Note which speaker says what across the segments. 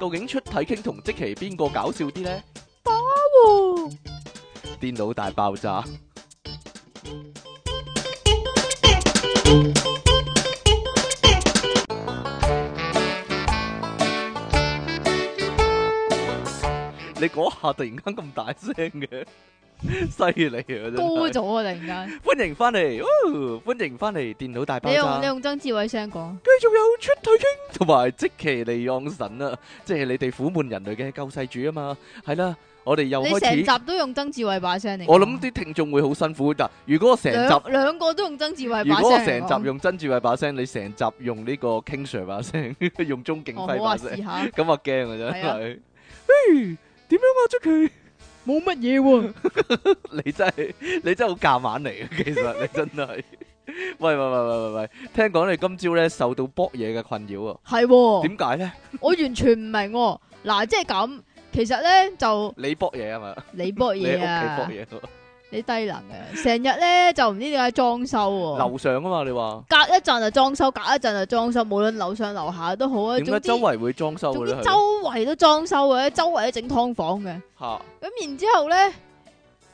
Speaker 1: 究竟出體傾同即期邊個搞笑啲呢？電腦大爆炸。你嗰下突然間咁大聲嘅，犀利啊！真係
Speaker 2: 高咗啊！突然間，
Speaker 1: 歡迎翻嚟，哦歡迎翻嚟電腦大爆
Speaker 2: 你用
Speaker 1: 炸
Speaker 2: 你。用曾志偉聲講，
Speaker 1: 繼續有出體傾同埋即其利昂神啊，即係你哋苦悶人類嘅救世主啊嘛，係啦，我哋又
Speaker 2: 你成
Speaker 1: 開始，
Speaker 2: 集都用曾志偉把聲嚟講。
Speaker 1: 我諗啲聽眾會好辛苦，但如果我成集
Speaker 2: 兩兩個都用曾志偉
Speaker 1: 如
Speaker 2: 把聲嚟講。
Speaker 1: 果我成集用曾志偉把聲，你成集用呢個 King Sir 把聲， 用鐘景
Speaker 2: 哦，
Speaker 1: 輝
Speaker 2: 好
Speaker 1: 把
Speaker 2: 啊，
Speaker 1: 聲，
Speaker 2: 試下，
Speaker 1: 咁啊驚啊真
Speaker 2: 係啊
Speaker 1: 係。嘿點樣啊？出佢，
Speaker 2: 冇乜嘢喎。
Speaker 1: 你真係你真係好夾硬嚟嘅， 其實你真係。喂喂喂喂喂喂，聽講你今朝咧受到搏嘢嘅困擾啊？
Speaker 2: 係喎，
Speaker 1: 點解咧？
Speaker 2: 我完全唔明喎。嗱，即係咁，其實咧就
Speaker 1: 你搏嘢啊嘛？
Speaker 2: 你博
Speaker 1: 你喺
Speaker 2: 嘢
Speaker 1: 屋
Speaker 2: 啊，
Speaker 1: 企搏嘢喎。
Speaker 2: 你低能嘅，成日咧就唔知點解裝修喎。
Speaker 1: 樓上啊嘛，你話
Speaker 2: 隔一陣就裝修，隔一陣就裝修，無論樓上樓下都好啊。
Speaker 1: 點解
Speaker 2: 總之
Speaker 1: 周圍會裝修嘅
Speaker 2: 總
Speaker 1: 咧
Speaker 2: 之？周圍都裝修嘅，周圍都整劏房嘅。
Speaker 1: 嚇
Speaker 2: 咁然之後咧，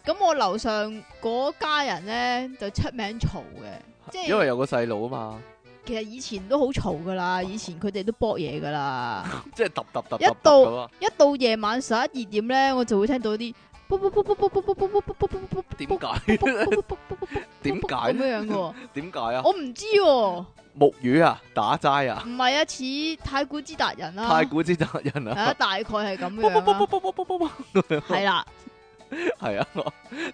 Speaker 2: 咁我樓上嗰家人咧就出名嘈嘅，即
Speaker 1: 因為
Speaker 2: 係
Speaker 1: 有個細路啊嘛，
Speaker 2: 其實以前都好嘈噶啦，以前佢哋都搏嘢噶啦。
Speaker 1: 即係揼揼揼
Speaker 2: 一
Speaker 1: 揼揼
Speaker 2: 到
Speaker 1: 咁啊！
Speaker 2: 一到夜晚十一二點咧，我就會聽到啲卜卜卜卜卜卜卜卜卜卜卜卜
Speaker 1: 點 解？點解
Speaker 2: 咁
Speaker 1: 咧？
Speaker 2: 樣樣嘅喎？
Speaker 1: 點解啊？
Speaker 2: 我唔知喎，
Speaker 1: 木魚啊，打齋啊，
Speaker 2: 唔係啊，似太古之達人啦
Speaker 1: 太，古之達人
Speaker 2: 係啊，
Speaker 1: 啊，
Speaker 2: 大概係咁
Speaker 1: 卜
Speaker 2: 樣
Speaker 1: 卜卜
Speaker 2: 啦
Speaker 1: 卜，卜卜卜卜卜，
Speaker 2: 係啦。
Speaker 1: 係啊！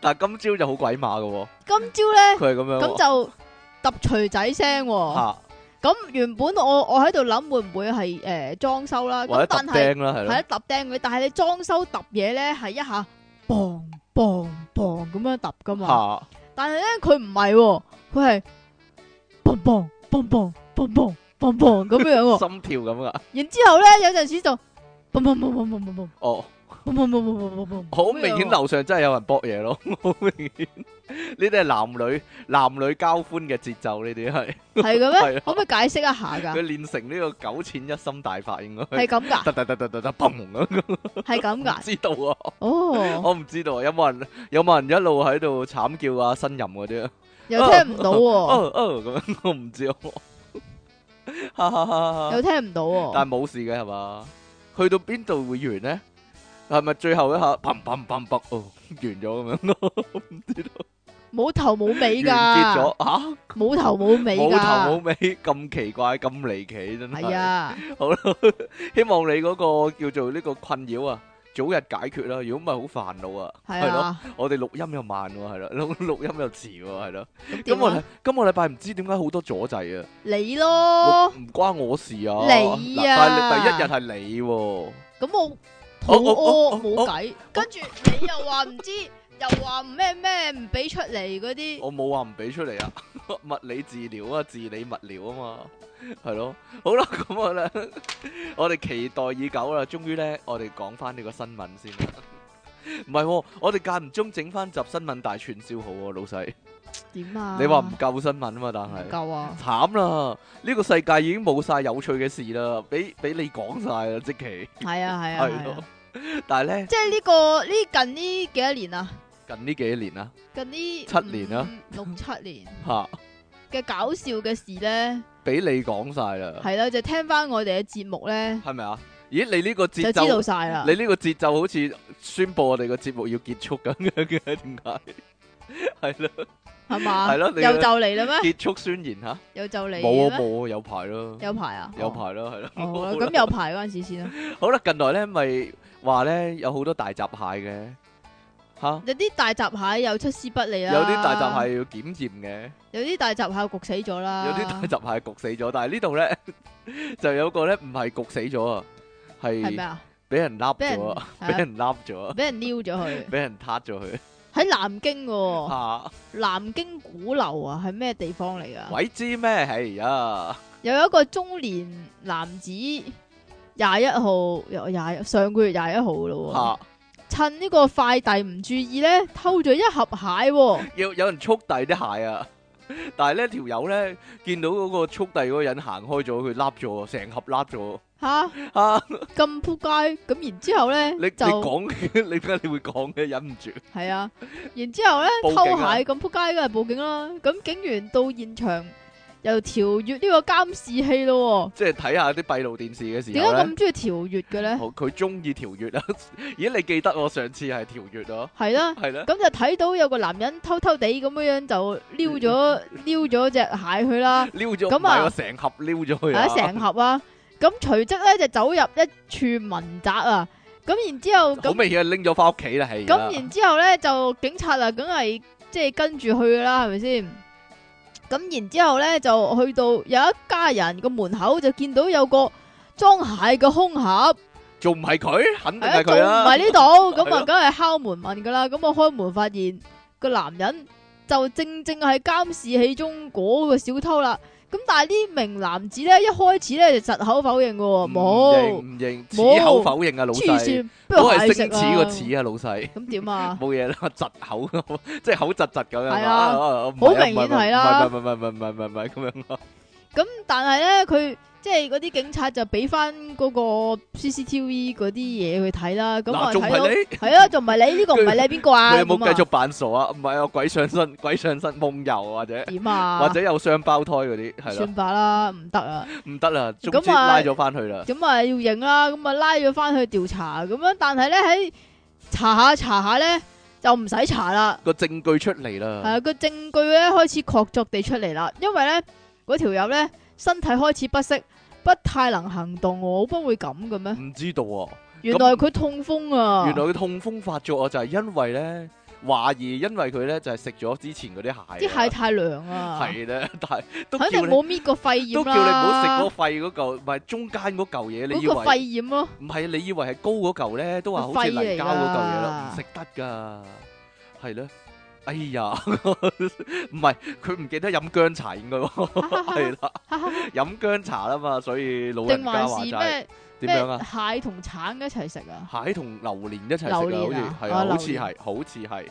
Speaker 1: 但係今朝就好鬼馬嘅喎，
Speaker 2: 今朝咧
Speaker 1: 佢係咁樣
Speaker 2: 咁
Speaker 1: 喎
Speaker 2: 就揼錘仔聲喎。
Speaker 1: 嚇，
Speaker 2: 咁原本我我喺度諗會唔會係誒裝修啦，
Speaker 1: 或者
Speaker 2: 咁但
Speaker 1: 揼
Speaker 2: 係
Speaker 1: 釘啦，係
Speaker 2: 係
Speaker 1: 咯
Speaker 2: 啦，揼釘佢，但係你裝修揼嘢咧係一下砰砰砰咁樣揼噶嘛，
Speaker 1: 嚇，
Speaker 2: 但係咧佢唔係喎，佢係砰砰砰砰砰砰砰砰咁樣喎，
Speaker 1: 心跳咁啊！
Speaker 2: 然之後咧有陣時就砰砰砰砰砰砰砰
Speaker 1: 哦，
Speaker 2: 砰砰砰砰砰砰砰，
Speaker 1: 好明顯樓上真係有人搏嘢咯，好明顯。呢啲係男女男女交歡嘅節奏，呢啲 係。
Speaker 2: 係
Speaker 1: 係
Speaker 2: 嘅
Speaker 1: 啊
Speaker 2: 咩？可唔可以解釋一下㗎？
Speaker 1: 佢練成呢個九淺一心大法應該
Speaker 2: 係咁㗎，
Speaker 1: 得得得得得得砰 咁，
Speaker 2: 係咁
Speaker 1: 唔
Speaker 2: 㗎，
Speaker 1: 知道啊，
Speaker 2: 哦，
Speaker 1: 我唔知道啊，有冇人有冇人一路喺度慘叫啊呻吟嗰啲啊，
Speaker 2: 又聽唔到喎，
Speaker 1: 哦哦咁樣，我唔知啊，哈哈哈哈
Speaker 2: 又聽唔到喎，
Speaker 1: 但係冇事嘅係嘛？去到邊度會完呢？係咪最後一下砰砰砰砰哦完咗咁樣咯？唔知道
Speaker 2: 冇頭冇尾㗎。
Speaker 1: 完結咗啊！
Speaker 2: 冇頭冇尾
Speaker 1: 冇頭
Speaker 2: 噶，
Speaker 1: 冇尾，咁奇怪，咁離奇真
Speaker 2: 係
Speaker 1: 係。
Speaker 2: 啊，
Speaker 1: 好啦，希望你嗰個叫做呢個困擾啊，早日解決啦。如果唔係好煩惱啊。
Speaker 2: 係
Speaker 1: 咯，
Speaker 2: 啊，
Speaker 1: 我哋錄音又慢喎，係啦，錄錄音又遲喎，係咯。
Speaker 2: 點
Speaker 1: 今個禮
Speaker 2: 啊？
Speaker 1: 今個禮拜唔知點解好多阻滯啊，
Speaker 2: 你咯，
Speaker 1: 唔關我事啊。
Speaker 2: 你
Speaker 1: 嗱
Speaker 2: 啊
Speaker 1: 但係第一日係你喎，
Speaker 2: 咁我肚
Speaker 1: 我我我
Speaker 2: 屙冇計，跟住你又話唔知，又話咩咩唔俾出嚟嗰啲，
Speaker 1: 我冇話唔俾出嚟啊。 物理治療啊，治理物療啊嘛，係咯。好啦， 咁我咧，我哋期待已久啦，終於咧，我哋講翻呢個新聞先啦。 唔係喎，我哋間唔中整翻集新聞大串燒好喎，老細。
Speaker 2: 點啊？
Speaker 1: 你話唔夠新聞啊嘛，但係
Speaker 2: 唔。夠啊？
Speaker 1: 慘啦！呢個世界已經冇晒有趣嘅事啦，俾俾你講晒啦，即期
Speaker 2: 係啊係啊
Speaker 1: 係
Speaker 2: 係
Speaker 1: 咯
Speaker 2: 啊，。
Speaker 1: 但係咧，
Speaker 2: 即係呢個呢近呢幾多年啊？
Speaker 1: 近呢幾年啦，
Speaker 2: 近呢
Speaker 1: 七年啊
Speaker 2: 五，六七年
Speaker 1: 吓
Speaker 2: 嘅搞笑嘅事咧，
Speaker 1: 俾你講晒啦，
Speaker 2: 係啦，就聽翻我哋嘅節目咧，
Speaker 1: 係咪啊？咦，你呢個
Speaker 2: 就
Speaker 1: 節
Speaker 2: 知道
Speaker 1: 奏，
Speaker 2: 晒啦
Speaker 1: 你。呢個節奏好似宣布我哋個節目要結束咁樣嘅，點解？ 係咯，
Speaker 2: 係嘛？
Speaker 1: 係咯你
Speaker 2: 又就嚟啦咩？
Speaker 1: 結束宣言吓，
Speaker 2: 又就
Speaker 1: 冇
Speaker 2: 嚟嘅
Speaker 1: 啊
Speaker 2: 咩？
Speaker 1: 冇啊，有排咯，
Speaker 2: 有排啊？
Speaker 1: 有排咯，係咯。
Speaker 2: 哦，
Speaker 1: 好啦
Speaker 2: 咁有排嗰陣時先啦，
Speaker 1: 好啦，近來咧咪話咧有好多大閘蟹嘅吓，
Speaker 2: 有啲大閘蟹又出師不利啦，
Speaker 1: 有啲大閘，蟹要檢驗嘅。
Speaker 2: 有啲大閘蟹焗死咗啦，
Speaker 1: 有啲大閘蟹焗死咗，但係呢度 咧就有個咧唔係焗死咗啊，
Speaker 2: 係咩
Speaker 1: 係
Speaker 2: 啊？
Speaker 1: 俾人笠
Speaker 2: 俾人
Speaker 1: 咗啊，俾
Speaker 2: 係啊
Speaker 1: 人笠咗啊，
Speaker 2: 俾人撩咗佢，
Speaker 1: 俾人撻咗佢
Speaker 2: 喺南 京喎，
Speaker 1: 嚇，
Speaker 2: 南京鼓樓啊，係咩地方嚟噶？
Speaker 1: 鬼知咩？哎呀，
Speaker 2: 有一個中年男子，廿一號又廿上個月廿一號咯
Speaker 1: 嚇
Speaker 2: 喎，趁呢個快遞唔注意咧，偷咗一盒蟹喎，
Speaker 1: 有有人速遞啲蟹啊， 但係呢條友呢，見到嗰個速遞嗰個人行開咗，佢笠咗，成盒笠咗。
Speaker 2: 吓
Speaker 1: 啊！
Speaker 2: 咁扑街，咁然之后咧
Speaker 1: 你你
Speaker 2: 就
Speaker 1: 講，你點解你會講嘅？忍唔住。
Speaker 2: 系啊，然之后咧
Speaker 1: 報
Speaker 2: 偷
Speaker 1: 警啊
Speaker 2: 鞋咁扑街，梗系报警啦。咁警员到现场又调阅呢个监视器咯
Speaker 1: 即係睇下啲閉路電視嘅
Speaker 2: 喎，
Speaker 1: 時
Speaker 2: 点
Speaker 1: 候
Speaker 2: 解
Speaker 1: 咧
Speaker 2: 咁，中意调阅嘅咧？
Speaker 1: 好佢中意調月啊！ 咦，你記得我上次係調月啊？
Speaker 2: 系啦。
Speaker 1: 係咧，
Speaker 2: 咁就睇到有個男人偷偷地咁樣样就撩 咗撩咗只蟹去啦，
Speaker 1: 撩咗
Speaker 2: 咁
Speaker 1: 唔
Speaker 2: 啊
Speaker 1: 係我成盒撩咗
Speaker 2: 係
Speaker 1: 佢
Speaker 2: 啊
Speaker 1: 啊！
Speaker 2: 成盒啊！咁隨即咧就走入一處民宅啊！咁然之后
Speaker 1: 好
Speaker 2: 咁
Speaker 1: 明顯拎咗翻屋企啦，係
Speaker 2: 咁
Speaker 1: 啊
Speaker 2: 然之后咧就警察啊，梗係即係跟住去㗎啦，係咪先？咁然之后咧就去到有一家人個門口就見到有個裝蟹嘅空盒，
Speaker 1: 仲唔係佢？肯定
Speaker 2: 係啊
Speaker 1: 係
Speaker 2: 仲
Speaker 1: 佢
Speaker 2: 唔
Speaker 1: 啦
Speaker 2: 係。 呢度，咁
Speaker 1: 係
Speaker 2: 啊
Speaker 1: 咯
Speaker 2: 梗係敲門問噶啦。咁我開門發現個男人就正正係監視器中嗰個小偷啦。咁但係呢名男子咧一開始咧就實口否認嘅喎，
Speaker 1: 唔
Speaker 2: 冇
Speaker 1: 認唔認，
Speaker 2: 冇
Speaker 1: 矢口否認啊，老
Speaker 2: 黐
Speaker 1: 細。
Speaker 2: 線，不
Speaker 1: 都
Speaker 2: 如
Speaker 1: 係
Speaker 2: 蟹食
Speaker 1: 星矢個
Speaker 2: 啊！
Speaker 1: 矢啊，老 細。
Speaker 2: 咁點啊？
Speaker 1: 冇嘢啦，窒口， 即係口窒窒咁樣。
Speaker 2: 係啊
Speaker 1: 啊，
Speaker 2: 好明顯係啦
Speaker 1: 唔係唔係唔係唔係唔係唔係咁樣啊。
Speaker 2: 咁但係咧佢。即係嗰啲警察就俾翻嗰個 CCTV 嗰啲嘢去睇啦，咁啊
Speaker 1: 嗱，仲
Speaker 2: 睇到
Speaker 1: 係你，
Speaker 2: 係啊，仲唔係你呢個唔係你係邊個啊？
Speaker 1: 佢有冇
Speaker 2: 咁啊
Speaker 1: 繼續扮傻啊？唔係啊，鬼上身， 鬼上身夢遊或者
Speaker 2: 點啊？
Speaker 1: 或者有雙胞胎嗰啲，係啦，
Speaker 2: 算法啦，唔得啊！
Speaker 1: 唔得啦，總
Speaker 2: 咁
Speaker 1: 之
Speaker 2: 啊
Speaker 1: 拉咗翻去啦。
Speaker 2: 咁啊要影啦，咁啊拉咗翻去調查咁樣，但係咧喺查下查下咧就唔使查啦，
Speaker 1: 個證據出嚟
Speaker 2: 係
Speaker 1: 啦，
Speaker 2: 啊個證據咧開始確鑿地出嚟啦，因為咧嗰條友咧身體開始不適，不太能行動，我不會咁嘅咩？
Speaker 1: 唔知道啊。
Speaker 2: 原來佢痛風啊！嗯
Speaker 1: 原來佢痛風發作啊，就係因為咧懷疑，因為佢咧就係食咗之前嗰啲蟹
Speaker 2: 啲
Speaker 1: 啊。
Speaker 2: 蟹太涼啊，
Speaker 1: 係咧，但係都
Speaker 2: 肯
Speaker 1: 叫
Speaker 2: 定
Speaker 1: 你
Speaker 2: 冇搣過肺炎
Speaker 1: 都叫你唔好食嗰
Speaker 2: 啦，
Speaker 1: 肺嗰嚿，唔係中間嗰嚿嘢，你以
Speaker 2: 嗰個
Speaker 1: 為？
Speaker 2: 肺炎咯，
Speaker 1: 唔係，你以為係高嗰嚿咧，都話好似
Speaker 2: 肺嚟
Speaker 1: 泥膠嗰嚿嘢啦，
Speaker 2: 㗎
Speaker 1: 唔食得噶，係咧。哎呀， 唔係佢唔記得飲姜茶應該喎 係啦，飲姜茶啦嘛，所以老人
Speaker 2: 定
Speaker 1: 家
Speaker 2: 還
Speaker 1: 話
Speaker 2: 是
Speaker 1: 齋
Speaker 2: 咩咩
Speaker 1: 點樣啊？
Speaker 2: 蟹同橙一齊食啊？
Speaker 1: 蟹同榴蓮一齊食啊，好
Speaker 2: 榴
Speaker 1: 似
Speaker 2: 槤啊
Speaker 1: 係啊，
Speaker 2: 啊
Speaker 1: 好似
Speaker 2: 榴
Speaker 1: 係，好似係。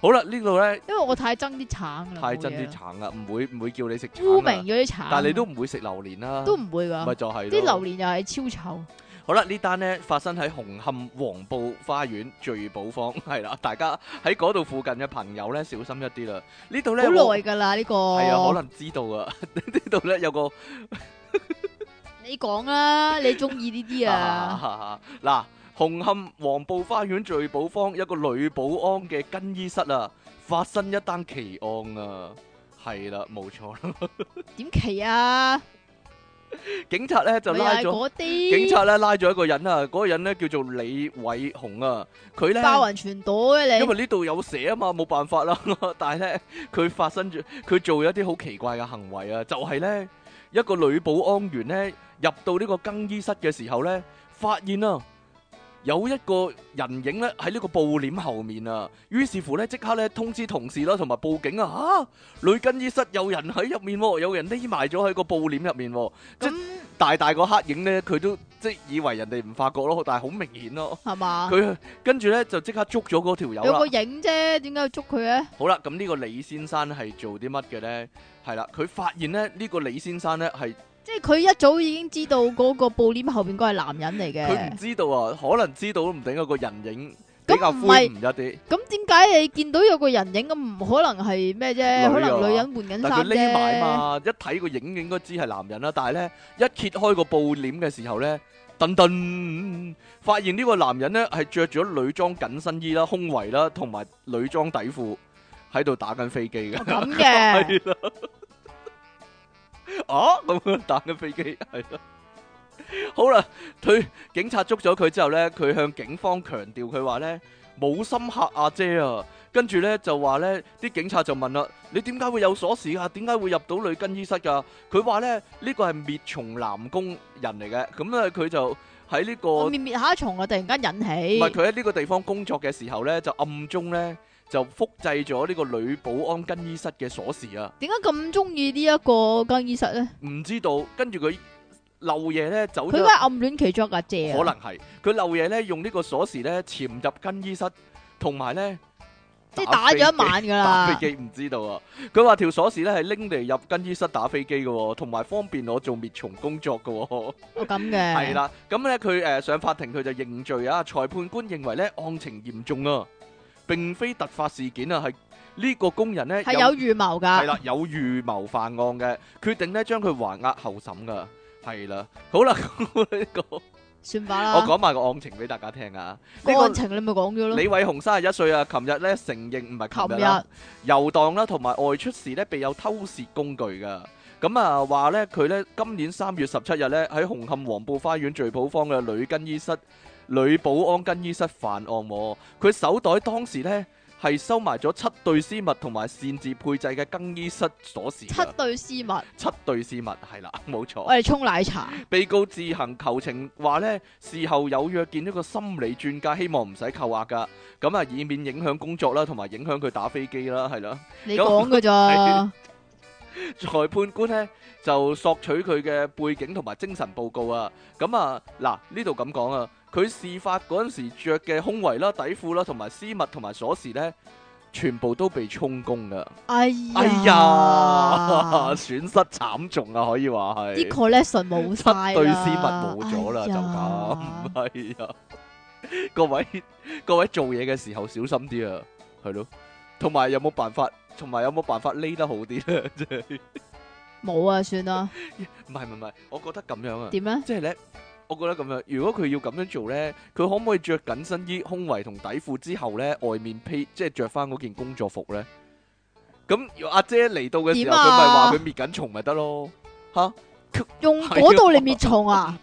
Speaker 1: 好啦，呢度咧
Speaker 2: 因為我太憎啲橙啦，
Speaker 1: 太
Speaker 2: 冇
Speaker 1: 真
Speaker 2: 嘢啊
Speaker 1: 啲
Speaker 2: 啦
Speaker 1: 橙啦，唔會唔會叫你食
Speaker 2: 污
Speaker 1: 橙啦
Speaker 2: 名，咗啲橙，
Speaker 1: 但係你都唔會食榴蓮啦，
Speaker 2: 啊都唔會
Speaker 1: 咪
Speaker 2: 㗎，
Speaker 1: 就係
Speaker 2: 啲
Speaker 1: 咯
Speaker 2: 榴蓮又係超臭，
Speaker 1: 好啦，呢單呢發生喺紅磡黃埔花園聚寶坊， 係啦，大家喺嗰度附近嘅朋友呢，小心一啲啦。呢度
Speaker 2: 好
Speaker 1: 呢，我
Speaker 2: 耐㗎啦呢個。
Speaker 1: 係啊，可能知道啊。 呢度呢，有個
Speaker 2: 你講啦，你中意呢 啲啊？
Speaker 1: 嗱，紅磡黃埔花園聚寶坊一個女保安嘅更衣室啊，發生一單奇案啊，係啦，冇錯啦。
Speaker 2: 點奇啊？
Speaker 1: 警察呢，就
Speaker 2: 咪又
Speaker 1: 拉
Speaker 2: 係
Speaker 1: 咗，
Speaker 2: 嗰
Speaker 1: 警
Speaker 2: 啲
Speaker 1: 察呢，拉咗一個人啊，嗰個人呢，叫做李偉雄啊，佢呢。
Speaker 2: 爆人全袋啊
Speaker 1: 因
Speaker 2: 你！
Speaker 1: 為呢度有寫啊嘛，冇辦法啦。 但係咧，佢發生咗，佢做一啲好奇怪嘅行為啊，就係咧一個女保安員咧入到呢個更衣室嘅時候咧，發現啊有一個人影咧喺呢個布簾後面啊，於是乎咧即刻咧通知同事啦，同埋報警啊吓、女更衣室有人喺入面、喎，有人匿埋咗喺個布簾入面、喎。即
Speaker 2: 咁
Speaker 1: 大大個黑影咧，佢都即係以為人哋唔發覺咯，但係好明顯咯。
Speaker 2: 係嘛？
Speaker 1: 佢跟住咧就即刻捉咗嗰條友
Speaker 2: 啊有
Speaker 1: 啦
Speaker 2: 個。影啫，點解要捉佢咧？
Speaker 1: 好啦，咁呢個李先生係做啲乜嘅呢？係啦，佢發現咧呢、呢個李先生呢，係
Speaker 2: 即係佢一早已經知道嗰個布簾後邊嗰個係男人嚟
Speaker 1: 佢
Speaker 2: 嘅
Speaker 1: 唔，知道啊，可能知道都唔定啊個人影比較
Speaker 2: 咁唔
Speaker 1: 灰唔一啲，
Speaker 2: 咁點解你見到有個人影咁唔可能係咩
Speaker 1: 女啊
Speaker 2: 啫？可能女人換緊
Speaker 1: 但佢
Speaker 2: 衫
Speaker 1: 匿埋
Speaker 2: 啫。
Speaker 1: 嘛，一睇個影應該知係男人啦。但係呢，一揭開個布簾嘅時候呢，噔噔，發現呢個男人呢係着咗女裝緊身衣啦、胸圍啦，同埋女裝底褲喺度打緊飛機嘅。
Speaker 2: 咁嘅，
Speaker 1: 係啦。啊，咁樣打緊飛機，係啦。好啦，佢- à à, 警察捉咗佢之後呢，佢向警方強調，佢話呢，冇心嚇阿姐啊。跟住呢，就話呢，啲警察就問啦，你點解會有鎖匙㗎？點解會入到女更衣室㗎？佢話呢，呢個係滅蟲男工人嚟嘅。咁呢，佢就喺呢個
Speaker 2: 我滅滅下一重啊！突然間引起。
Speaker 1: 唔係，佢喺呢個地方工作嘅時候呢，就暗中呢，就複製咗呢個女保安更衣室嘅鎖匙啊。
Speaker 2: 點解咁中意呢一個更衣室咧？
Speaker 1: 唔知道，跟住佢漏夜咧走
Speaker 2: 佢
Speaker 1: 咗
Speaker 2: 應該，係暗戀其中一個阿姐啊
Speaker 1: 可能係佢漏夜咧用呢個鎖匙咧潛入更衣室，同埋咧
Speaker 2: 即系打咗一晚噶
Speaker 1: 打
Speaker 2: 啦。
Speaker 1: 飛機唔知道啊！佢話條鎖匙咧係拎嚟入更衣室打飛機嘅喎，同埋方便我做滅蟲工作嘅喎。
Speaker 2: 我咁
Speaker 1: 係
Speaker 2: 嘅，
Speaker 1: 啦，咁咧佢誒上法庭佢就認罪啊！裁判官認為咧案情嚴重啊，並非突發事件啊，係呢個工人咧
Speaker 2: 系有預謀
Speaker 1: 係
Speaker 2: 噶。
Speaker 1: 啦，有預謀犯案嘅，決定咧將佢還押候審噶。係啦，好啦，呢個我
Speaker 2: 算法啦，
Speaker 1: 講埋個案情俾大家聽啊。呢
Speaker 2: 個
Speaker 1: 個
Speaker 2: 案情你咪講咗咯。
Speaker 1: 李偉雄三十一歲啊，琴日咧承認唔係
Speaker 2: 琴
Speaker 1: 嗯琴
Speaker 2: 日
Speaker 1: 日啦。遊蕩啦，同埋外出時咧，備有偷竊工具噶。咁啊，話咧佢咧今年三月十七日咧喺紅磡黃埔花園聚寶坊嘅女更衣室、女保安更衣室犯案喎。佢手袋當時咧係收埋咗七對絲襪同埋擅自配製嘅更衣室鎖匙
Speaker 2: 七
Speaker 1: 㗎。
Speaker 2: 對絲襪，
Speaker 1: 七對絲襪係啦，冇錯。
Speaker 2: 我哋沖奶茶，
Speaker 1: 被告自行求情話呢事後有約見一個心理專家，希望唔使扣押噶，咁啊以免影響工作啦，同埋影響佢打飛機啦，係 啦。
Speaker 2: 你
Speaker 1: 咁
Speaker 2: 講噶咋？
Speaker 1: 裁判官呢就索取佢嘅背景同埋精神報告啊。咁啊，嗱呢度咁講啊，佢事發嗰陣時着嘅胸圍啦、底褲啦、同埋絲襪同埋鎖匙呢，全部都被充公噶。
Speaker 2: 哎呀，
Speaker 1: 哎呀， 損失慘重啊，可以話係。
Speaker 2: 啲 collection 冇
Speaker 1: 七
Speaker 2: 晒啦，
Speaker 1: 對絲襪冇咗啦，
Speaker 2: 哎
Speaker 1: 就
Speaker 2: 呀
Speaker 1: 咁係啊！各位各位做嘢嘅時候小心啲啊，係咯。同埋有冇辦法？同埋有冇辦法匿得好啲咧？ 即係
Speaker 2: 冇啊，算啦，
Speaker 1: 唔係唔係唔係，我覺得咁樣啊，
Speaker 2: 點咧？
Speaker 1: 即係咧，我覺得咁樣。如果佢要咁樣做咧，佢可唔可以着緊身衣、胸圍同底褲之後咧，外面披即係着翻嗰件工作服咧？咁阿姐嚟到嘅時候，
Speaker 2: 點啊
Speaker 1: 佢咪話佢滅緊蟲咪得咯？吓！
Speaker 2: 用
Speaker 1: 啊
Speaker 2: 嗰度嚟滅 蟲啊？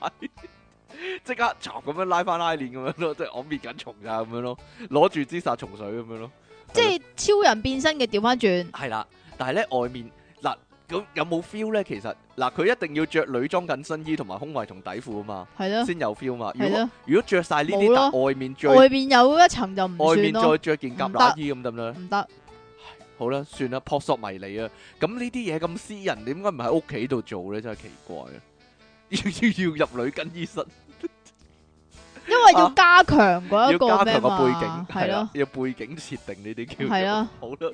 Speaker 1: 即刻插咁樣拉翻拉鏈咁樣咯，即係我滅緊蟲咋咁樣咯，攞住支殺蟲水咁樣咯，
Speaker 2: 即係超人變身嘅調翻轉，
Speaker 1: 係啦。但係咧外面嗱咁有冇 feel 咧？其實嗱，佢一定要着女裝緊身衣同埋胸圍同底褲啊嘛，
Speaker 2: 係咯，
Speaker 1: 先有 feel 嘛。如
Speaker 2: 係
Speaker 1: 果
Speaker 2: 咯，
Speaker 1: 如果着晒呢
Speaker 2: 冇
Speaker 1: 啲，
Speaker 2: 咯
Speaker 1: 但外面着
Speaker 2: 外邊有一層就唔
Speaker 1: 外
Speaker 2: 算
Speaker 1: 面
Speaker 2: 咯
Speaker 1: 再，着件夾乸衣咁得唔得咧？
Speaker 2: 唔得，
Speaker 1: 好啦，算啦，撲朔迷離啊！咁呢啲嘢咁私人，點解唔喺屋企度做咧？真係奇怪啊！要要要入女更衣室。
Speaker 2: 因為要加強嗰一
Speaker 1: 啊要
Speaker 2: 個
Speaker 1: 加
Speaker 2: 咩
Speaker 1: 強個
Speaker 2: 嘛，
Speaker 1: 背景，係啊
Speaker 2: 係
Speaker 1: 啦
Speaker 2: 咯，，
Speaker 1: 要背景設定呢啲叫做
Speaker 2: 係啦，
Speaker 1: 好啦，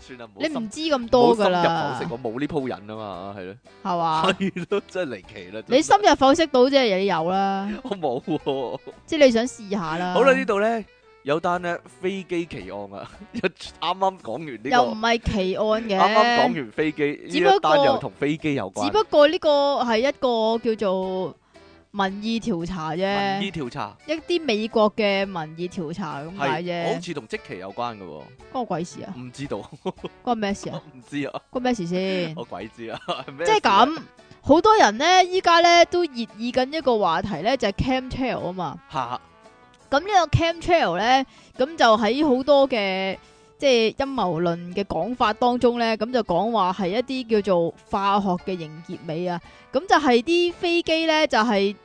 Speaker 1: 算啦，
Speaker 2: 你
Speaker 1: 冇
Speaker 2: 唔
Speaker 1: 深
Speaker 2: 知咁
Speaker 1: 冇
Speaker 2: 多
Speaker 1: 深
Speaker 2: 噶
Speaker 1: 入剖
Speaker 2: 啦
Speaker 1: 析，，我冇呢鋪人啊嘛，係咯，
Speaker 2: 係 嘛？
Speaker 1: 係咯，真係離奇啦，真係
Speaker 2: 啊你深入剖析到即係你有啦，
Speaker 1: 我冇喎，
Speaker 2: 即係你想試下啦。
Speaker 1: 好啦，呢度咧有單咧飛機奇案啊， 一啱啱講完
Speaker 2: 又唔
Speaker 1: 呢
Speaker 2: 係奇案
Speaker 1: 個，啱啱
Speaker 2: 嘅，
Speaker 1: 講完飛機，呢
Speaker 2: 只不過
Speaker 1: 一單又同飛機有
Speaker 2: 只
Speaker 1: 關，
Speaker 2: 不過呢個係一個叫做民意調查
Speaker 1: 民意
Speaker 2: 啫，
Speaker 1: 調查
Speaker 2: 一啲美國嘅民意調查咁解
Speaker 1: 係好
Speaker 2: 啫，
Speaker 1: 似同即期有關嘅喎，
Speaker 2: 關我鬼事啊？
Speaker 1: 唔知道， 我
Speaker 2: 關我咩事啊？
Speaker 1: 唔知 啊，
Speaker 2: 關咩事先？
Speaker 1: 我鬼知啊，
Speaker 2: 即
Speaker 1: 即
Speaker 2: 係咁，好多人呢，依家呢都熱議緊一個話題呢，就係 cam trail 啊嘛。
Speaker 1: 嚇，
Speaker 2: 咁呢個 cam trail 呢，咁就喺好多嘅即係陰謀論嘅講法當中呢，咁就講話係一啲叫做化學嘅凝結尾啊。咁就係啲飛機呢，就係、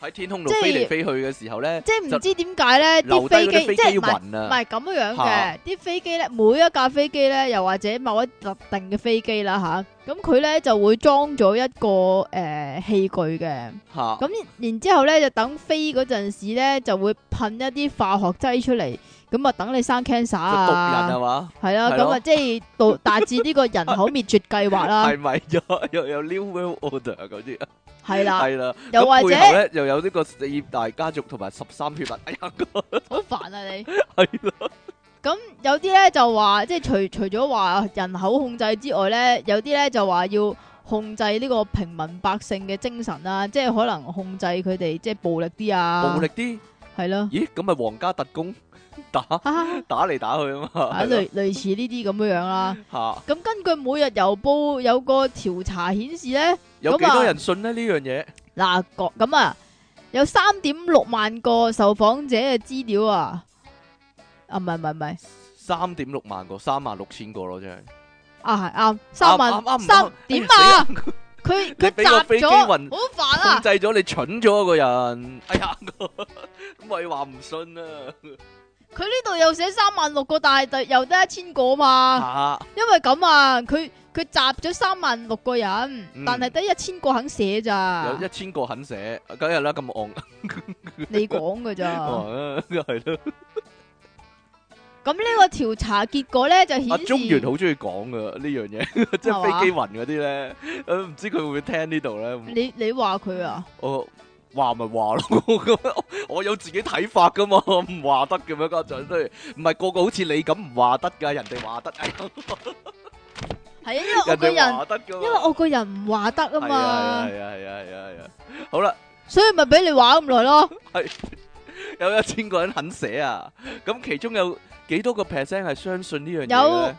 Speaker 1: 喺天空度
Speaker 2: 即係
Speaker 1: 飛嚟飛去嘅時候咧。
Speaker 2: 即係唔知點解咧，啲
Speaker 1: 留低
Speaker 2: 飛
Speaker 1: 嗰啲
Speaker 2: 機
Speaker 1: 飛
Speaker 2: 即係
Speaker 1: 機
Speaker 2: 唔係
Speaker 1: 雲
Speaker 2: 唔
Speaker 1: 啊，
Speaker 2: 係咁樣嘅
Speaker 1: 嚇，
Speaker 2: 啲飛機咧每一架飛機咧，又或者某一特定嘅飛機啦吓，咁佢咧就會裝咗一個誒器具嘅，
Speaker 1: 嚇
Speaker 2: 咁然之後咧就等飛嗰陣時咧就會噴一啲化學劑出嚟，咁啊等你生 cancer
Speaker 1: 就毒人
Speaker 2: 啊
Speaker 1: 係，嘛？
Speaker 2: 係啦，
Speaker 1: 係
Speaker 2: 咁
Speaker 1: 咯
Speaker 2: 啊即係到達至呢個人口滅絕計劃啦
Speaker 1: 係，咪又又有 New World Order 嗰啲啊？
Speaker 2: 係啦，
Speaker 1: 係啦，
Speaker 2: 又
Speaker 1: 咁
Speaker 2: 或
Speaker 1: 背後
Speaker 2: 者
Speaker 1: 咧又有呢個四大家族同埋十三血脈，哎呀，
Speaker 2: 好煩啊你。
Speaker 1: 係啦，
Speaker 2: 咁有啲咧就話，即係除除咗話人口控制之外咧，有啲咧就話要控制呢個平民百姓嘅精神啦、即係可能控制佢哋即係暴力啲啊，
Speaker 1: 暴力啲，
Speaker 2: 係 咯，
Speaker 1: 咦，咁咪皇家特工打
Speaker 2: 啊
Speaker 1: 打嚟打去啊嘛，
Speaker 2: 啊
Speaker 1: 係
Speaker 2: 類類似呢啲咁樣樣啦。
Speaker 1: 咯嚇，
Speaker 2: 咁根據每日郵報有個調查顯示咧，
Speaker 1: 有幾
Speaker 2: 咁啊
Speaker 1: 多人信咧呢樣嘢？
Speaker 2: 嗱講咁啊，有三點六萬個受訪者嘅資料啊，啊唔係唔係唔係
Speaker 1: 三點六萬個，三萬六千個咯，真係
Speaker 2: 啊係啱三
Speaker 1: 啱啱
Speaker 2: 萬
Speaker 1: 啱
Speaker 2: 三點啊， 佢佢
Speaker 1: 你俾個飛
Speaker 2: 集
Speaker 1: 機
Speaker 2: 咗
Speaker 1: 運
Speaker 2: 好煩啊
Speaker 1: 控！制咗你蠢咗個人，哎呀， 咪話唔信啊
Speaker 2: 佢呢度又寫三萬六個，但係又得一千個嘛，
Speaker 1: 嚇，
Speaker 2: 因為咁啊，佢佢集咗三萬六個人，
Speaker 1: 嗯
Speaker 2: 但係得一千個肯寫咋
Speaker 1: 有，一千個肯寫，梗係啦，咁戇 哦
Speaker 2: 你講噶咋，
Speaker 1: 係咯。
Speaker 2: 咁呢個調查結果咧就顯
Speaker 1: 阿
Speaker 2: 示，
Speaker 1: 中原好中意講噶呢樣嘢， 即係
Speaker 2: 係嘛
Speaker 1: 飛機雲嗰啲咧，誒唔知佢會唔會聽呢度咧？
Speaker 2: 你你話佢啊？
Speaker 1: 我話咪話咯，我我有自己睇法噶嘛， 唔話得嘅咩家長都係唔係個個好似你咁唔話得㗎，人哋話得，哎呀
Speaker 2: 係啊，因 為我
Speaker 1: 人
Speaker 2: 個
Speaker 1: 哋
Speaker 2: 人，
Speaker 1: 話得㗎
Speaker 2: 因為
Speaker 1: 嘛。
Speaker 2: 我個人唔話得啊
Speaker 1: 係啊
Speaker 2: 嘛，
Speaker 1: 係啊係啊係啊係啊！好啦，
Speaker 2: 所以咪俾你話咁耐咯。
Speaker 1: 有一千個人肯寫啊，咁其中有幾多個 percent 係相信呢樣嘢
Speaker 2: 有
Speaker 1: 咧？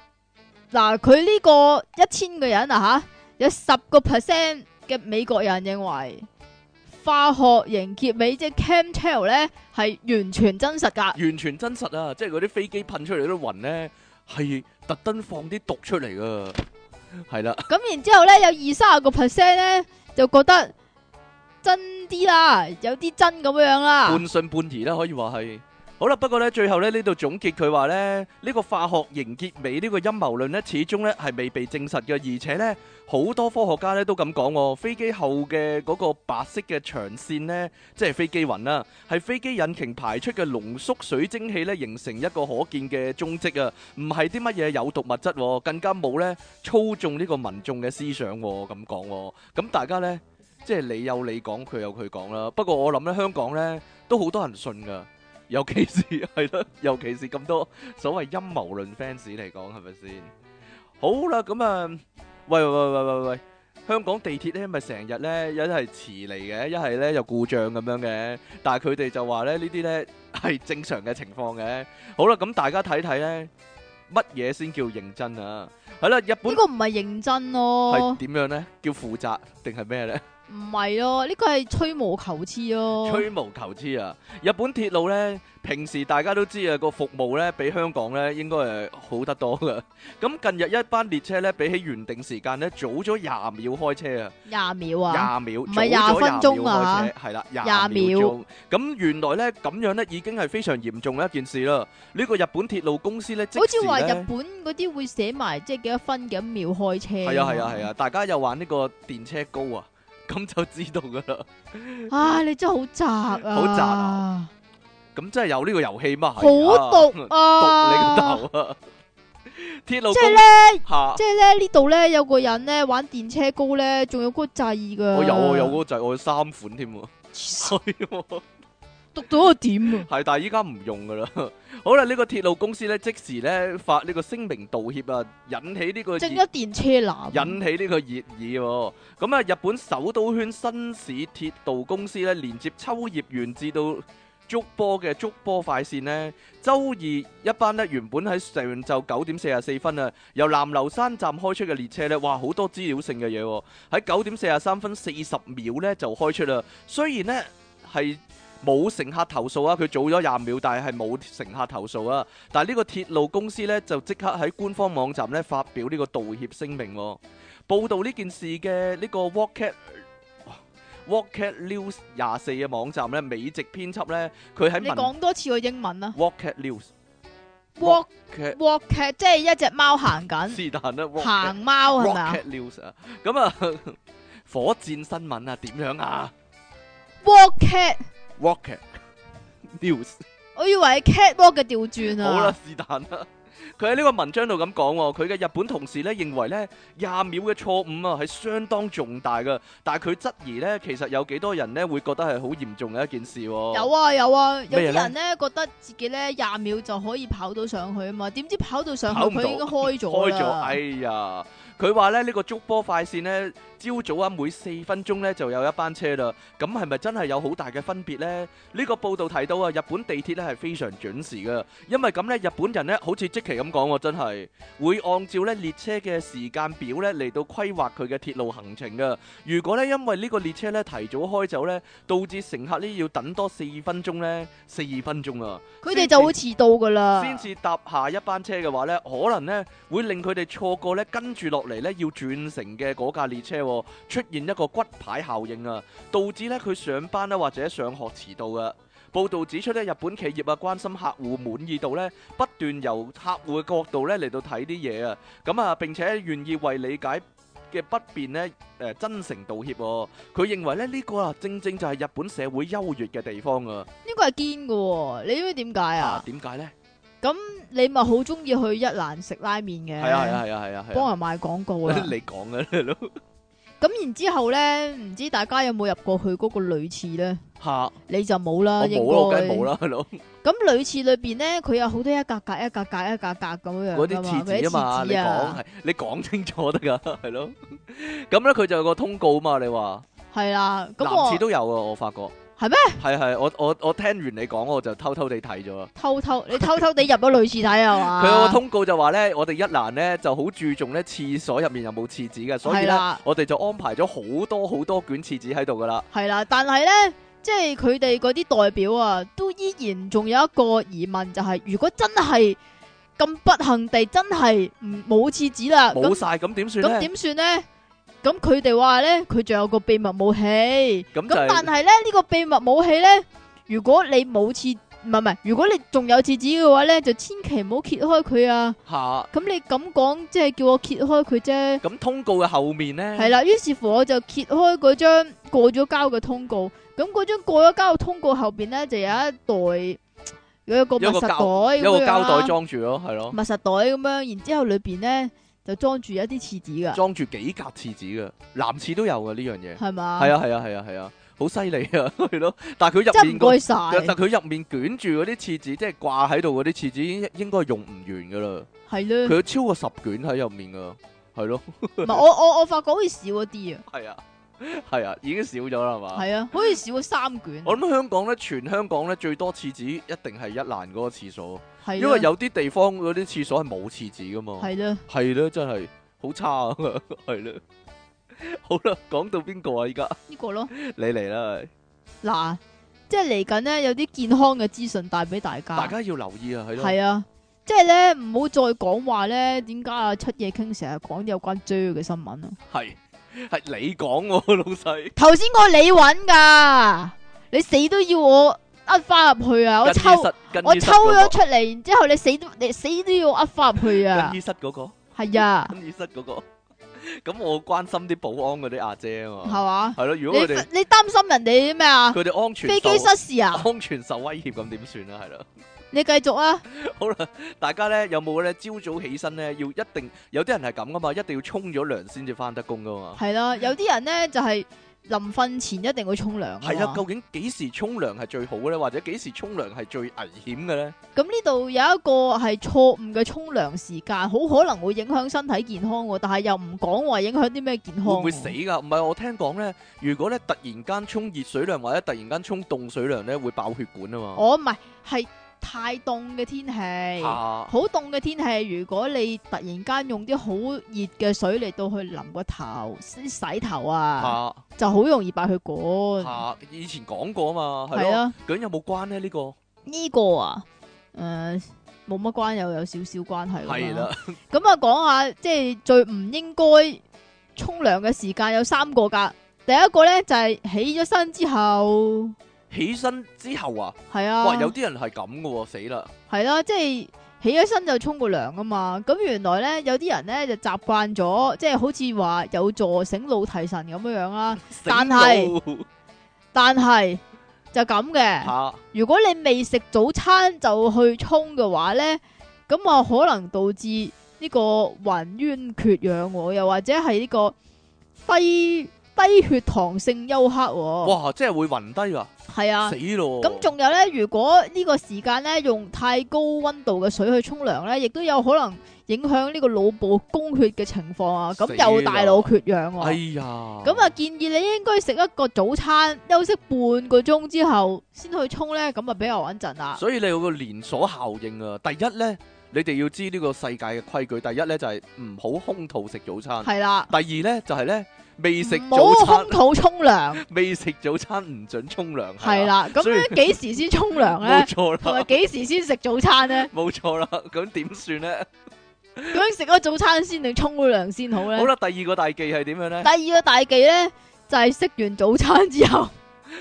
Speaker 2: 嗱，佢呢個一千個人啊吓，有十個 percent 嘅美國人認為化學凝結尾即係 chemtrail 咧係完全真實 㗎。
Speaker 1: 完全真實啊！即係嗰啲飛機噴出嚟嗰啲雲咧，係特登放啲毒出嚟噶，係啦，
Speaker 2: 咁然之後咧，有二三十個 percent 咧就覺得真啲啦，有啲真咁樣啦。
Speaker 1: 半信半疑啦，可以話係。好啦，不過咧，最後咧呢度總結佢話咧，呢、個化學凝結尾呢個陰謀論咧，始終咧係未被證實嘅，而且咧好多科學家咧都咁講喎，飛機後嘅嗰個白色嘅長線咧，即係飛機雲啦、係飛機引擎排出嘅濃縮水蒸氣咧，形成一個可見嘅蹤跡啊，唔係啲乜嘢有毒物質喎、更加冇咧操縱呢個民眾嘅思想喎、咁講喎，咁大家咧。即係你有你講，佢有佢講啦。不過我諗咧，香港咧 都好多人信噶，尤其是係咯，尤其是咁多所謂陰謀論 fans 嚟講，係咪先？好啦，咁啊，喂喂喂喂喂喂，香港地鐵咧咪成日咧，一係遲嚟嘅，一係咧又故障咁樣嘅，但係佢哋就話咧呢啲咧係正常嘅情況嘅。好啦，咁大家睇睇咧，乜嘢先叫認真啊？係啦，日
Speaker 2: 呢
Speaker 1: 本
Speaker 2: 個唔係認真
Speaker 1: 係
Speaker 2: 咯，
Speaker 1: 點樣咧？叫負責定係咩咧？
Speaker 2: 唔係咯，呢個係吹毛求疵咯。
Speaker 1: 吹毛求疵啊！日本鐵路呢，平時大家都知啊，個服務呢比香港呢應該係好得多噶。 咁近日一班列車呢，比起原定時間呢，早咗廿秒開車啊，
Speaker 2: 廿秒啊，
Speaker 1: 廿秒，
Speaker 2: 唔係
Speaker 1: 早咗
Speaker 2: 廿分鐘啊
Speaker 1: 廿秒開車，係啦，廿
Speaker 2: 廿
Speaker 1: 秒
Speaker 2: 秒
Speaker 1: 鐘。咁原來呢，咁樣呢已經係非常嚴重嘅一件事啦。呢個日本鐵路公司呢，即
Speaker 2: 好似話
Speaker 1: 時呢
Speaker 2: 日本嗰啲會寫埋即係幾多分幾多秒開車。
Speaker 1: 係啊係啊係啊！大家又玩呢個電車高啊，咁就知道噶啦。
Speaker 2: 啊！ 唉，你真係好宅啊！
Speaker 1: 好宅啊！咁真係有呢個遊戲嘛？
Speaker 2: 好
Speaker 1: 係啊
Speaker 2: 毒 啊！
Speaker 1: 毒你個頭啊！ 鐵路
Speaker 2: 即係
Speaker 1: 公
Speaker 2: 咧，
Speaker 1: 嚇
Speaker 2: 即係咧呢度咧有個人咧玩電車高咧，仲有嗰個掣噶。
Speaker 1: 我有啊，有嗰 個掣，我有三款添喎， 係喎
Speaker 2: 讀到個點啊！
Speaker 1: 係，但係依家唔用噶啦。 好啦，呢個鐵路公司咧，即時咧發呢個聲明道歉啊，引起呢個
Speaker 2: 正一
Speaker 1: 熱
Speaker 2: 電車男。
Speaker 1: 引起呢個熱議喎。咁啊，日本首都圈新市鐵道公司咧，連接秋葉原至到。竹波嘅竹波快線呢，周二一班呢原本喺上晝九點四十四分啊，由南流山站開出嘅列車呢，哇好多資料性嘅嘢喎，喺九點四十三分四十秒呢就開出啦。雖然呢係冇乘客投訴啊，佢早咗廿秒，但係係冇乘客投訴啊。但係呢個鐵路公司呢，就即刻喺官方網站呢發表呢個道歉聲明喎、報導呢件事嘅呢個 w a l k e t w a l k e t News 廿四嘅網站呢，美籍編輯呢，佢喺
Speaker 2: 你
Speaker 1: 文
Speaker 2: 講多次個英文啊
Speaker 1: w a l k e t News
Speaker 2: ？walk
Speaker 1: Cat
Speaker 2: walk cat 即係一隻貓行緊，
Speaker 1: 是但啦 w a l k e t
Speaker 2: 行貓係咪啊
Speaker 1: Rocket News 啊，咁啊， 火箭新聞啊，點樣啊
Speaker 2: ？walk cat，
Speaker 1: ？Rocket News
Speaker 2: 我以為係 cat walk 嘅調轉
Speaker 1: 好啦
Speaker 2: 啊。，
Speaker 1: 是但啦。佢喺呢個文章度咁講喎，佢嘅日本同事咧認為咧廿秒嘅錯誤啊係相當重大嘅，但係佢質疑咧其實有幾多人咧會覺得係好嚴重嘅一件事喎。
Speaker 2: 有啊有啊，有
Speaker 1: 咩
Speaker 2: 啲
Speaker 1: 呢
Speaker 2: 人咧覺得自己咧廿秒就可以跑到上去啊嘛，點知跑到上去
Speaker 1: 跑唔到
Speaker 2: 佢已經開咗
Speaker 1: 開咗，
Speaker 2: 啦
Speaker 1: 哎。呀！佢話咧呢個竹波快線呢，朝早啊每四分鐘呢就有一班車啦。咁係咪真係有好大嘅分別呢？呢個報道提到啊，日本地鐵呢係非常準時嘅，因為咁呢，日本人呢好似即期咁講喎，真係會按照呢列車嘅時間表呢嚟到規劃佢嘅鐵路行程嘅。如果呢因為呢個列車呢提早開走呢，導致乘客呢要等多四分鐘呢，四分鐘啊！
Speaker 2: 佢哋就會遲到噶啦。
Speaker 1: 先至搭下一班車嘅話呢，可能呢會令佢哋錯過呢跟住落嚟呢要轉乘嘅嗰架列車喎，出現一個骨牌效應啊，導致呢佢上班啦或者上學遲到啊。報道指出呢日本企業啊關心客戶滿意度呢，不斷由客戶嘅角度呢嚟到睇啲嘢啊，咁啊並且願意為理解嘅不便呢誒、呃真誠道歉喎、佢認為呢呢、個啊正正就係日本社會優越嘅地方啊。
Speaker 2: 呢個係堅嘅喎，你知唔知點解
Speaker 1: 啊
Speaker 2: 啊？
Speaker 1: 點解呢？
Speaker 2: 咁你咪好中意去一蘭食拉麵嘅，
Speaker 1: 係啊係啊係啊係啊係
Speaker 2: 幫
Speaker 1: 啊，
Speaker 2: 人賣廣告 啊。
Speaker 1: 你講嘅 咯，
Speaker 2: 咁然之後咧，唔知大家有冇入過去嗰個女廁咧？
Speaker 1: 嚇
Speaker 2: 你就冇啦，
Speaker 1: 我
Speaker 2: 啊應
Speaker 1: 冇啦，啊我梗係冇
Speaker 2: 該。
Speaker 1: 啦，係咯，
Speaker 2: 咁女廁裏邊咧，佢有好多一格格、一格格、一格格咁樣
Speaker 1: 嗰
Speaker 2: 㗎
Speaker 1: 啲
Speaker 2: 嘛
Speaker 1: 廁紙
Speaker 2: 嗰
Speaker 1: 啊嘛，你
Speaker 2: 廁紙
Speaker 1: 講
Speaker 2: 啊，
Speaker 1: 係你講清楚得㗎， 係咯，咁咧佢就有個通告嘛，你話
Speaker 2: 係啦。
Speaker 1: 男
Speaker 2: 咁我
Speaker 1: 廁都有啊，我發 覺
Speaker 2: 係咩？
Speaker 1: 係係，我我我聽完你講我就偷偷地睇咗啊。
Speaker 2: 偷偷你偷偷地入咗女廁睇啊嘛？
Speaker 1: 佢有個通告就話咧，我哋一欄咧就好注重咧廁所入面有冇廁紙嘅，所以
Speaker 2: 係
Speaker 1: 咧
Speaker 2: 啦
Speaker 1: 我哋就安排咗好多好多卷廁紙喺度噶啦。
Speaker 2: 係啦，但係咧，即係佢哋嗰啲代表啊，都依然仲有一個疑問，就係、如果真係咁不幸地真係唔冇廁紙啦，
Speaker 1: 冇
Speaker 2: 咁
Speaker 1: 晒咁點算
Speaker 2: 咁
Speaker 1: 咧？
Speaker 2: 點算呢？咁佢哋話呢，佢仲有個秘密武器。咁
Speaker 1: 咁就
Speaker 2: 但係
Speaker 1: 係
Speaker 2: 咧，呢、個秘密武器呢，如果你冇廁唔係唔係，如果你仲有廁紙嘅話呢，就千祈唔好揭開佢啊！
Speaker 1: 嚇
Speaker 2: 咁你咁講，即係叫我揭開佢啫。
Speaker 1: 咁通告嘅後面咧，
Speaker 2: 系啦，於是乎我就揭開嗰張過咗膠嘅通告，咁嗰張過咗膠嘅通告後边咧就有一袋有一個密
Speaker 1: 有一個
Speaker 2: 實袋咁
Speaker 1: 有個
Speaker 2: 樣啦
Speaker 1: 膠袋裝住咯，係咯，
Speaker 2: 密實袋咁樣，然之后里边咧就裝住一啲廁紙噶，
Speaker 1: 裝住幾格廁紙嘅，男廁都有嘅呢樣嘢。
Speaker 2: 係嘛？
Speaker 1: 係，啊係啊係啊係啊，好犀利啊， 係咯。但係佢入
Speaker 2: 真係唔
Speaker 1: 面個
Speaker 2: 該晒，
Speaker 1: 但係佢入面捲住嗰啲廁紙，即係掛喺度嗰啲廁紙，應應該用唔完噶啦。
Speaker 2: 係咧。
Speaker 1: 佢有超過十卷喺入面噶，係咯。
Speaker 2: 唔係我我我发觉好似少咗啲啊，
Speaker 1: 系啊，系啊，已經少咗啦係嘛。
Speaker 2: 係啊，好似少咗三卷，
Speaker 1: 我諗香港咧，全香港咧最多廁紙一定係一欄嗰個廁所，
Speaker 2: 係啊
Speaker 1: 因為有啲地方嗰啲廁所係冇廁紙噶嘛。
Speaker 2: 系咧，
Speaker 1: 係咯，真係好差啊， 係咯。好啦，講到邊個啊？依家
Speaker 2: 呢個咯，
Speaker 1: 你嚟啦，
Speaker 2: 嗱，即係嚟緊咧有啲健康嘅資訊帶俾大
Speaker 1: 大
Speaker 2: 家。
Speaker 1: 家要留意啊，係咯。
Speaker 2: 系啊，即系咧，唔好再講話咧，點解啊七夜傾成日講有關 J 嘅新聞啊？
Speaker 1: 係係你講喎， 老細。
Speaker 2: 頭先我你揾噶，你死都要我呃翻入去啊！我
Speaker 1: 更
Speaker 2: 抽
Speaker 1: 衣室更
Speaker 2: 我
Speaker 1: 衣
Speaker 2: 抽
Speaker 1: 室嗰個
Speaker 2: 咗出嚟，然之后你死都你死都要呃翻入去啊
Speaker 1: 更！衣室嗰個，
Speaker 2: 係啊，
Speaker 1: 更衣室嗰個。咁我關心啲保安嗰啲阿姐啊
Speaker 2: 係
Speaker 1: 嘛。
Speaker 2: 嘛？
Speaker 1: 係咯，如
Speaker 2: 你
Speaker 1: 果佢哋
Speaker 2: 你担心人哋啲咩啊？
Speaker 1: 佢哋安全
Speaker 2: 飛
Speaker 1: 受
Speaker 2: 機失事啊？
Speaker 1: 安全受威脅咁點算啊？係啦，
Speaker 2: 你繼續啊！
Speaker 1: 好啦，大家咧有冇咧朝早起身咧要一定有啲人係咁噶嘛，一定要沖咗涼先至翻得工噶嘛。
Speaker 2: 係啦，有啲人咧就係臨瞓前一定會沖涼啊
Speaker 1: 係啊，
Speaker 2: 嘛
Speaker 1: 究竟幾時沖涼係最好咧，或者幾時沖涼係最危險嘅咧？
Speaker 2: 咁呢度有一個係錯誤嘅沖涼時間，好可能會影響身體健康喎，但係又唔講話影響啲咩健康
Speaker 1: 會
Speaker 2: 喎。
Speaker 1: 唔會死啊㗎？唔係我聽講咧，如果咧突然間沖熱水涼或者突然間沖凍水涼咧，會爆血管啊嘛。
Speaker 2: 哦？我唔係，係太凍嘅天氣，
Speaker 1: 嚇
Speaker 2: 好凍嘅天氣，如果你突然間用啲好熱嘅水嚟到去淋個頭、洗洗頭啊，
Speaker 1: 嚇
Speaker 2: 就好容易爆血管。
Speaker 1: 嚇！以前講過啊嘛，係
Speaker 2: 係
Speaker 1: 咯。
Speaker 2: 啊，
Speaker 1: 究竟有冇關咧？呢個
Speaker 2: 呢個啊，誒冇乜關又有少少關係㗎嘛
Speaker 1: 係啦，
Speaker 2: 咁啊，講下即係最唔應該沖涼嘅時間有三個㗎。第一個咧就係起咗身之後，
Speaker 1: 起身之後啊，
Speaker 2: 係
Speaker 1: 哇！
Speaker 2: 啊，
Speaker 1: 有啲人係咁嘅喎，死啦！
Speaker 2: 係啦，即係起咗身就沖個涼啊嘛。咁原來咧有啲人咧就習慣咗，即係好似話有助醒腦提神咁樣樣啦。但係啊
Speaker 1: 醒
Speaker 2: 但係就咁
Speaker 1: 到
Speaker 2: 嘅，
Speaker 1: 嚇。
Speaker 2: 如果你未食早餐就去沖嘅話咧，咁啊可能導致呢個暈冤缺氧喎，又或者係呢個低低血糖性休克喎，
Speaker 1: 哇！真係會暈低㗎，
Speaker 2: 係啊。
Speaker 1: 死咯！
Speaker 2: 咁仲有咧，如果呢個時間咧用太高温度嘅水去沖涼咧，亦都有可能影響呢個腦部供血嘅情況啊，咁
Speaker 1: 死啦
Speaker 2: 又大腦缺氧
Speaker 1: 哎
Speaker 2: 喎。
Speaker 1: 呀，
Speaker 2: 咁啊，建議你應該食一個早餐，休息半個鐘之後先去沖咧，咁啊比較穩陣啦。
Speaker 1: 所以你有個連鎖效應啊！第一呢，你哋要知呢個世界嘅規矩。第一呢，就係唔好空肚食早餐。
Speaker 2: 係啦，
Speaker 1: 第二呢，就係呢，未食
Speaker 2: 唔
Speaker 1: 早
Speaker 2: 好
Speaker 1: 餐
Speaker 2: 空，肚沖涼。
Speaker 1: 未食早餐唔准沖涼。
Speaker 2: 係啦，咁
Speaker 1: 所以
Speaker 2: 樣幾時先沖涼
Speaker 1: 冇
Speaker 2: 咧？
Speaker 1: 錯
Speaker 2: 同埋
Speaker 1: 啦，
Speaker 2: 幾時先食早餐 咧？
Speaker 1: 冇錯啦。咁點算呢？
Speaker 2: 咁樣食咗早餐先定沖咗涼先好咧
Speaker 1: 好？啦，第二個大忌係點樣呢？
Speaker 2: 第二個大忌咧就係食完早餐之後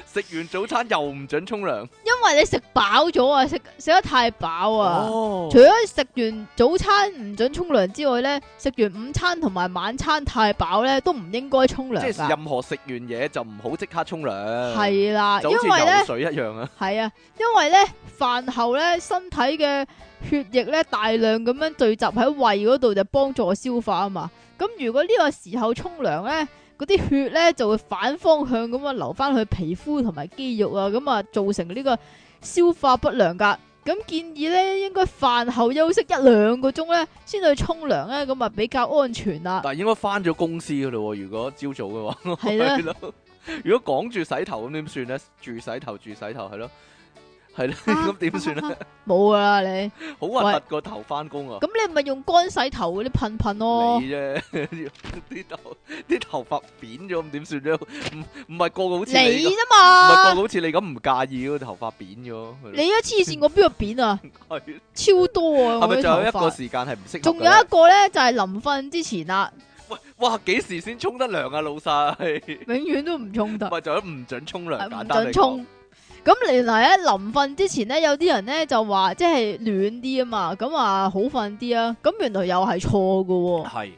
Speaker 1: 食完早餐又唔准沖涼。
Speaker 2: 因為你食飽咗啊，食食得太飽啊。
Speaker 1: 哦
Speaker 2: 除，咗食完早餐唔准沖涼之外咧，食完午餐同埋晚餐太飽咧，都唔應該沖
Speaker 1: 即
Speaker 2: 涼
Speaker 1: 係
Speaker 2: 噶。
Speaker 1: 任何食完嘢就唔好即刻沖涼。
Speaker 2: 係啦，
Speaker 1: 就
Speaker 2: 因
Speaker 1: 好似
Speaker 2: 為咧
Speaker 1: 游水一樣啊。
Speaker 2: 係啊，因為咧飯後咧身體嘅血液咧大量咁樣聚集喺胃嗰度，就幫助消化啊嘛。咁如果呢個時候沖涼咧，嗰啲血咧就會反方向咁啊流翻去皮膚同埋肌肉啊，咁啊造成呢個消化不良噶。咁建議咧應該飯後休息一兩個鐘咧先去沖涼咧，咁啊比較安全啦。
Speaker 1: 但係應該翻咗公司噶咯喎，如果朝早嘅話。
Speaker 2: 啊 係啦，
Speaker 1: 咯。如果講住洗頭咁點算咧？住洗頭住洗頭係咯，係咯，
Speaker 2: 啊
Speaker 1: 咁點算咧？
Speaker 2: 冇噶啦你，
Speaker 1: 好核突個頭翻工啊！
Speaker 2: 咁你咪用乾洗頭嗰啲噴噴咯。
Speaker 1: 你啫， 啲頭啲頭髮扁咗咁點算啫？唔唔係個個好
Speaker 2: 你
Speaker 1: 似你咁，
Speaker 2: 啫
Speaker 1: 唔係個
Speaker 2: 嘛
Speaker 1: 個，好似你咁唔介意嗰個頭髮扁咗。
Speaker 2: 你一黐線，我邊度扁啊？
Speaker 1: 係
Speaker 2: 超多啊！
Speaker 1: 係
Speaker 2: 我
Speaker 1: 咪
Speaker 2: 啲
Speaker 1: 仲有一
Speaker 2: 頭
Speaker 1: 個
Speaker 2: 髮，
Speaker 1: 時間係唔適合嘅呢？
Speaker 2: 仲有一個咧就係臨瞓之 前啦，
Speaker 1: 喂，哇！幾時先沖得涼啊，老細？
Speaker 2: 永遠都唔沖得，
Speaker 1: 咪就係唔准沖涼，
Speaker 2: 係
Speaker 1: 簡單
Speaker 2: 唔
Speaker 1: 嚟講
Speaker 2: 准沖。咁原來咧臨瞓之前咧，有啲人咧就話即係暖啲啊嘛，咁啊好瞓啲啊，咁原來又係錯噶喎。
Speaker 1: 係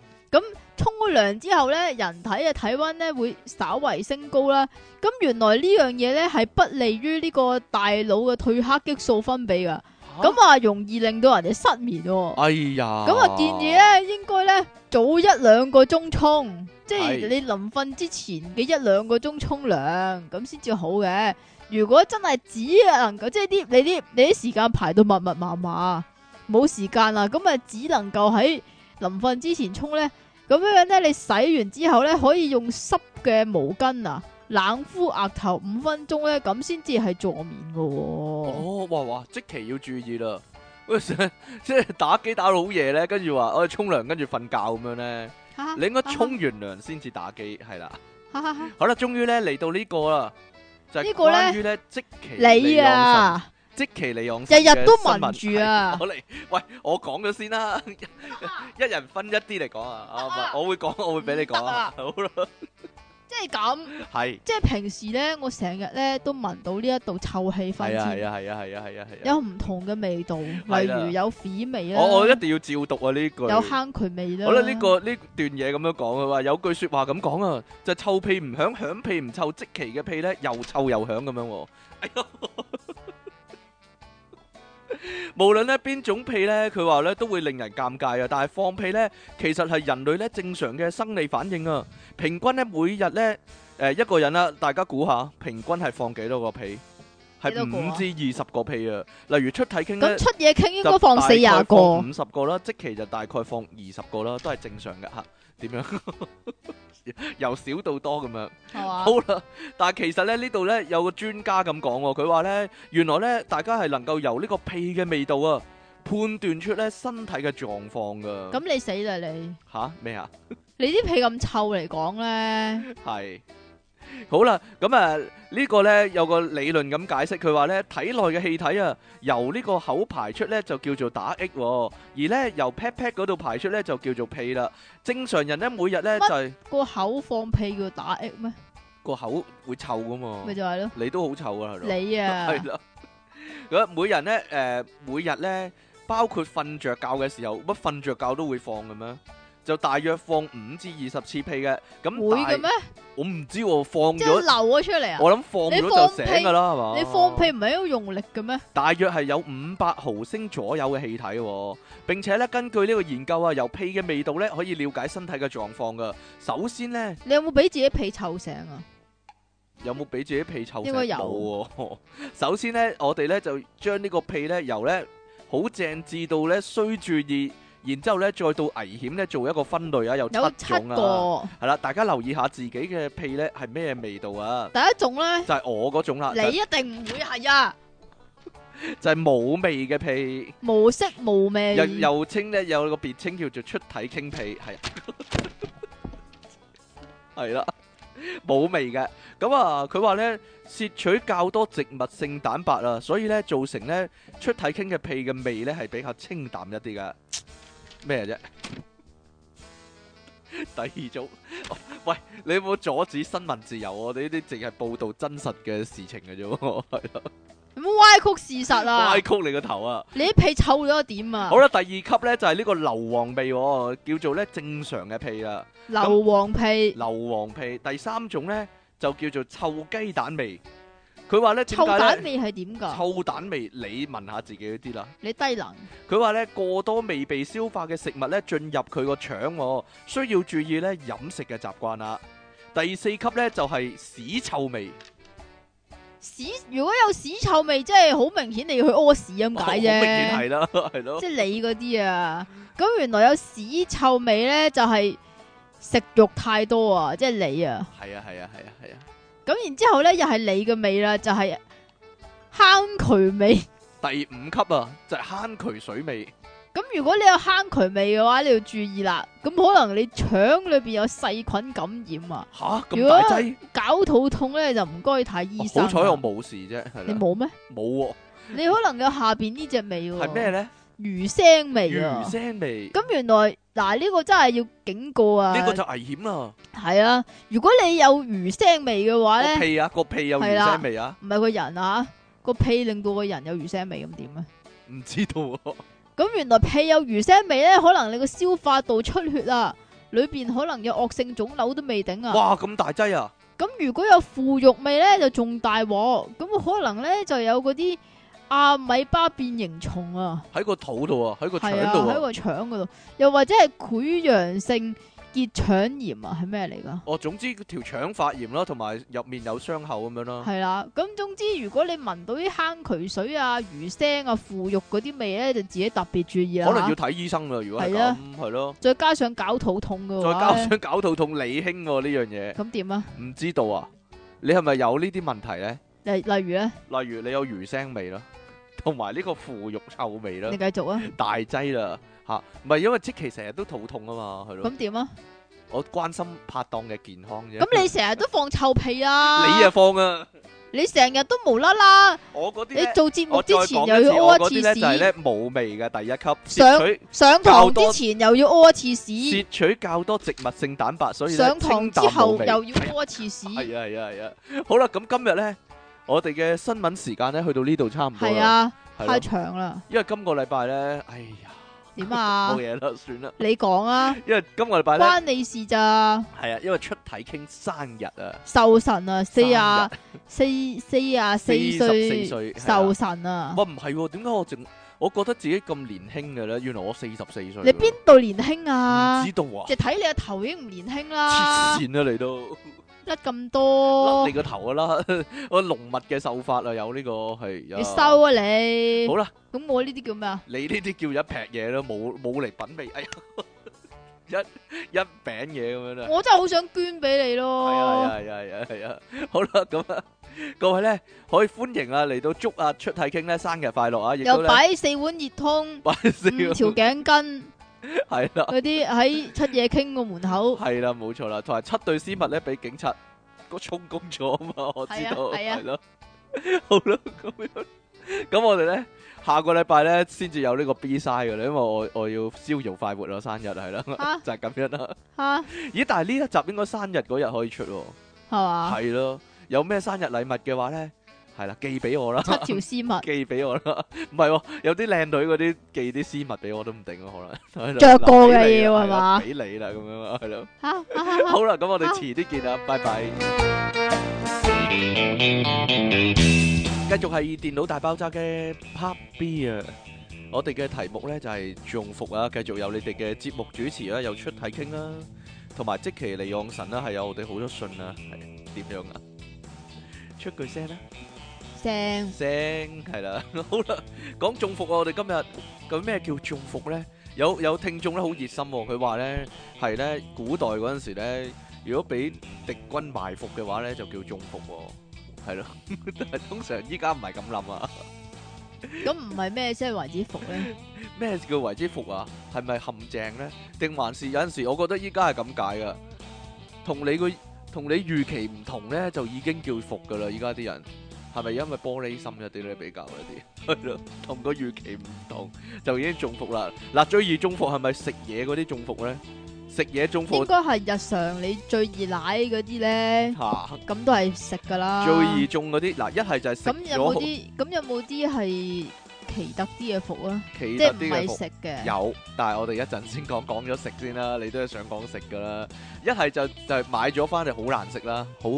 Speaker 2: 沖咗涼之後咧，人體嘅體温咧會稍為升高啦。咁原來呢樣嘢咧係不利於呢個大腦嘅褪黑激素分泌噶，
Speaker 1: 咁
Speaker 2: 咁啊容易令到人哋失眠喎。
Speaker 1: 哎呀，
Speaker 2: 咁啊，建議咧應該咧早一兩個鐘沖，即
Speaker 1: 係
Speaker 2: 係你臨瞓之前嘅一兩個鐘沖涼，咁先至好嘅。如果真係只能夠即係啲你啲你啲時間排到密密麻麻，冇時間啦，咁啊只能夠喺臨瞓之前沖咧。咁樣樣咧，你洗完之後咧，可以用濕嘅毛巾啊冷敷額頭五分鐘咧，咁先至係助眠嘅喎。
Speaker 1: 哦，哇哇，即期要注意啦！喂， 成即係打機打到好夜咧，跟住話我去沖涼，跟住瞓覺咁樣咧，
Speaker 2: 哈哈
Speaker 1: 你應該沖完涼先至打機，係啦。
Speaker 2: 哈哈哈
Speaker 1: 好啦，終於咧嚟到呢個啦，就係
Speaker 2: 呢個咧
Speaker 1: 關於咧即期
Speaker 2: 你啊！
Speaker 1: 即期利用
Speaker 2: 日日都聞住啊
Speaker 1: 我嚟，喂，我講咗先啦， 一人分一啲嚟講啊，啊唔係我會講，我會俾你講啊，好啦，
Speaker 2: 即係咁。
Speaker 1: 係
Speaker 2: 即係平時咧，我成日咧都聞到呢一度臭氣熏
Speaker 1: 係啊係
Speaker 2: 天，
Speaker 1: 啊係啊係啊係啊係啊，
Speaker 2: 有唔同嘅味道，
Speaker 1: 啦
Speaker 2: 例如有屎味啦，
Speaker 1: 我我一定要照讀啊呢句。
Speaker 2: 有坑渠味啊啦。
Speaker 1: 好啦，呢、個呢段嘢咁樣講，佢話有句说話咁講啊，就係臭屁唔響，響屁唔臭，即期嘅屁咧又臭又響咁樣喎。哎呀， 無論咧邊種屁咧，佢話咧都會令人尷尬啊。但係放屁咧，其實係人類咧正常嘅生理反應啊。平均咧每日咧，誒、一個人啦，大家估下，平均係放幾多個屁？係
Speaker 2: 幾多個啊
Speaker 1: 五至二十個屁啊。例如出體傾咧
Speaker 2: 咁。出嘢傾應該放四廿個，
Speaker 1: 五十個啦，即期就大概放二十個啦，都係正常嘅吓。點樣 由少到多咁樣？
Speaker 2: 係嘛
Speaker 1: 好？啦，但係其實咧呢度咧有個專家咁講喎，佢話咧原來咧大家係能夠由呢個屁嘅味道啊判斷出咧身體嘅狀況噶。
Speaker 2: 咁你死啦你！
Speaker 1: 吓咩啊？
Speaker 2: 你啲屁咁臭嚟講咧，
Speaker 1: 係好啦，咁啊呢個呢，有個理論咁解釋，佢話呢，體內嘅氣體啊，由呢個口排出呢，就叫做打嗝喎，而呢，由 pat pat 嗰度排出呢，就叫做屁啦。正常人呢，每日呢，
Speaker 2: 乜
Speaker 1: 就係
Speaker 2: 個口放屁叫打 X 咩？
Speaker 1: 個口會臭噶嘛
Speaker 2: 咪，就係咯，
Speaker 1: 你都好臭哦啊，係咯，
Speaker 2: 你啊，
Speaker 1: 係啦。咁每人呢，誒、每日呢，包括瞓着覺嘅時候，乜瞓着覺都會放嘅咩？就大約放五至二十次屁嘅，咁
Speaker 2: 會嘅
Speaker 1: 但係
Speaker 2: 咩？
Speaker 1: 我唔知喎，放
Speaker 2: 即係
Speaker 1: 咗
Speaker 2: 流咗出嚟啊！
Speaker 1: 我諗放咗就醒噶啦，係嘛？
Speaker 2: 你放屁，唔係要用力嘅咩？
Speaker 1: 大約係有五百毫升左右嘅氣體、喎。並且咧根據呢個研究啊，由屁嘅味道咧可以了解身體嘅狀況噶。首先咧，
Speaker 2: 你有冇俾自己屁臭醒啊？
Speaker 1: 有冇俾自己屁臭醒？
Speaker 2: 應該有
Speaker 1: 冇喎 首先咧，我哋咧就將呢個屁咧由咧好正至到咧需注意，然之後咧再到危險咧做一個分類啊，有
Speaker 2: 有
Speaker 1: 七
Speaker 2: 七
Speaker 1: 種啊。係
Speaker 2: 個，
Speaker 1: 啦，大家留意下自己嘅屁咧係咩味道啊？
Speaker 2: 第一種咧。
Speaker 1: 就係我嗰種啦，啊就
Speaker 2: 你一定唔會係啊，
Speaker 1: 就係冇味嘅屁。
Speaker 2: 無色無味，
Speaker 1: 又又稱咧有個別稱叫做出體傾屁，係 啊係啦，冇味嘅。咁啊，佢話咧攝取較多植物性蛋白啊，所以咧造成咧出體傾嘅屁嘅味咧係比較清淡一 啲噶。咩啫？第二種，我你有冇阻止新聞自由啊？我哋呢啲淨係報導真實嘅事情嘅啫喎，係咯
Speaker 2: 有冇歪曲事實啊
Speaker 1: 歪？曲你個頭啊！
Speaker 2: 你啲屁臭到一個點啊
Speaker 1: 好！啦，第二級咧就係呢個硫磺味喎，叫做咧正常嘅屁啦。
Speaker 2: 硫磺屁，
Speaker 1: 硫磺屁，第三種咧就叫做臭雞蛋味。佢話咧點
Speaker 2: 臭
Speaker 1: 解
Speaker 2: 蛋
Speaker 1: 咧？
Speaker 2: 味係點㗎？
Speaker 1: 臭蛋味，你問下自己啲啦。
Speaker 2: 你低能，
Speaker 1: 佢話咧過多未被消化嘅食物咧進入佢個腸喎，需要注意咧飲食嘅習慣啦。第四級咧就係、屎臭味，
Speaker 2: 屎如果有屎臭味，即係好明顯你要去屙屎咁
Speaker 1: 好
Speaker 2: 解
Speaker 1: 明
Speaker 2: 啫
Speaker 1: 顯。係啦， 係咯
Speaker 2: 即。係你嗰啲啊。咁原來有屎臭味咧，就係、食肉太多啊，即係你啊。
Speaker 1: 係啊係啊係啊係啊，
Speaker 2: 咁然之後咧，又係你嘅味啦，就係、坑渠味。
Speaker 1: 第五級啊就係、坑渠水味，
Speaker 2: 咁如果你有坑渠味嘅話，你要注意啦。咁可能你腸裏邊有細菌感染啊，
Speaker 1: 吓咁
Speaker 2: 如果
Speaker 1: 大劑，
Speaker 2: 搞肚痛咧就唔該睇醫生啊。
Speaker 1: 哦好彩我冇事啫，係
Speaker 2: 你
Speaker 1: 啦，
Speaker 2: 冇咩？
Speaker 1: 冇
Speaker 2: 你可能有下邊呢只味
Speaker 1: 喎，
Speaker 2: 喎。
Speaker 1: 係咩？咧？
Speaker 2: 魚腥味啊
Speaker 1: 魚！腥味，
Speaker 2: 咁原來嗱呢、個真係要警告啊！
Speaker 1: 呢個就危險啦，
Speaker 2: 係啊，如果你有魚腥味嘅話
Speaker 1: 個
Speaker 2: 咧，
Speaker 1: 屁啊個屁有
Speaker 2: 係
Speaker 1: 魚
Speaker 2: 啦
Speaker 1: 腥味啊，
Speaker 2: 唔係個人啊，個屁令到個人有魚腥味咁點啊？
Speaker 1: 唔知道喎
Speaker 2: 咁原來屁有魚腥味咧，可能你個消化道出血啊，裏邊可能有惡性腫瘤都未頂啊！
Speaker 1: 哇咁大劑啊！
Speaker 2: 咁如果有腐肉味咧，就仲大鑊，咁可能咧就有嗰啲阿米巴變形蟲啊，
Speaker 1: 喺個肚度啊，喺個腸
Speaker 2: 係啊，
Speaker 1: 度
Speaker 2: 喺
Speaker 1: 啊，
Speaker 2: 個腸嗰度，又或者係潰瘍性結腸炎啊，係咩嚟㗎？
Speaker 1: 哦，總之條腸發炎啦，同埋入面有傷口咁樣啦。
Speaker 2: 系啦，咁總之如果你聞到啲坑渠水啊、魚腥啊、腐肉嗰啲味咧，就自己特別注意啦。
Speaker 1: 可能要
Speaker 2: 嚇
Speaker 1: 睇醫生啦，如果係
Speaker 2: 係啊
Speaker 1: 咁，係咯。
Speaker 2: 再加上搞肚痛嘅
Speaker 1: 再
Speaker 2: 話
Speaker 1: 加
Speaker 2: 咧
Speaker 1: 上搞肚痛，你興喎呢樣嘢，
Speaker 2: 咁點啊？
Speaker 1: 唔知道啊？你係咪有呢啲問題咧？
Speaker 2: 例例如咧，
Speaker 1: 例如你有魚腥味啦，同埋呢個腐肉臭味啦
Speaker 2: 你，繼續啊，
Speaker 1: 大劑啦吓，唔係因為即期成日都肚痛啊嘛，係咯。
Speaker 2: 咁點啊？
Speaker 1: 我關心拍檔嘅健康啫。
Speaker 2: 咁你成日都放臭屁 啦，
Speaker 1: 你啊放啊，
Speaker 2: 你成日都無啦啦，
Speaker 1: 我嗰啲
Speaker 2: 你
Speaker 1: 咧，
Speaker 2: 做節目
Speaker 1: 我
Speaker 2: 之
Speaker 1: 再
Speaker 2: 前
Speaker 1: 講
Speaker 2: 又
Speaker 1: 一次，
Speaker 2: 要
Speaker 1: 我
Speaker 2: 屙
Speaker 1: 嗰啲
Speaker 2: 一次
Speaker 1: 咧就係
Speaker 2: 屎，
Speaker 1: 咧冇味嘅第一級，攝
Speaker 2: 上
Speaker 1: 取。
Speaker 2: 上堂
Speaker 1: 較多
Speaker 2: 之前又要屙一次屎，
Speaker 1: 攝取較多植物性蛋白，所以咧
Speaker 2: 上堂
Speaker 1: 清
Speaker 2: 之
Speaker 1: 淡
Speaker 2: 後
Speaker 1: 冇味。
Speaker 2: 又要屙一次屎，
Speaker 1: 係啊係啊係啊！好啦，咁今日咧，我哋嘅新聞時間咧去到呢度差唔多
Speaker 2: 係
Speaker 1: 啦，
Speaker 2: 啊，
Speaker 1: 係
Speaker 2: 太
Speaker 1: 咯
Speaker 2: 長啦，
Speaker 1: 因為今個禮拜咧，哎呀，
Speaker 2: 點
Speaker 1: 冇
Speaker 2: 啊？
Speaker 1: 嘢啦，算啦。
Speaker 2: 你講啊，
Speaker 1: 因為今個禮拜咧，
Speaker 2: 關你事咋？
Speaker 1: 係啊，因為出體傾生日啊，
Speaker 2: 壽神啊，四啊
Speaker 1: 生日
Speaker 2: 四四啊四歲
Speaker 1: 44歲係啊
Speaker 2: 壽神啊！
Speaker 1: 哇唔係喎，點解我淨我覺得自己咁年輕嘅咧？原來我四十四歲喎。
Speaker 2: 你邊度年輕啊
Speaker 1: 唔？知道
Speaker 2: 就睇你個頭已經唔年輕
Speaker 1: 啊？
Speaker 2: 啦
Speaker 1: 黐，線啊，你都
Speaker 2: 甩咁
Speaker 1: 甩
Speaker 2: 多
Speaker 1: 你，個頭啊啦！ 我濃密嘅秀髮啊，有呢個係。
Speaker 2: 你收啊你！
Speaker 1: 好啦。
Speaker 2: 咁我呢啲叫咩啊？
Speaker 1: 你呢啲叫一劈嘢咯，冇冇嚟品味，哎呀， 一一餅嘢咁樣啦。
Speaker 2: 我真係好想捐俾你
Speaker 1: 係啊
Speaker 2: 咯！
Speaker 1: 係啊係啊係啊係啊，好啦咁啊，各位咧可以歡迎啊嚟到祝啊出體傾咧生日快樂啊，亦
Speaker 2: 又
Speaker 1: 都 咧
Speaker 2: 擺四碗熱湯、
Speaker 1: 拜
Speaker 2: 五條
Speaker 1: 師
Speaker 2: 頸巾
Speaker 1: 係啦
Speaker 2: 嗰啲喺七夜傾個門口，
Speaker 1: 係啦冇錯啦，同埋七對絲襪咧俾警察個充公咗啊嘛，我知
Speaker 2: 係啊
Speaker 1: 道
Speaker 2: 係啊
Speaker 1: 係咯， 好啦咁樣，咁我哋咧下個禮拜咧先至有呢個 B side 嘅啦，因為我我要逍遙快活咯，生日係啦，
Speaker 2: 嚇
Speaker 1: 就係咁樣啦。
Speaker 2: 嚇
Speaker 1: 咦，但係呢一集應該生日嗰日可以出喎，
Speaker 2: 係嘛？
Speaker 1: 係咯、有咩生日禮物嘅話咧，係啦，寄俾我啦，
Speaker 2: 七條絲襪
Speaker 1: 寄俾我啦，唔係喎，有啲靚女嗰啲寄啲絲襪俾我都唔定啊，可能係咯
Speaker 2: 着過嘅
Speaker 1: 嗱俾你
Speaker 2: 要
Speaker 1: 啦
Speaker 2: 係嘛
Speaker 1: 係啦俾你啦，咁樣啊，係咯，
Speaker 2: 嚇嚇嚇嚇
Speaker 1: 好啦，咁我哋遲啲見啦，拜拜。繼續係電腦大爆炸嘅 Part B 啊！我哋嘅題目呢就係中伏啊！繼續有你哋嘅節目主持啦，有出體傾啦，同埋即其利昂神啦，係有我哋好多信啊，係點樣啊？出句聲啦，
Speaker 2: 聲
Speaker 1: 聲係啦， 好啦，講中伏啊！我哋今日究竟咩叫中伏呢？有有聽眾咧好熱心喎，佢話呢係呢古代嗰陣時呢，如果俾敵軍埋伏嘅話呢，就叫中伏喎，係咯， 但係通常依家唔係咁諗啊。
Speaker 2: 咁唔係咩先係為之服咧？
Speaker 1: 咩叫為之服啊？係咪陷阱呢？定還是有陣時，我覺得依家係咁解噶，同你個同你預期唔同呢，就已經叫服噶啦。依家啲人係咪因為玻璃心一啲 呢？比較一啲係咯，同個預期唔同就已經中伏啦。嗱，最易中伏係咪食嘢嗰啲中伏呢？食嘢中
Speaker 2: 應
Speaker 1: 火
Speaker 2: 該係日常你最易奶嗰啲咧，
Speaker 1: 嚇，
Speaker 2: 咁都係食噶啦。
Speaker 1: 最易中嗰啲嗱，一係就係食
Speaker 2: 咁有冇
Speaker 1: 咗
Speaker 2: 啲？咁有冇啲係奇特啲嘅服啊？
Speaker 1: 奇
Speaker 2: 即
Speaker 1: 特
Speaker 2: 係唔
Speaker 1: 啲嘅
Speaker 2: 係
Speaker 1: 服。
Speaker 2: 食嘅？
Speaker 1: 有，但係我哋一陣先講講咗食先啦， 你都係想講食噶啦。一係就就係買咗翻嚟好難食啦，好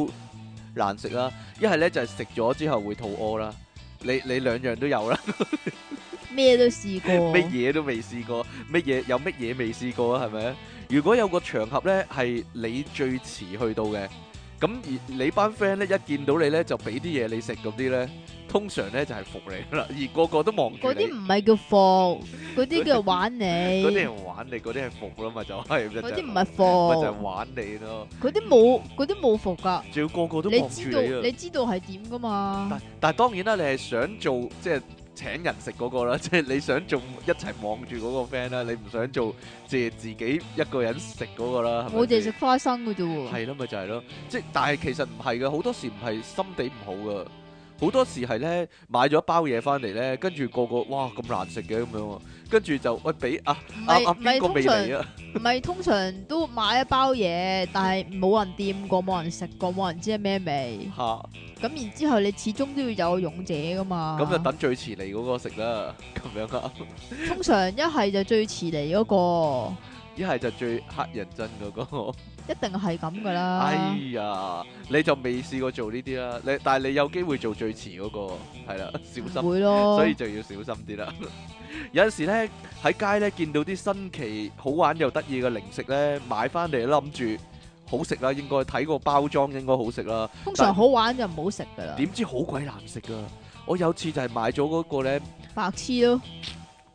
Speaker 1: 難食啦。一係咧就係食咗之後會肚屙啦。你你兩樣都有啦，
Speaker 2: 咩都試過。
Speaker 1: 乜嘢都未試過，乜嘢有乜嘢未試過啊？係咪？如果有個場合咧係你最遲去到嘅，咁而你班 friend 咧一見到你咧就俾啲嘢你食嗰啲咧，通常咧就係、服你啦，而個個都望住
Speaker 2: 嗰
Speaker 1: 你
Speaker 2: 啲。唔係叫服，嗰啲叫玩你。
Speaker 1: 嗰啲
Speaker 2: 嗰
Speaker 1: 人玩你，嗰啲係服啦嘛，就係咪就
Speaker 2: 啲
Speaker 1: 係
Speaker 2: 唔係
Speaker 1: 咪就係
Speaker 2: 服，
Speaker 1: 玩你咯，
Speaker 2: 嗰啲冇，嗰啲冇服噶。
Speaker 1: 仲要個個都
Speaker 2: 你
Speaker 1: 望住
Speaker 2: 知道
Speaker 1: 你
Speaker 2: 你
Speaker 1: 啊！
Speaker 2: 知道係點噶嘛？
Speaker 1: 但但當然啦，你係想做即係請人食嗰個啦，即 係你想做一齊望住嗰個 friend 啦，你唔想做即係自己一個人食嗰個啦，係咪
Speaker 2: 我哋
Speaker 1: 先
Speaker 2: 食花生嘅啫喎。
Speaker 1: 係啦，咪就係咯，即係但係其實唔係嘅，好多時唔係心地唔好噶，好多時係咧買咗一包嘢翻嚟咧，跟住個個哇咁難食嘅咁樣喎，跟住就喂俾啊
Speaker 2: 唔
Speaker 1: 啊啊
Speaker 2: 係唔
Speaker 1: 邊
Speaker 2: 係
Speaker 1: 個
Speaker 2: 通
Speaker 1: 未
Speaker 2: 常
Speaker 1: 嚟啊？
Speaker 2: 唔係通常都買一包嘢，但係冇人掂過，冇人食過，冇人知係咩味。
Speaker 1: 嚇！
Speaker 2: 咁然之後你始終都要有勇者噶嘛。
Speaker 1: 咁就等最遲嚟嗰個食啦，咁樣啊，
Speaker 2: 通常一係就最遲嚟嗰
Speaker 1: 一係就最黑人憎嗰個。
Speaker 2: 個，一定係咁噶啦。
Speaker 1: 哎呀，你就未試過做呢啲啦，你但係你有機會做最遲嗰個，係啦，小
Speaker 2: 唔
Speaker 1: 心，
Speaker 2: 會咯。
Speaker 1: 所以就要小心啲啦。 有陣時咧喺街咧見到啲新奇好玩又得意嘅零食咧，買翻嚟諗住好食啦，應該睇個包裝應該好食啦。
Speaker 2: 通常好玩就唔好食噶啦。
Speaker 1: 點知好鬼難食噶！我有次就係買咗嗰個咧。
Speaker 2: 白痴咯，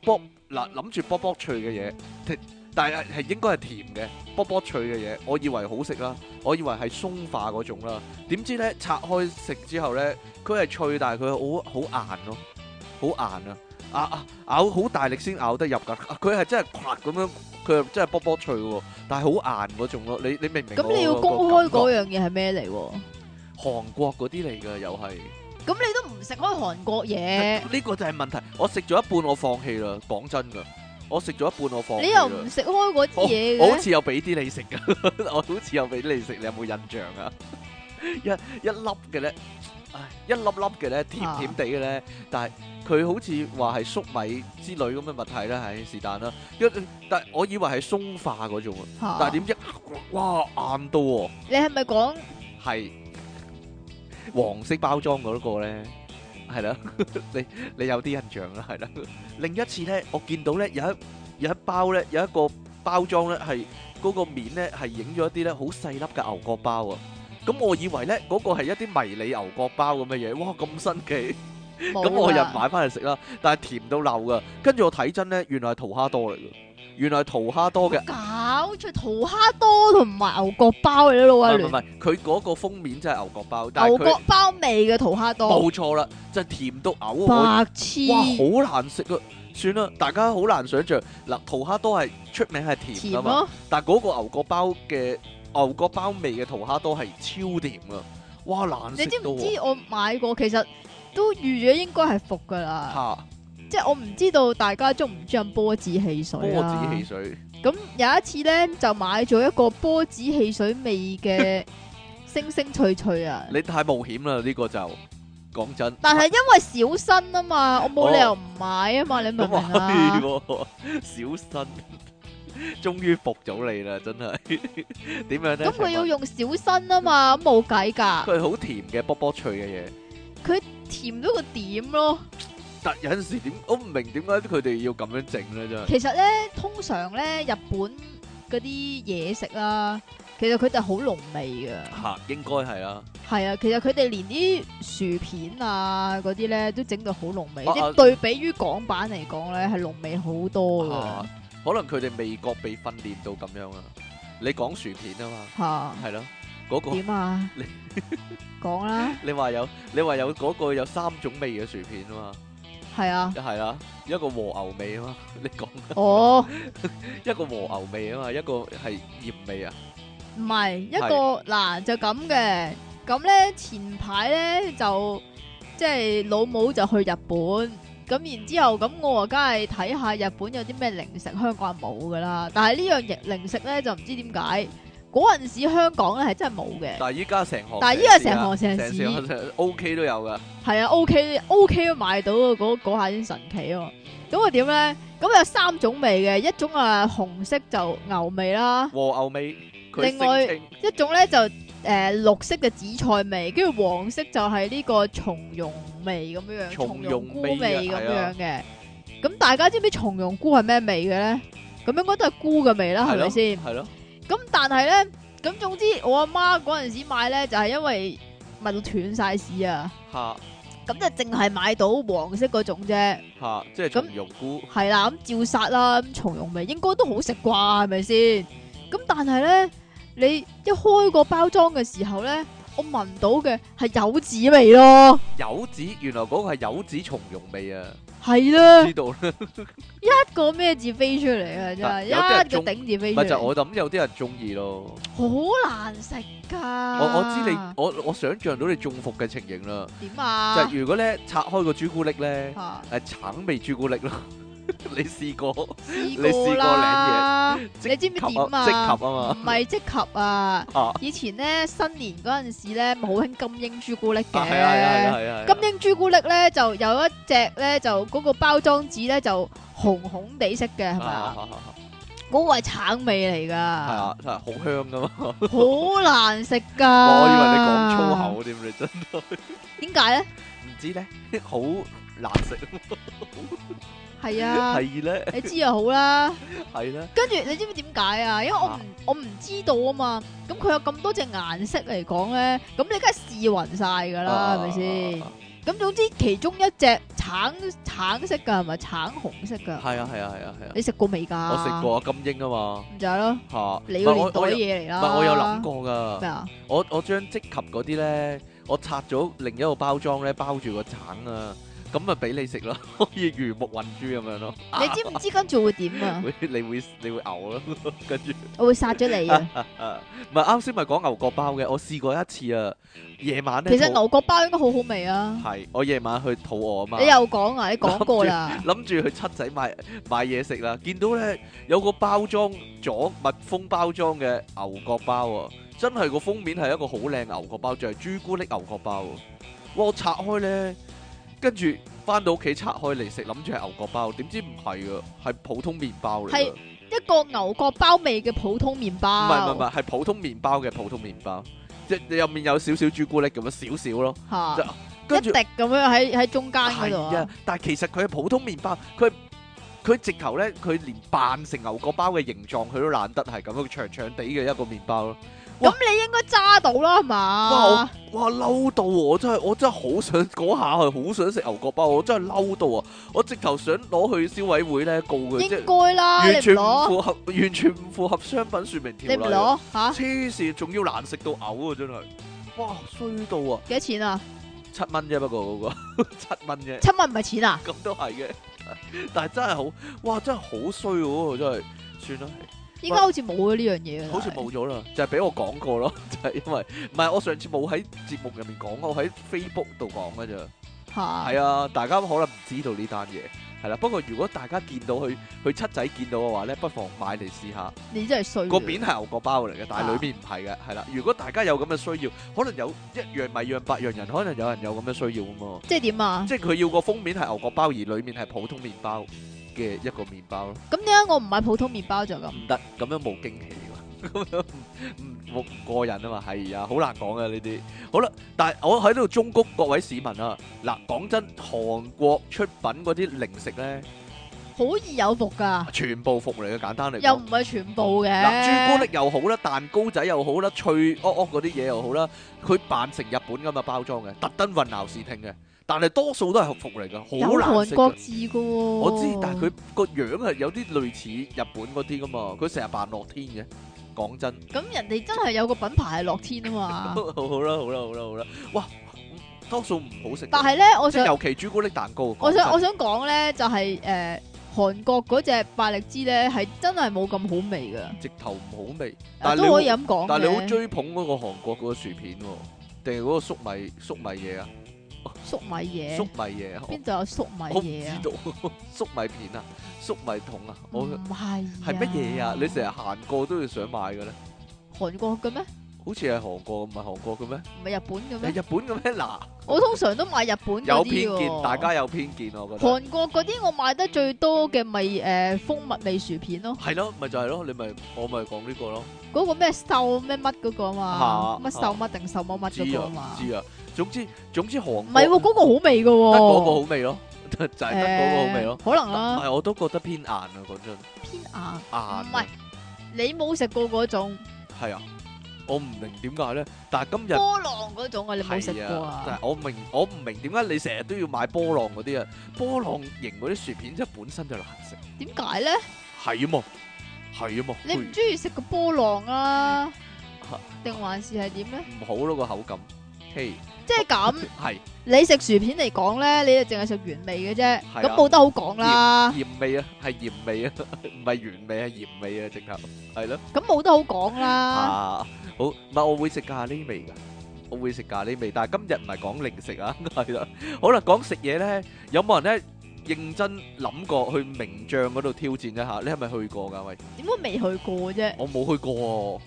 Speaker 1: 卜嗱諗住卜卜脆嘅嘢，甜但係係應該係甜嘅卜卜脆嘅嘢，我以為好食啦，我以為係鬆化嗰種啦，點知咧拆開食之後咧，佢係脆，但係佢好好硬咯，好硬啊！啊啊咬好大力先咬得入㗎，啊佢係真係啪咁樣，佢係真係卜卜脆喎，但係好硬嗰種咯。你你明唔明我個？
Speaker 2: 咁你要公開
Speaker 1: 個感
Speaker 2: 嗰樣嘢係咩嚟喎？
Speaker 1: 覺韓國嗰啲嚟㗎，又係
Speaker 2: 咁你都唔食開韓國嘢，
Speaker 1: 呢個就係問題。我食咗一半，我放棄啦。講真㗎，我食咗 一半，我放棄
Speaker 2: 你又
Speaker 1: 啦
Speaker 2: 唔食開嗰啲
Speaker 1: 我
Speaker 2: 嘢
Speaker 1: 我好
Speaker 2: 嘅，
Speaker 1: 似有俾啲你食噶， 我好似有俾啲你食，你有冇印象啊？ 一一粒嘅咧，唉，一粒粒嘅咧，甜
Speaker 2: 啊
Speaker 1: 甜地嘅咧，但係佢好似話係粟米之類咁嘅物體啦，係是但啦。一但係我以為係鬆化嗰種啊，
Speaker 2: 嚇
Speaker 1: 但係點知哇硬到喎，
Speaker 2: 你係咪講
Speaker 1: 係黃色包裝嗰個咧。係啦， 你你有啲印象啦，係啦。另一次咧，我見到咧有一有一包咧有一個包裝咧係嗰個面咧係影咗一啲咧好細粒嘅牛角包啊。咁我以為咧嗰個係一啲迷你牛角包咁嘅嘢，哇咁新 奇！咁
Speaker 2: 冇啊
Speaker 1: 我又
Speaker 2: 啦？
Speaker 1: 買翻嚟食啦，但係甜到漏噶。跟住我睇真咧，原來係桃蝦多嚟嘅，原來係桃蝦多嘅。
Speaker 2: 搞出桃蝦多同埋牛角包你老
Speaker 1: 唔
Speaker 2: 啊
Speaker 1: 係唔係唔
Speaker 2: 亂，
Speaker 1: 係，佢嗰個封面就係牛角包，但係
Speaker 2: 牛
Speaker 1: 佢
Speaker 2: 角包味嘅桃蝦多，
Speaker 1: 冇錯啦，就係甜到嘔啊我
Speaker 2: 白痴，
Speaker 1: 哇，好難食啊！算啦，大家好難想像嗱，桃蝦多係出名係甜
Speaker 2: 甜
Speaker 1: 噶嘛，
Speaker 2: 咯，
Speaker 1: 但係嗰個牛角包嘅呃牛角包味嘅桃蝦多係超甜噶，哇難
Speaker 2: 你
Speaker 1: 食
Speaker 2: 知
Speaker 1: 到
Speaker 2: 唔
Speaker 1: 喎
Speaker 2: 知我買過其實都預咗應該係服噶啦，
Speaker 1: 嚇
Speaker 2: 即係我唔知道大家中唔中意飲波子汽
Speaker 1: 波
Speaker 2: 水啦
Speaker 1: 子汽水
Speaker 2: 咁有一次咧就買咗一個波子汽水味 嘅星星脆脆啊！
Speaker 1: 你太冒險啦呢個就講真，
Speaker 2: 但係因為小新啊嘛，我冇理由唔買啊嘛，你明 唔
Speaker 1: 哦咁
Speaker 2: 明
Speaker 1: 啊
Speaker 2: 啊？
Speaker 1: 係喎，小新 終於服咗你啦，真係 點樣咧？
Speaker 2: 咁佢要
Speaker 1: 請問
Speaker 2: 用小新啊嘛，咁冇計㗎，
Speaker 1: 佢好甜嘅卜卜脆嘅嘢，
Speaker 2: 甜到個點咯。
Speaker 1: 但有陣時點我唔明點解佢哋要咁樣整咧真係。
Speaker 2: 其實咧，通常咧日本嗰啲嘢食啦，其實佢哋好濃味㗎。
Speaker 1: 嚇，應該係啦。
Speaker 2: 係啊，其實佢哋連啲薯片啊嗰啲咧都整到好濃味，
Speaker 1: 啊
Speaker 2: 即
Speaker 1: 啊
Speaker 2: 係對比於港版嚟講咧，係濃味好多㗎
Speaker 1: 啊。可能佢哋味覺被訓練到咁樣啊！你講薯片啊嘛，
Speaker 2: 吓
Speaker 1: 係咯，嗰、個
Speaker 2: 點 啊
Speaker 1: 你？
Speaker 2: 講啦，
Speaker 1: 你話有你話有嗰、個有三種味嘅薯片啊嘛，
Speaker 2: 係啊，
Speaker 1: 係啦，一個和牛味啊嘛，你講
Speaker 2: 哦，
Speaker 1: 一個和牛味啊嘛，一個係鹽味啊，
Speaker 2: 唔係一個嗱就咁嘅，咁咧前排咧就即係老母就去日本，咁然之後，咁我啊，梗係睇下日本有啲咩零食香港係冇噶啦。但係呢樣嘢零食咧，就唔知點解嗰陣時香港咧係真係冇嘅。
Speaker 1: 但係依家成行，
Speaker 2: 但係依家成行哦成市啊
Speaker 1: 市，O K 都有噶，
Speaker 2: 係啊，OK OK 都買到啊嗰嗰下先神奇啊！咁啊點咧？咁有三種味嘅，一種啊紅色就牛味啦，
Speaker 1: 和牛味。佢
Speaker 2: 另外
Speaker 1: 聲稱
Speaker 2: 一種咧就誒、呃、綠色嘅紫菜味，跟住黃色就係呢個松茸味咁樣樣，松
Speaker 1: 松
Speaker 2: 茸
Speaker 1: 茸
Speaker 2: 菇
Speaker 1: 味啊
Speaker 2: 味咁
Speaker 1: 係
Speaker 2: 樣
Speaker 1: 啊
Speaker 2: 嘅。咁大家知唔知松茸菇係咩味嘅咧？咁應該都係菇嘅味啦，係
Speaker 1: 係
Speaker 2: 咪
Speaker 1: 咯
Speaker 2: 先？
Speaker 1: 係咯，
Speaker 2: 咁但係咧，咁總之我阿媽嗰陣時買咧，就係、因為賣到斷晒市啊，
Speaker 1: 嚇
Speaker 2: 咁就淨係買到黃色嗰種啫，
Speaker 1: 嚇，即係松茸菇
Speaker 2: 係啦，咁照殺啦，咁松茸味應該都好食啩，係咪先？咁但係咧，你一開個包裝嘅時候咧，我聞到嘅係柚子味咯，
Speaker 1: 柚子，原來嗰個係柚子松茸味 啊，
Speaker 2: 係啦，
Speaker 1: 知道啦。
Speaker 2: 一個咩字飛出嚟啊，真係
Speaker 1: 但有啲人
Speaker 2: 一
Speaker 1: 中
Speaker 2: 個頂字飛出
Speaker 1: 咪就
Speaker 2: 嚟，
Speaker 1: 我諗有啲人中意咯。
Speaker 2: 好難食㗎。
Speaker 1: 我我知你，我我想象到你中伏嘅情形啦。
Speaker 2: 你點
Speaker 1: 就
Speaker 2: 啊
Speaker 1: 係？如果咧拆開個朱古力咧，
Speaker 2: 嚇
Speaker 1: 係橙味朱古力咯。 你試過
Speaker 2: 試
Speaker 1: 你試過
Speaker 2: 過啦，
Speaker 1: 即
Speaker 2: 你知唔
Speaker 1: 及
Speaker 2: 知點
Speaker 1: 啊？即及啊
Speaker 2: 啊？
Speaker 1: 嘛
Speaker 2: 唔係即及啊！
Speaker 1: 啊！
Speaker 2: 以前咧新年嗰陣時咧，咪好興金鷹朱古力
Speaker 1: 啊係啊係啊
Speaker 2: 嘅。
Speaker 1: 係啊係啊！
Speaker 2: 金鷹朱古力咧就有一隻咧就嗰個包裝紙咧就紅紅地色嘅，係咪
Speaker 1: 啊
Speaker 2: 啊？
Speaker 1: 啊啊
Speaker 2: 嗰個係橙味嚟
Speaker 1: 係
Speaker 2: 㗎，
Speaker 1: 啊，係啊好香噶嘛！
Speaker 2: 好難食㗎。
Speaker 1: 我以為你講粗口添，你真
Speaker 2: 你講粗口。點解咧？
Speaker 1: 唔知咧， 好難食
Speaker 2: 係啊，
Speaker 1: 係咧
Speaker 2: 你知就好 啦。
Speaker 1: 係咧，
Speaker 2: 跟住你知唔知點解啊？因為我唔
Speaker 1: 啊
Speaker 2: 我唔知道啊嘛。咁佢有咁多隻顏色嚟講咧，咁你梗係試勻晒㗎
Speaker 1: 啊
Speaker 2: 啦，係咪先？咁總之其中一隻橙橙色㗎係咪？橙紅色㗎，
Speaker 1: 係啊係啊係啊係啊！
Speaker 2: 你食過未㗎？
Speaker 1: 我食，過啊金英啊嘛
Speaker 2: 唔就係咯，
Speaker 1: 嚇，
Speaker 2: 你
Speaker 1: 唔
Speaker 2: 個
Speaker 1: 係我
Speaker 2: 年代
Speaker 1: 我
Speaker 2: 嘅
Speaker 1: 有
Speaker 2: 嘢嚟
Speaker 1: 唔
Speaker 2: 啦。
Speaker 1: 係我有諗過㗎
Speaker 2: 咩。啊？
Speaker 1: 我我將即及嗰啲咧，我拆咗另一個包裝咧，包住個橙啊，咁咪俾你食咯， 可以魚目混珠咁樣咯。
Speaker 2: 你知唔知跟住會點啊？
Speaker 1: 啊會你會你會嘔咯， 跟住
Speaker 2: 我會殺咗你啊！
Speaker 1: 啊，唔係啱先咪講牛角包嘅，我試過一次啊，夜晚咧
Speaker 2: 其實
Speaker 1: 肚
Speaker 2: 牛角包應該好好味啊！
Speaker 1: 係我夜晚去肚餓啊嘛
Speaker 2: 你，又講啊？你講過啦，
Speaker 1: 諗住去七仔買買嘢食啦，見到咧有個包裝咗密封包裝嘅牛角包啊，真係個封面係一個好靚牛角包，就係朱古力牛角包啊！哇，我拆開咧，跟住翻到屋企拆開嚟食，諗住係牛角包，點知唔係噶，係普通麵包嚟
Speaker 2: 係
Speaker 1: 㗎。
Speaker 2: 一個牛角包味嘅普通麵
Speaker 1: 唔係唔
Speaker 2: 包，
Speaker 1: 係，係普通麵包嘅普通麵包，即係入面有少少朱古力咁樣少少咯，
Speaker 2: 嚇
Speaker 1: 就
Speaker 2: 一
Speaker 1: 跟
Speaker 2: 滴
Speaker 1: 住。
Speaker 2: 咁樣喺喺中間嗰度
Speaker 1: 係
Speaker 2: 啊
Speaker 1: 啊！，但係其實佢係普通麵包，佢佢直頭咧，佢連扮成牛角包嘅形狀，佢都懶得係咁樣長長地嘅一個麵包咯。
Speaker 2: 咁你應該揸到啦，係嘛
Speaker 1: 哇？哇！嬲到我真係，我真係好想嗰下係好想食牛角包，我真係嬲到啊！我直頭想攞去消委會咧告佢，即
Speaker 2: 應
Speaker 1: 係
Speaker 2: 該啦，你
Speaker 1: 完
Speaker 2: 唔
Speaker 1: 全唔
Speaker 2: 攞，
Speaker 1: 符合，完全唔符合商品説明條
Speaker 2: 你唔
Speaker 1: 例啊。
Speaker 2: 攞嚇
Speaker 1: 黐線，仲要難食到嘔啊！真係，哇衰到啊！
Speaker 2: 幾多錢啊？
Speaker 1: 七蚊啫，不過嗰、個 七蚊啫。
Speaker 2: 七蚊唔係錢啊？
Speaker 1: 咁都係嘅， 但係真係好，哇！真係好衰喎，真係算啦，
Speaker 2: 依家好似冇咗呢樣嘢㗎啦
Speaker 1: 好似冇咗啦，就係俾我講過咯， 就係因為唔係我上次冇喺節目入面講，我喺 Facebook 度講嘅咋，
Speaker 2: 嚇，
Speaker 1: 係啊，大家可能唔知道呢單嘢，係啦，不過如果大家見到佢去七仔見到嘅話咧，不妨買嚟試下，
Speaker 2: 你真係衰。
Speaker 1: 個面係牛角包嚟嘅，但
Speaker 2: 啊
Speaker 1: 係裡面唔係嘅，係啦，如果大家有咁嘅需要，可能有一樣米養百樣人，可能有人有咁嘅需要啊嘛。
Speaker 2: 即係點啊？
Speaker 1: 即係佢要個封面係牛角包，而裡面係普通麵包嘅一個麵包咯，
Speaker 2: 咁點解我唔買普通麵包就咁？
Speaker 1: 唔得咁樣冇驚喜㗎， 咁樣唔唔唔過癮啊嘛，係啊，好難講啊呢啲。好啦，但係我喺度忠告各位市民啊，嗱講真，韓國出品嗰啲零食咧，
Speaker 2: 好易有伏㗎，
Speaker 1: 全部服嚟嘅，簡單嚟
Speaker 2: 又
Speaker 1: 講
Speaker 2: 唔。係全部嘅。
Speaker 1: 嗱，朱古力又好啦，蛋糕仔又好啦，脆噏噏嗰啲嘢又好啦，佢扮成日本咁嘅包裝嘅，特登混淆視聽嘅，但係多數都係服嚟嘅，
Speaker 2: 有
Speaker 1: 好難食㗎
Speaker 2: 韓國字㗎喎。我
Speaker 1: 我知，但係佢個樣係有啲類似日本嗰啲噶嘛，佢成日扮樂天嘅。講真，
Speaker 2: 咁人哋真係有個品牌係樂天啊嘛。
Speaker 1: 好啦好啦好啦好啦，哇，多數唔好食嘅。
Speaker 2: 但係咧，我
Speaker 1: 即
Speaker 2: 想
Speaker 1: 尤其朱古力蛋糕，
Speaker 2: 我想我
Speaker 1: 講
Speaker 2: 想講咧，就係誒韓國嗰只百力滋咧，係真係冇咁好味㗎。
Speaker 1: 真直頭唔好味。但係
Speaker 2: 啊
Speaker 1: 你
Speaker 2: 都可以
Speaker 1: 好
Speaker 2: 咁講
Speaker 1: 但係你好
Speaker 2: 嘅
Speaker 1: 追捧嗰個韓國嗰個薯片喎，定係嗰個粟米粟米嘢啊？
Speaker 2: 粟米嘢，
Speaker 1: 粟米嘢，哦
Speaker 2: 邊度有粟米
Speaker 1: 我唔
Speaker 2: 嘢啊？
Speaker 1: 知道， 粟米片啊，粟米筒啊，我-
Speaker 2: 唔係
Speaker 1: 係乜嘢啊？
Speaker 2: 啊？
Speaker 1: 你成日行過都要想買嘅咧？好似係韓國，唔係韓國嘅咩？
Speaker 2: 韓國嘅咩？唔係日本嘅咩？
Speaker 1: 係日本嘅咩？嗱，
Speaker 2: 我通常都買日本嗰啲
Speaker 1: 有偏見，
Speaker 2: 喎。
Speaker 1: 大家有偏見，我覺得。
Speaker 2: 韓國嗰啲我買得最多嘅咪誒蜂蜜味薯片咯，
Speaker 1: 係咯，咪就係咯，你咪-我咪講呢個咯。
Speaker 2: 嗰、個咩瘦咩乜嗰個啊嘛，
Speaker 1: 嚇
Speaker 2: 乜瘦乜定瘦乜乜嗰個啊嘛，
Speaker 1: 知啊，唔知啊。總之-
Speaker 2: 唔
Speaker 1: 總之韓國
Speaker 2: 係喎，嗰、個好味嘅喎，
Speaker 1: 得嗰個好味咯，就係 得嗰個好味咯。
Speaker 2: 誒可能啦，
Speaker 1: 但係我都覺得偏硬啊，講真，硬啊。
Speaker 2: 偏硬，唔係你冇食過嗰種
Speaker 1: 係啊，我唔明點解咧，但係今日
Speaker 2: 波浪嗰種啊，你冇食
Speaker 1: 係啊，
Speaker 2: 過啊？
Speaker 1: 但係我明-我唔明點解你成日都要買波浪嗰啲啊，波浪形嗰啲薯片真係本身就難食。係啊嘛，係啊嘛，
Speaker 2: 點解咧？你唔中意食個波浪啊
Speaker 1: 嚇？
Speaker 2: 定還是係點咧？
Speaker 1: 唔好咯，個口感。嘿，係，
Speaker 2: 即係咁，你食薯片嚟講咧，你就淨係食原味嘅啫，
Speaker 1: 係啊
Speaker 2: 咁冇得好講啦，
Speaker 1: 鹽味啊，係鹽味啊，唔係原味，係鹽味啊，直頭。係咯，
Speaker 2: 咁冇得好講啦。
Speaker 1: À, 啊，好，唔係，我會食咖喱味㗎，我會食咖喱味，但係今日唔係講零食啊，係啦。好啦，講食嘢呢，有冇人呢，認真諗過去名將嗰度挑戰一下？你係咪去過㗎，喂？
Speaker 2: 點解未去過啫？
Speaker 1: 我冇去過，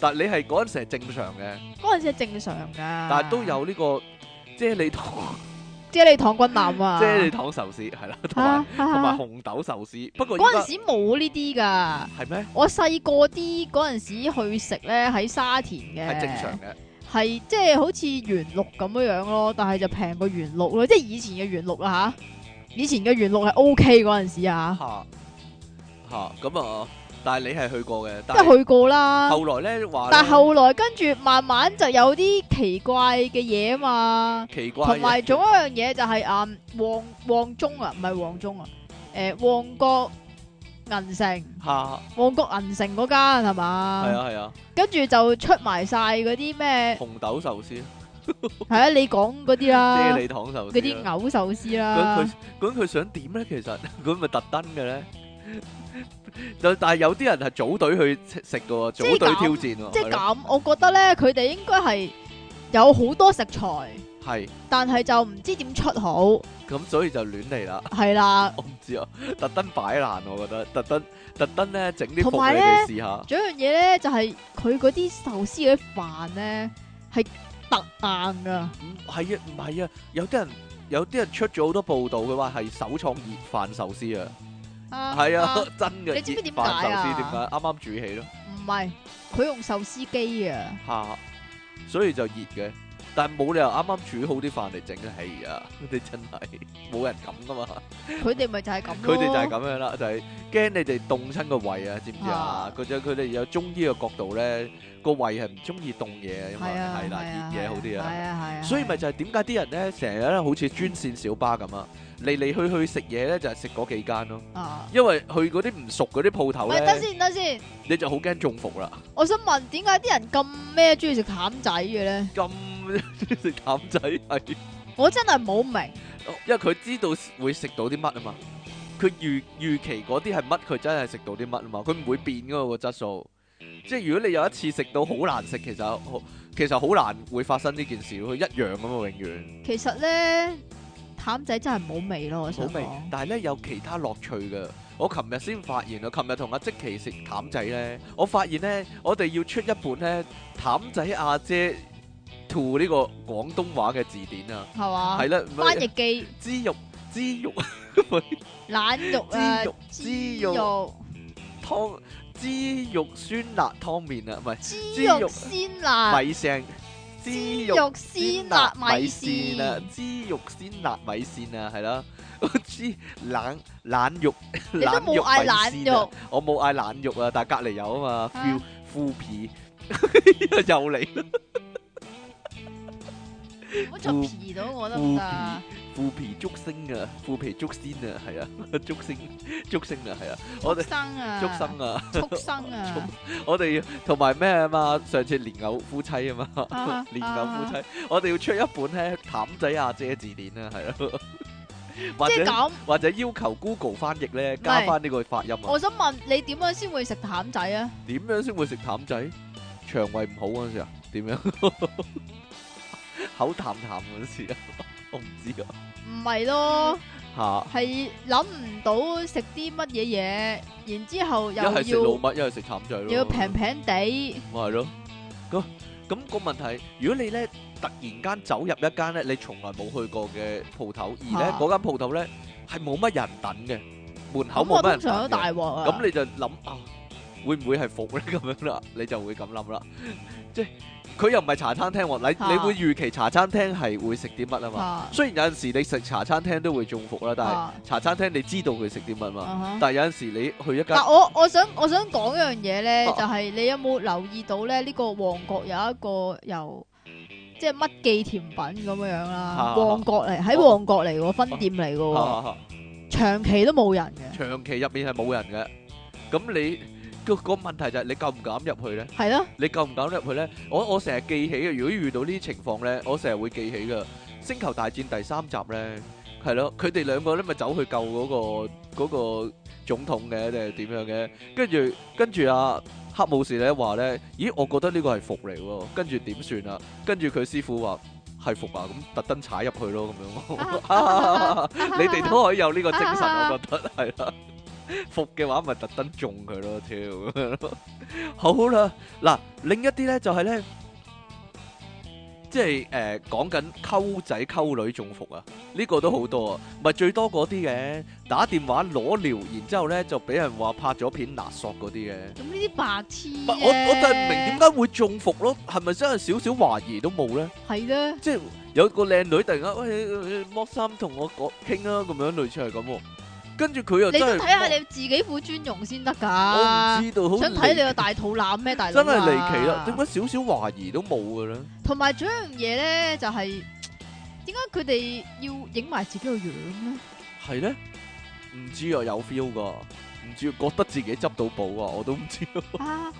Speaker 1: 但你係嗰陣時係正常嘅，
Speaker 2: 嗰陣時係正常噶，
Speaker 1: 但係都有呢個啫喱糖、
Speaker 2: 啫喱糖軍艦啊，
Speaker 1: 啫喱糖壽司係啦，同埋
Speaker 2: 啊
Speaker 1: 同埋
Speaker 2: 啊
Speaker 1: 紅豆壽司。不過
Speaker 2: 嗰
Speaker 1: 而
Speaker 2: 陣
Speaker 1: 家
Speaker 2: 時冇呢啲噶，
Speaker 1: 係咩？
Speaker 2: 我細個啲嗰陣時去食咧喺沙田嘅，
Speaker 1: 係正常，嘅，
Speaker 2: 係即係好似元綠咁樣樣咯，但係就平過元綠咯，即係以前嘅元綠啦吓，以前嘅元綠係 O K 嗰陣時啊，
Speaker 1: 嚇嚇咁啊！但係你係去過嘅，
Speaker 2: 即
Speaker 1: 但係
Speaker 2: 係去過啦。
Speaker 1: 後來咧話呢，
Speaker 2: 但係後來跟住慢慢就有啲奇怪嘅嘢啊嘛。
Speaker 1: 奇怪
Speaker 2: 同埋
Speaker 1: 嘅
Speaker 2: 仲有一樣嘢就係、嗯旺旺中啊，唔係旺中啊，誒、旺角銀城，
Speaker 1: 嚇係
Speaker 2: 旺角銀城嗰間係嘛？
Speaker 1: 啊係啊，
Speaker 2: 跟住就出埋晒嗰啲咩，
Speaker 1: 紅豆壽司、
Speaker 2: 係啊，你講嗰啲
Speaker 1: 啫
Speaker 2: 啦，
Speaker 1: 喱糖壽
Speaker 2: 嗰
Speaker 1: 司
Speaker 2: 啲
Speaker 1: 啦。
Speaker 2: 牛壽司
Speaker 1: 咁
Speaker 2: 啦
Speaker 1: 佢，咁佢想點咧？其實 佢咪特登嘅咧？ 就但係有啲人係組隊去食食嘅喎，
Speaker 2: 即係
Speaker 1: 組隊
Speaker 2: 咁
Speaker 1: 挑戰喎，
Speaker 2: 即係
Speaker 1: 係咯
Speaker 2: 咁，我覺得咧佢哋應該係有好多食材，
Speaker 1: 係
Speaker 2: 但係就唔知點出好，
Speaker 1: 咁，所以就亂嚟啦。
Speaker 2: 係啦。
Speaker 1: 我唔知啊，特登擺爛，我覺得特登特登咧整啲服
Speaker 2: 同
Speaker 1: 你
Speaker 2: 埋呢
Speaker 1: 哋試下，
Speaker 2: 仲有一樣嘢咧，就係佢嗰啲壽司嗰啲飯咧係特硬噶，
Speaker 1: 唔係啊唔係啊，有啲人有啲人出咗好多報道，佢話係首創熱飯壽司啊，係啊， 真嘅
Speaker 2: 你知唔知
Speaker 1: 熱
Speaker 2: 點
Speaker 1: 飯壽
Speaker 2: 解啊
Speaker 1: 司點解啱啱煮起咯
Speaker 2: 唔係，佢用壽司機啊，
Speaker 1: 嚇，所以就熱嘅，但係冇理由啱啱煮好啲飯嚟整嘅，係啊， 你真係冇人咁噶嘛。
Speaker 2: 佢哋咪就係咁咯
Speaker 1: 佢哋就係咁樣啦，就係驚你哋凍親個胃啊，知唔知啊
Speaker 2: 啊？
Speaker 1: 佢就佢哋有中醫嘅角度咧，個胃係唔中意凍嘢啊，因為
Speaker 2: 係啊，
Speaker 1: 係啦，
Speaker 2: 係啊
Speaker 1: 熱嘢好啲
Speaker 2: 係
Speaker 1: 啊。
Speaker 2: 啊係啊，
Speaker 1: 所以咪就係點解啲人咧成日咧好似專線小巴咁啊，嚟嚟去去食嘢咧就係食嗰幾間咯，
Speaker 2: 啊，
Speaker 1: 因為去嗰啲唔熟嗰啲鋪頭
Speaker 2: 喂，等
Speaker 1: 咧，
Speaker 2: 先等先，
Speaker 1: 你就好驚中伏啦。
Speaker 2: 我想問點解啲人咁咩中意食淡仔嘅咧？
Speaker 1: 咁食淡仔係，
Speaker 2: 我真係冇明，
Speaker 1: 哦因為佢知道會食到啲乜啊嘛，佢預預期嗰啲係乜，佢真係食到啲乜啊嘛，佢唔會變噶個質素。即係如果你有一次食到好難食，其實好其實好難會發生呢件事咯，佢一樣咁嘛，永遠
Speaker 2: 其實咧淡仔真係冇味咯，我
Speaker 1: 好
Speaker 2: 想
Speaker 1: 味
Speaker 2: 講。。
Speaker 1: 但係咧有其他樂趣嘅，我琴日先發現啊，琴日同阿即奇食淡仔咧，我發現咧我哋要出一本咧淡仔阿姐 to 呢個廣東話嘅字典啊，
Speaker 2: 係嘛？
Speaker 1: 係啦，
Speaker 2: 翻譯機、
Speaker 1: 豬肉豬肉。
Speaker 2: 懶肉啊
Speaker 1: 豬肉、
Speaker 2: 豬
Speaker 1: 豬肉
Speaker 2: 肉、
Speaker 1: 湯豬肉酸辣湯面啊，唔係
Speaker 2: 豬
Speaker 1: 豬
Speaker 2: 肉
Speaker 1: 肉
Speaker 2: 鮮辣、
Speaker 1: 米線，
Speaker 2: 豬
Speaker 1: 豬
Speaker 2: 肉
Speaker 1: 肉
Speaker 2: 鮮辣米
Speaker 1: 線啊
Speaker 2: 線，，
Speaker 1: 豬肉鮮辣米線啊，係啦， 豬冷冷肉，
Speaker 2: 你都
Speaker 1: 冷
Speaker 2: 冇
Speaker 1: 肉
Speaker 2: 嗌
Speaker 1: 米
Speaker 2: 懶
Speaker 1: 線啊
Speaker 2: 肉，，
Speaker 1: 我冇嗌冷肉啊，但係隔離有啊嘛
Speaker 2: 啊
Speaker 1: ，feel 皮 又嚟啦
Speaker 2: 唔好再
Speaker 1: 腐
Speaker 2: 皮到我得唔得啊？
Speaker 1: 腐皮竹升啊，腐皮竹鮮啊，係啊， 竹升竹升啊，係啊，我哋
Speaker 2: 生啊，
Speaker 1: 竹生啊。
Speaker 2: 畜生啊，
Speaker 1: 我哋同埋咩啊嘛？上次蓮藕夫妻啊嘛，
Speaker 2: 啊
Speaker 1: 蓮藕夫妻，我哋要出一本咧《淡仔阿姐字典》啊，係 咯，或
Speaker 2: 即係
Speaker 1: 者
Speaker 2: 咁。
Speaker 1: 或者要求 Google 翻譯咧，加翻呢個發音啊。
Speaker 2: 我想問你點樣先會食淡仔啊？
Speaker 1: 點樣先會食淡仔？ 腸胃唔好嗰陣時啊？點樣？口淡淡嗰陣時啊？ 我唔知啊，
Speaker 2: 唔係咯，
Speaker 1: 吓
Speaker 2: 係諗唔到食啲乜嘢嘢，然之後又
Speaker 1: 一係食老
Speaker 2: 要
Speaker 1: 麥，一係食淡仔咯，
Speaker 2: 又要平平地，
Speaker 1: 咪係咯。咁咁個問題，如果你咧突然間走入一間咧你從來冇去過嘅鋪頭，而咧
Speaker 2: 嚇
Speaker 1: 嗰間鋪頭咧係冇乜人等嘅，門口
Speaker 2: 咁
Speaker 1: 冇
Speaker 2: 我
Speaker 1: 乜
Speaker 2: 通
Speaker 1: 人
Speaker 2: 常
Speaker 1: 等嘅
Speaker 2: 都大鑊啊！
Speaker 1: 咁你就諗啊，會唔會係服咧咁樣啦？你就會咁諗啦，即係佢又唔係茶餐廳喎，你
Speaker 2: 啊
Speaker 1: 你會預期茶餐廳係會食啲乜啊嘛？
Speaker 2: 啊
Speaker 1: 雖然有陣時你食茶餐廳都會中伏啦，但係
Speaker 2: 啊
Speaker 1: 茶餐廳你知道佢食啲乜嘛？
Speaker 2: 啊哈
Speaker 1: 但係有陣時你去一間
Speaker 2: 嗱，我我想我想講一樣嘢咧，
Speaker 1: 啊
Speaker 2: 就係你有冇留意到咧？呢個旺角有一個由即係乜記甜品咁樣樣啦
Speaker 1: 啊，哦
Speaker 2: 旺角嚟喺旺角嚟喎，分店嚟嘅喎，
Speaker 1: 啊
Speaker 2: 長期都冇人嘅，
Speaker 1: 長期入面係冇人嘅，咁你個個問題就係你夠唔夠膽入去咧？
Speaker 2: 係咯，
Speaker 1: 你夠唔夠膽入去咧？我我成日記起嘅，如果遇到呢啲情況咧，我成日會記起噶。《星球大戰》第三集咧，係咯，佢哋兩個咧咪走去救嗰、個嗰、個總統嘅定係點樣嘅？跟住跟住啊，黑武士咧話咧，咦，我覺得呢個係服嚟喎。跟住點算啊？跟住佢師傅話係服啊，咁特登踩入去咯，咁樣喎。你哋都可以有呢個精神，我覺得係啦。服嘅話，咪特登中佢咯，超 咁樣咯。好啦，嗱，另一啲咧就係咧，即係誒講緊溝仔溝女中伏啊，呢個都好多啊，咪最多嗰啲嘅，打電話攞料，然之後咧就俾人話拍咗片勒索嗰啲嘅。
Speaker 2: 咁呢啲白痴
Speaker 1: 唔係我我就係唔明點解會中伏咯，係咪真係少少懷疑都冇咧？
Speaker 2: 解係咧，
Speaker 1: 即係有個靚女突然間喂剝衫同我講傾啊，咁樣類似係咁喎。跟住佢又
Speaker 2: 你
Speaker 1: 真
Speaker 2: 都
Speaker 1: 係
Speaker 2: 睇下你自己副尊容先得
Speaker 1: 我唔
Speaker 2: 㗎。
Speaker 1: 知道，好
Speaker 2: 想睇你
Speaker 1: 離
Speaker 2: 個大肚腩咩？大佬
Speaker 1: 真
Speaker 2: 係
Speaker 1: 係離奇啦！點解少少懷疑都冇嘅咧？
Speaker 2: 同埋仲有一樣嘢咧，就係點解佢哋要影埋自己個樣 咧？
Speaker 1: 係咧，唔知啊，有 feel 噶，唔知覺得自己執到寶啊，我都唔知。
Speaker 2: 啊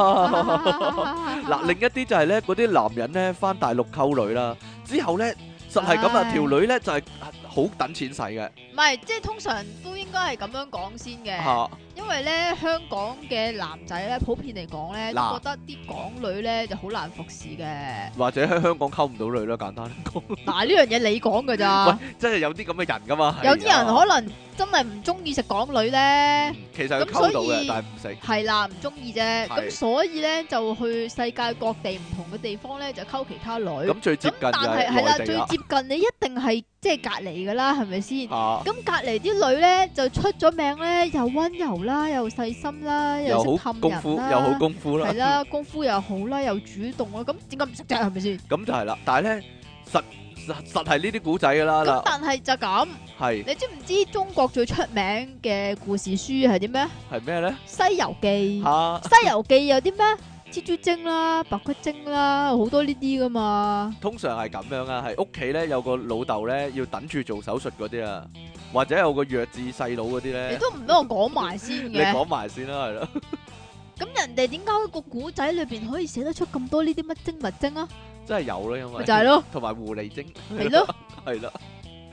Speaker 1: 嗱，另一啲就係咧，嗰啲男人咧翻大陸溝女啦，之後咧實係咁啊，
Speaker 2: 唉
Speaker 1: 條女咧就係好等錢使嘅
Speaker 2: 唔係，即係通常都應該係咁樣講先嘅，
Speaker 1: 嚇，
Speaker 2: 因為咧香港嘅男仔咧，普遍嚟講咧，
Speaker 1: 嗱
Speaker 2: 都覺得啲港女咧就好難服侍 嘅。
Speaker 1: 或者喺香港溝唔到女啦，簡 單講，
Speaker 2: 嗱呢樣嘢你講㗎咋？
Speaker 1: 真係啊有啲咁嘅人噶嘛，係啊
Speaker 2: 有啲人可能真係唔中意食港女咧
Speaker 1: 嗯，其實佢
Speaker 2: 咁所
Speaker 1: 溝到嘅
Speaker 2: 以，
Speaker 1: 但係唔食
Speaker 2: 係啦，唔中意啫。
Speaker 1: 係
Speaker 2: 咁所以咧就去世界各地唔同嘅地方咧，就溝其他女。咁
Speaker 1: 咁最接近
Speaker 2: 但
Speaker 1: 就
Speaker 2: 係
Speaker 1: 係
Speaker 2: 係啦，
Speaker 1: 內
Speaker 2: 最
Speaker 1: 地啦
Speaker 2: 接近你一定係即係隔離㗎啦，係咪先？
Speaker 1: 嚇，
Speaker 2: 咁隔離啲女咧就出咗名咧，又温柔啦，又細心啦，
Speaker 1: 又
Speaker 2: 又識
Speaker 1: 好
Speaker 2: 氹
Speaker 1: 功夫，
Speaker 2: 人啦，
Speaker 1: 又好功夫啦
Speaker 2: 係。啦，功夫又好啦，又主動啦，咁點解唔識啫？係咪先？
Speaker 1: 咁就係啦。但係咧，實實實係呢啲古仔㗎啦
Speaker 2: 咁
Speaker 1: 啦，
Speaker 2: 但係就咁，
Speaker 1: 係
Speaker 2: 你知唔知中國最出名嘅故事書係啲咩？《
Speaker 1: 係咩咧？
Speaker 2: 西遊記》
Speaker 1: 嚇，
Speaker 2: 西遊記》有啲咩？蜘蛛精啦、白骨精啦，好多呢啲噶嘛。
Speaker 1: 通常係咁樣啊，係屋企咧有個老豆咧要等住做手術嗰啲啊，或者有個弱智細佬嗰啲
Speaker 2: 你
Speaker 1: 咧，
Speaker 2: 都唔俾我講埋先
Speaker 1: 你
Speaker 2: 嘅，
Speaker 1: 講埋先啦，係咯。
Speaker 2: 咁人哋點解個古仔裏邊可以寫得出咁多呢啲乜精物精啊？
Speaker 1: 真係有咯，因為
Speaker 2: 咪就係咯，
Speaker 1: 同埋狐狸精
Speaker 2: 係咯，
Speaker 1: 係啦。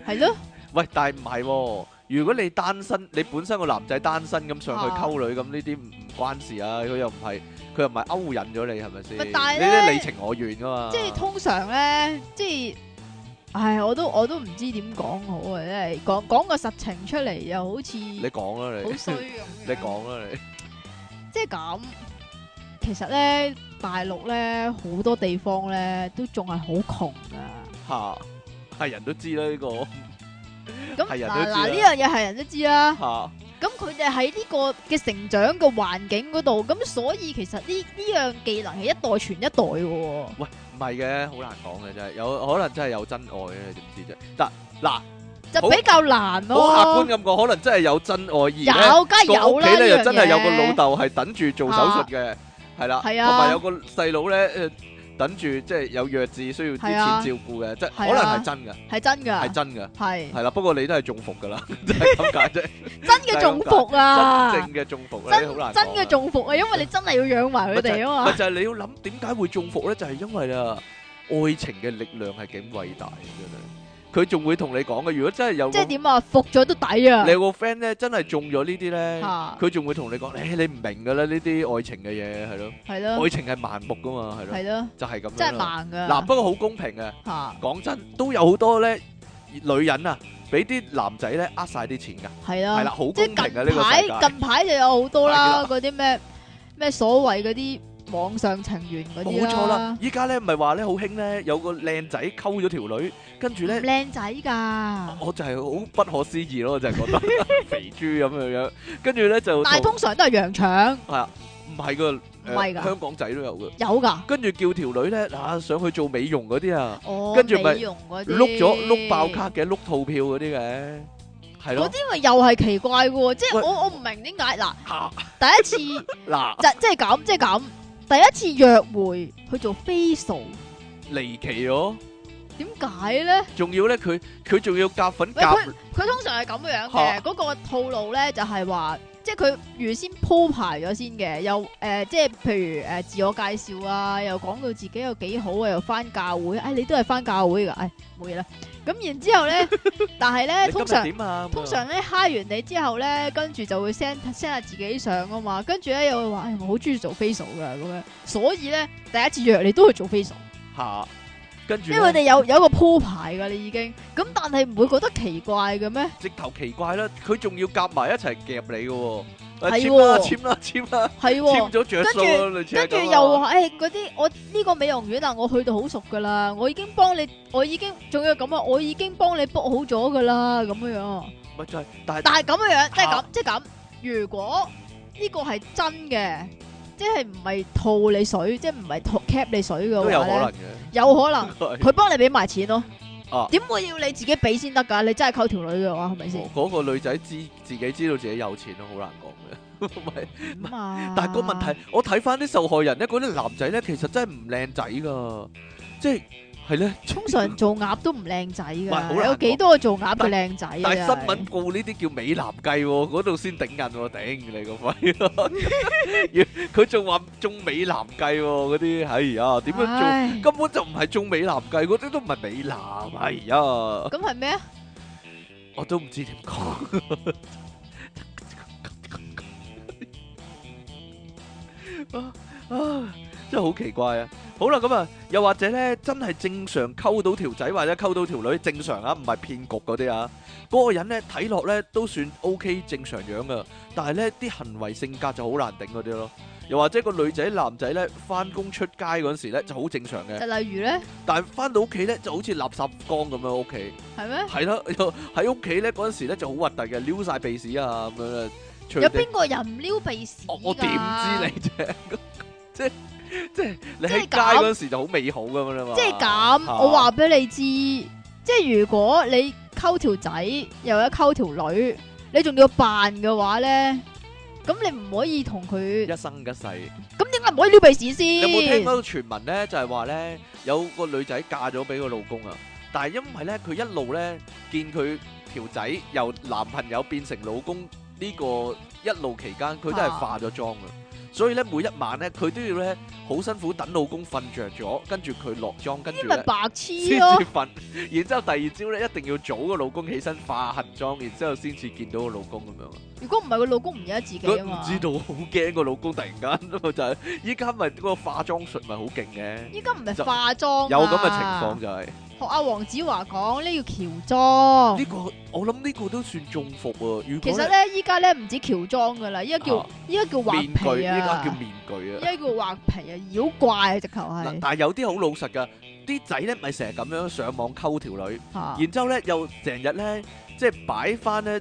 Speaker 2: 係咯，
Speaker 1: 喂，但係唔係喎？如果你單身，你本身個男仔單身咁上去
Speaker 2: 啊
Speaker 1: 溝女咁，呢啲唔唔關事啊。佢又唔係佢又唔係勾引咗你係咪先？
Speaker 2: 咪但係
Speaker 1: 呢啲
Speaker 2: 呢
Speaker 1: 你情我願噶嘛。
Speaker 2: 即係通常咧，即係，唉，我都我都唔知點講好啊！真係講講個實情出嚟，又好似
Speaker 1: 你講啦，你
Speaker 2: 好 衰咁。
Speaker 1: 你，講啦，你
Speaker 2: 即係咁，其實咧，大陸咧好多地方咧都仲係好窮啊噶。
Speaker 1: 嚇係人都知啦呢個
Speaker 2: 咁
Speaker 1: 係人
Speaker 2: 嗱
Speaker 1: 都知啦啊
Speaker 2: 嗱呢樣嘢係人都知啦。
Speaker 1: 嚇
Speaker 2: 咁佢哋喺呢個嘅成長嘅環境嗰度，咁所以其實呢呢樣技能係一代傳一代嘅喎。
Speaker 1: 唔係嘅，好難講嘅真係，有可能真係有真愛嘅，你點知啫？嗱嗱，好
Speaker 2: 就比較難咯。
Speaker 1: 好客觀咁講，可能真係有真愛而咧。
Speaker 2: 有，梗係
Speaker 1: 個
Speaker 2: 有
Speaker 1: 屋
Speaker 2: 啦。
Speaker 1: 企咧
Speaker 2: 呢
Speaker 1: 就
Speaker 2: 樣
Speaker 1: 真係有個
Speaker 2: 嘢
Speaker 1: 老豆係等住做手術嘅，係啦，
Speaker 2: 係啊
Speaker 1: 同埋有個細佬咧誒等住即係有弱智需要啲
Speaker 2: 係啊
Speaker 1: 錢照顧嘅，即係可
Speaker 2: 係
Speaker 1: 能
Speaker 2: 啊
Speaker 1: 係真嘅，
Speaker 2: 係真
Speaker 1: 係
Speaker 2: 㗎，
Speaker 1: 真嘅，
Speaker 2: 係
Speaker 1: 係啦。不過你都係中伏㗎啦， 就係咁解啫。
Speaker 2: 真嘅中伏 啊！
Speaker 1: 真正嘅中伏咧，
Speaker 2: 真
Speaker 1: 好難講啊
Speaker 2: 真嘅中伏啊，因為你真係要養埋佢哋啊
Speaker 1: 咪
Speaker 2: 嘛。
Speaker 1: 就係你要諗點解會中伏咧？就係因為啊，愛情嘅力量係幾偉大嘅真係。佢仲會同你講嘅，如果真係有
Speaker 2: 即
Speaker 1: 個
Speaker 2: 係點啊？服咗都抵啊
Speaker 1: 你！有個 friend 咧，真係中咗呢啲咧，
Speaker 2: 嚇
Speaker 1: 佢仲會同你講：，誒你唔明㗎啦，呢啲愛情嘅嘢係咯。
Speaker 2: 係咯
Speaker 1: 愛，情係盲目噶嘛，係咯，
Speaker 2: 係咯，
Speaker 1: 就係咁樣
Speaker 2: 真係
Speaker 1: 啦。
Speaker 2: 盲
Speaker 1: 嗱，
Speaker 2: 噶
Speaker 1: 不過好公平嘅，
Speaker 2: 嚇。
Speaker 1: 講真，都有好多咧女人啊，俾啲男仔咧呃晒啲錢㗎，
Speaker 2: 係
Speaker 1: 係
Speaker 2: 啦
Speaker 1: 啦，，好公
Speaker 2: 即
Speaker 1: 平
Speaker 2: 係
Speaker 1: 嘅呢
Speaker 2: 近
Speaker 1: 個
Speaker 2: 排
Speaker 1: 世界，
Speaker 2: 近排就有好多啦，
Speaker 1: 係
Speaker 2: 嗰啲咩咩所謂嗰啲網上情緣嗰啲
Speaker 1: 冇錯啦
Speaker 2: 啦。，
Speaker 1: 依家咧咪話咧好興咧，有個靚仔溝咗條女，跟住咧
Speaker 2: 唔。靚仔㗎，
Speaker 1: 我就係好不可思議咯，我就係 覺得肥豬咁樣樣，跟住咧就
Speaker 2: 但係
Speaker 1: 同
Speaker 2: 通常都係洋腸，
Speaker 1: 係啊，唔係噶，
Speaker 2: 唔係㗎
Speaker 1: 誒香港仔都有嘅。
Speaker 2: 有㗎。
Speaker 1: 跟住叫條女咧啊上去做美容嗰啲啊，
Speaker 2: 哦，
Speaker 1: 跟住咪
Speaker 2: 美容嗰啲
Speaker 1: 碌咗碌爆卡，嘅，碌套票嗰啲嘅，係
Speaker 2: 嗰
Speaker 1: 咯
Speaker 2: 啲咪又係奇怪嘅喎，即係
Speaker 1: 喂
Speaker 2: 我我唔明點解嗱，
Speaker 1: 嚇
Speaker 2: 第一次就
Speaker 1: 嗱
Speaker 2: 即係咁，即係咁，第一次約會去做 facial，
Speaker 1: 離奇咗，
Speaker 2: 點解咧？
Speaker 1: 仲要咧佢佢仲要夾粉
Speaker 2: 喂
Speaker 1: 夾
Speaker 2: 佢通常係咁樣
Speaker 1: 嚇
Speaker 2: 嘅，嗰個套路咧就係話，即係佢預先鋪排咗先嘅，又誒、呃即係譬如誒、呃自我介紹啊，又講到自己有幾好啊，又翻教會，哎，你都係翻教會㗎，哎，冇嘢啦。咁然之後咧， 但係咧
Speaker 1: 你
Speaker 2: 通
Speaker 1: 今日
Speaker 2: 常。
Speaker 1: 點啊？
Speaker 2: 通常咧嗨完你之後咧，跟住就會 send send 下自己相啊嘛，跟住咧又會話，哎，我好中意做 facial 噶咁樣，所以咧第一次約你都去做 facial，
Speaker 1: 嚇，跟住
Speaker 2: 因為
Speaker 1: 呢
Speaker 2: 你有有一個鋪排噶，你已經，咁但係唔會覺得奇怪嘅咩？
Speaker 1: 直頭奇怪啦，佢仲要夾埋一齊夾你嘅喎，啊
Speaker 2: 係
Speaker 1: 簽啦
Speaker 2: 喎
Speaker 1: 簽啦簽啦，
Speaker 2: 係
Speaker 1: 簽
Speaker 2: 喎，
Speaker 1: 咗着數啊，類似係
Speaker 2: 跟住
Speaker 1: 咁啊
Speaker 2: 又話，哎，嗰啲我呢個美容院啊，我去到好熟噶啦，我已經幫你，我已經仲要咁啊，我已經幫你 book 好咗噶啦，咁樣樣。
Speaker 1: 咪就係，但係
Speaker 2: 但係咁樣樣，即係
Speaker 1: 嚇
Speaker 2: 咁，即係咁。如果呢個係真嘅，即係唔係套你水，即係唔係套 cap 你水嘅
Speaker 1: 都有
Speaker 2: 話
Speaker 1: 可
Speaker 2: 咧
Speaker 1: 能，
Speaker 2: 有可 能
Speaker 1: 嘅。
Speaker 2: 佢幫你俾埋錢咯
Speaker 1: 啊。
Speaker 2: 點會要你自己俾先得㗎？你真係溝條女嘅話，係咪先？
Speaker 1: 嗰個女仔知自己知道自己有錢咯，好難講嘅。唔 係
Speaker 2: 咁啊，
Speaker 1: 但係個問題，我睇翻啲受害人咧，嗰啲男仔咧，其實真係唔靚仔噶，即係係咧。
Speaker 2: 通常做鴨都唔靚仔
Speaker 1: 唔係好難
Speaker 2: 㗎，
Speaker 1: 講
Speaker 2: 有幾多個做鴨嘅靚仔啊？
Speaker 1: 但係
Speaker 2: 真
Speaker 1: 新
Speaker 2: 係
Speaker 1: 聞報呢啲叫美男計喎，嗰度先頂硬喎，頂你個肺咯！佢仲話中美男計喎，嗰啲哎呀點樣做？
Speaker 2: 唉
Speaker 1: 根本就唔係中美男計，嗰啲都唔係美男，哎呀！
Speaker 2: 咁 係咩啊？
Speaker 1: 我都唔知點 講。啊啊，真係好奇怪啊！好啦，咁啊，又或者咧，真係正常溝到條仔或者溝到條女，正常啊，唔係騙局嗰啲啊。嗰、個人咧睇落咧都算 OK 正常樣噶，但係咧啲行為性格就好難頂嗰啲咯。又或者個女仔男仔咧翻工出街嗰陣時咧就好正常嘅，
Speaker 2: 就例如咧，
Speaker 1: 但係翻到屋企咧就好似垃圾缸咁樣屋企。
Speaker 2: 係咩？
Speaker 1: 係咯， 喺屋企咧嗰陣時咧就好核突嘅，撩晒鼻屎啊咁樣啊，除
Speaker 2: 有
Speaker 1: 地
Speaker 2: 邊個人唔撩鼻屎㗎
Speaker 1: 我我點知你啫？ 即係即係你喺
Speaker 2: 即係
Speaker 1: 街
Speaker 2: 咁
Speaker 1: 嗰陣時就好美好咁樣啊啦嘛。
Speaker 2: 即係咁，
Speaker 1: 嚇
Speaker 2: 我話俾你知，即係如果你溝條仔又或者溝條女，你仲要扮嘅話咧，咁你唔可以同佢，
Speaker 1: 一生一世。
Speaker 2: 咁點解唔可以撩鼻屎
Speaker 1: 你有冇聽
Speaker 2: 先？
Speaker 1: 過傳聞咧？就係話咧有個女仔嫁咗俾個老公啊，但係因為咧佢一路咧見佢條仔由男朋友變成老公呢個一路期間，佢都係
Speaker 2: 啊
Speaker 1: 化咗妝嘅，所以咧每一晚咧佢都要咧好辛苦等老公瞓着咗，跟住佢落妝，跟
Speaker 2: 呢
Speaker 1: 住
Speaker 2: 咪
Speaker 1: 咧。
Speaker 2: 白
Speaker 1: 先
Speaker 2: 痴咯
Speaker 1: 至！瞓，然之後第二朝咧一定要早個老公起身化痕妝，然之後先至見到個老公咁樣。
Speaker 2: 如果唔係，佢老公唔認得自己
Speaker 1: 佢
Speaker 2: 啊
Speaker 1: 唔
Speaker 2: 嘛。
Speaker 1: 知道，好驚個老公突然間 就係依家咪嗰個化妝術咪好勁嘅，
Speaker 2: 依家唔係化妝，啊
Speaker 1: 有咁嘅情況。就係、
Speaker 2: 學阿黃子華講呢叫喬裝
Speaker 1: 呢、。個，我諗呢個都算中伏喎。如
Speaker 2: 哦其
Speaker 1: 果
Speaker 2: 實
Speaker 1: 呢
Speaker 2: 咧，依家咧唔止喬裝噶啦，依家叫
Speaker 1: 啊
Speaker 2: 依家叫畫
Speaker 1: 面具，
Speaker 2: 皮
Speaker 1: 依家
Speaker 2: 啊
Speaker 1: 叫，面具
Speaker 2: 依
Speaker 1: 啊。
Speaker 2: 家叫畫皮啊，妖怪啊，直頭
Speaker 1: 嗱
Speaker 2: 係
Speaker 1: 但係有啲好老實㗎，啲仔咧咪成日咁樣上網溝條女。
Speaker 2: 嚇
Speaker 1: 然之後咧又成日咧即係擺翻咧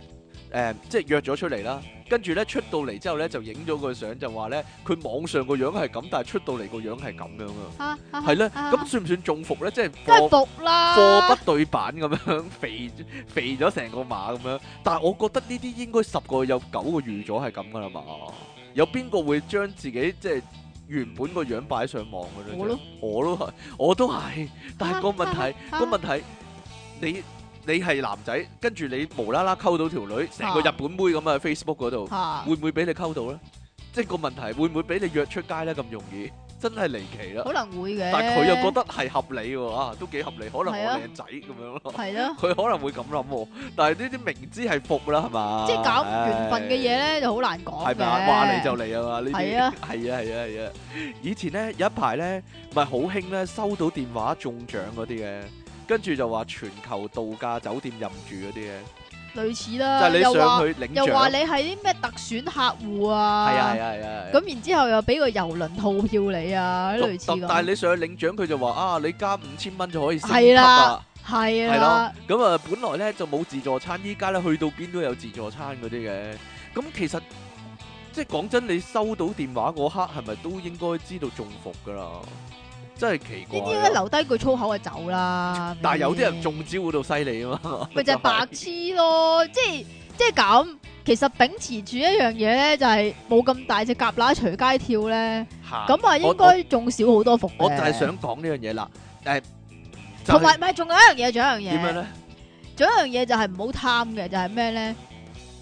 Speaker 1: 誒，即係約咗出嚟啦。跟住咧出到嚟之後咧就影咗個相，就話咧佢網上個樣係咁，但係出到嚟個樣係咁樣啊。
Speaker 2: 哈哈哈
Speaker 1: 係咧，
Speaker 2: 啊
Speaker 1: 咁算唔算中伏咧？即係
Speaker 2: 梗
Speaker 1: 貨
Speaker 2: 係服啦，
Speaker 1: 貨不對版咁樣，肥肥 咗成個馬咁樣。但係我覺得呢啲應該十個有九個預咗係咁噶啦嘛。有邊個會將自己即係原本個樣擺上網嘅咧？
Speaker 2: 我咯，
Speaker 1: 我都係，我都係。但係個問題。
Speaker 2: 啊
Speaker 1: 個問題，你你係男仔，跟住你無啦啦溝到條女，成個
Speaker 2: 啊
Speaker 1: 日本妹咁啊，Facebook 嗰度，
Speaker 2: 嚇
Speaker 1: 會唔會俾你溝到咧？即係個問題，會唔會俾你約出街咧咁容易？真係離奇啦！
Speaker 2: 可能會嘅，
Speaker 1: 但係佢又覺得係合理喎，啊，都幾合理，可能
Speaker 2: 係啊
Speaker 1: 我靚仔咁樣咯。
Speaker 2: 係咯，
Speaker 1: 佢可能會咁諗喎，但係呢啲明知係服啦，係嘛？
Speaker 2: 即係搞緣分嘅嘢咧就好難講嘅，
Speaker 1: 係咪啊？話嚟就嚟啊嘛！呢啲
Speaker 2: 係啊
Speaker 1: 係啊係啊係啊！以前咧有一排咧，咪好興咧收到電話中獎嗰啲嘅，跟住就話全球度假酒店任住嗰啲咧，
Speaker 2: 類似
Speaker 1: 就
Speaker 2: 啦，
Speaker 1: 係你
Speaker 2: 又
Speaker 1: 上
Speaker 2: 話
Speaker 1: 去領
Speaker 2: 又話
Speaker 1: 獎，
Speaker 2: 你係啲咩特選客户
Speaker 1: 係
Speaker 2: 啊，
Speaker 1: 啊係啊係啊，
Speaker 2: 咁然之後又俾個郵輪套票你啊，
Speaker 1: 咁
Speaker 2: 類似
Speaker 1: 但但係
Speaker 2: 咁，
Speaker 1: 你上去領獎，佢就話啊，你加五千蚊就可以升級
Speaker 2: 係
Speaker 1: 啦
Speaker 2: 啦。係
Speaker 1: 係
Speaker 2: 啦
Speaker 1: 咯，，咁啊，本來咧就冇自助餐，依家咧去到邊都有自助餐嗰啲嘅。咁其實即係講真，你收到電話嗰刻，係咪都應該知道中伏噶啦？真係奇怪
Speaker 2: 呢
Speaker 1: 啊。
Speaker 2: 啲咧留低句粗口就走啦。
Speaker 1: 但係有啲人
Speaker 2: 咪
Speaker 1: 中招嗰度犀利啊嘛，
Speaker 2: 咪就係白痴咯，即係即係咁。其實秉持住一樣嘢咧，就係冇咁大隻蛤乸隨街跳咧，
Speaker 1: 嚇
Speaker 2: 咁啊
Speaker 1: 我
Speaker 2: 應該中少好多伏嘅
Speaker 1: 我就係想講呢樣嘢啦。誒，就係
Speaker 2: 同埋唔係仲有一樣嘢，仲有一樣
Speaker 1: 點樣
Speaker 2: 嘢，
Speaker 1: 咧？
Speaker 2: 仲有一樣嘢就係唔好貪嘅，就係咩咧？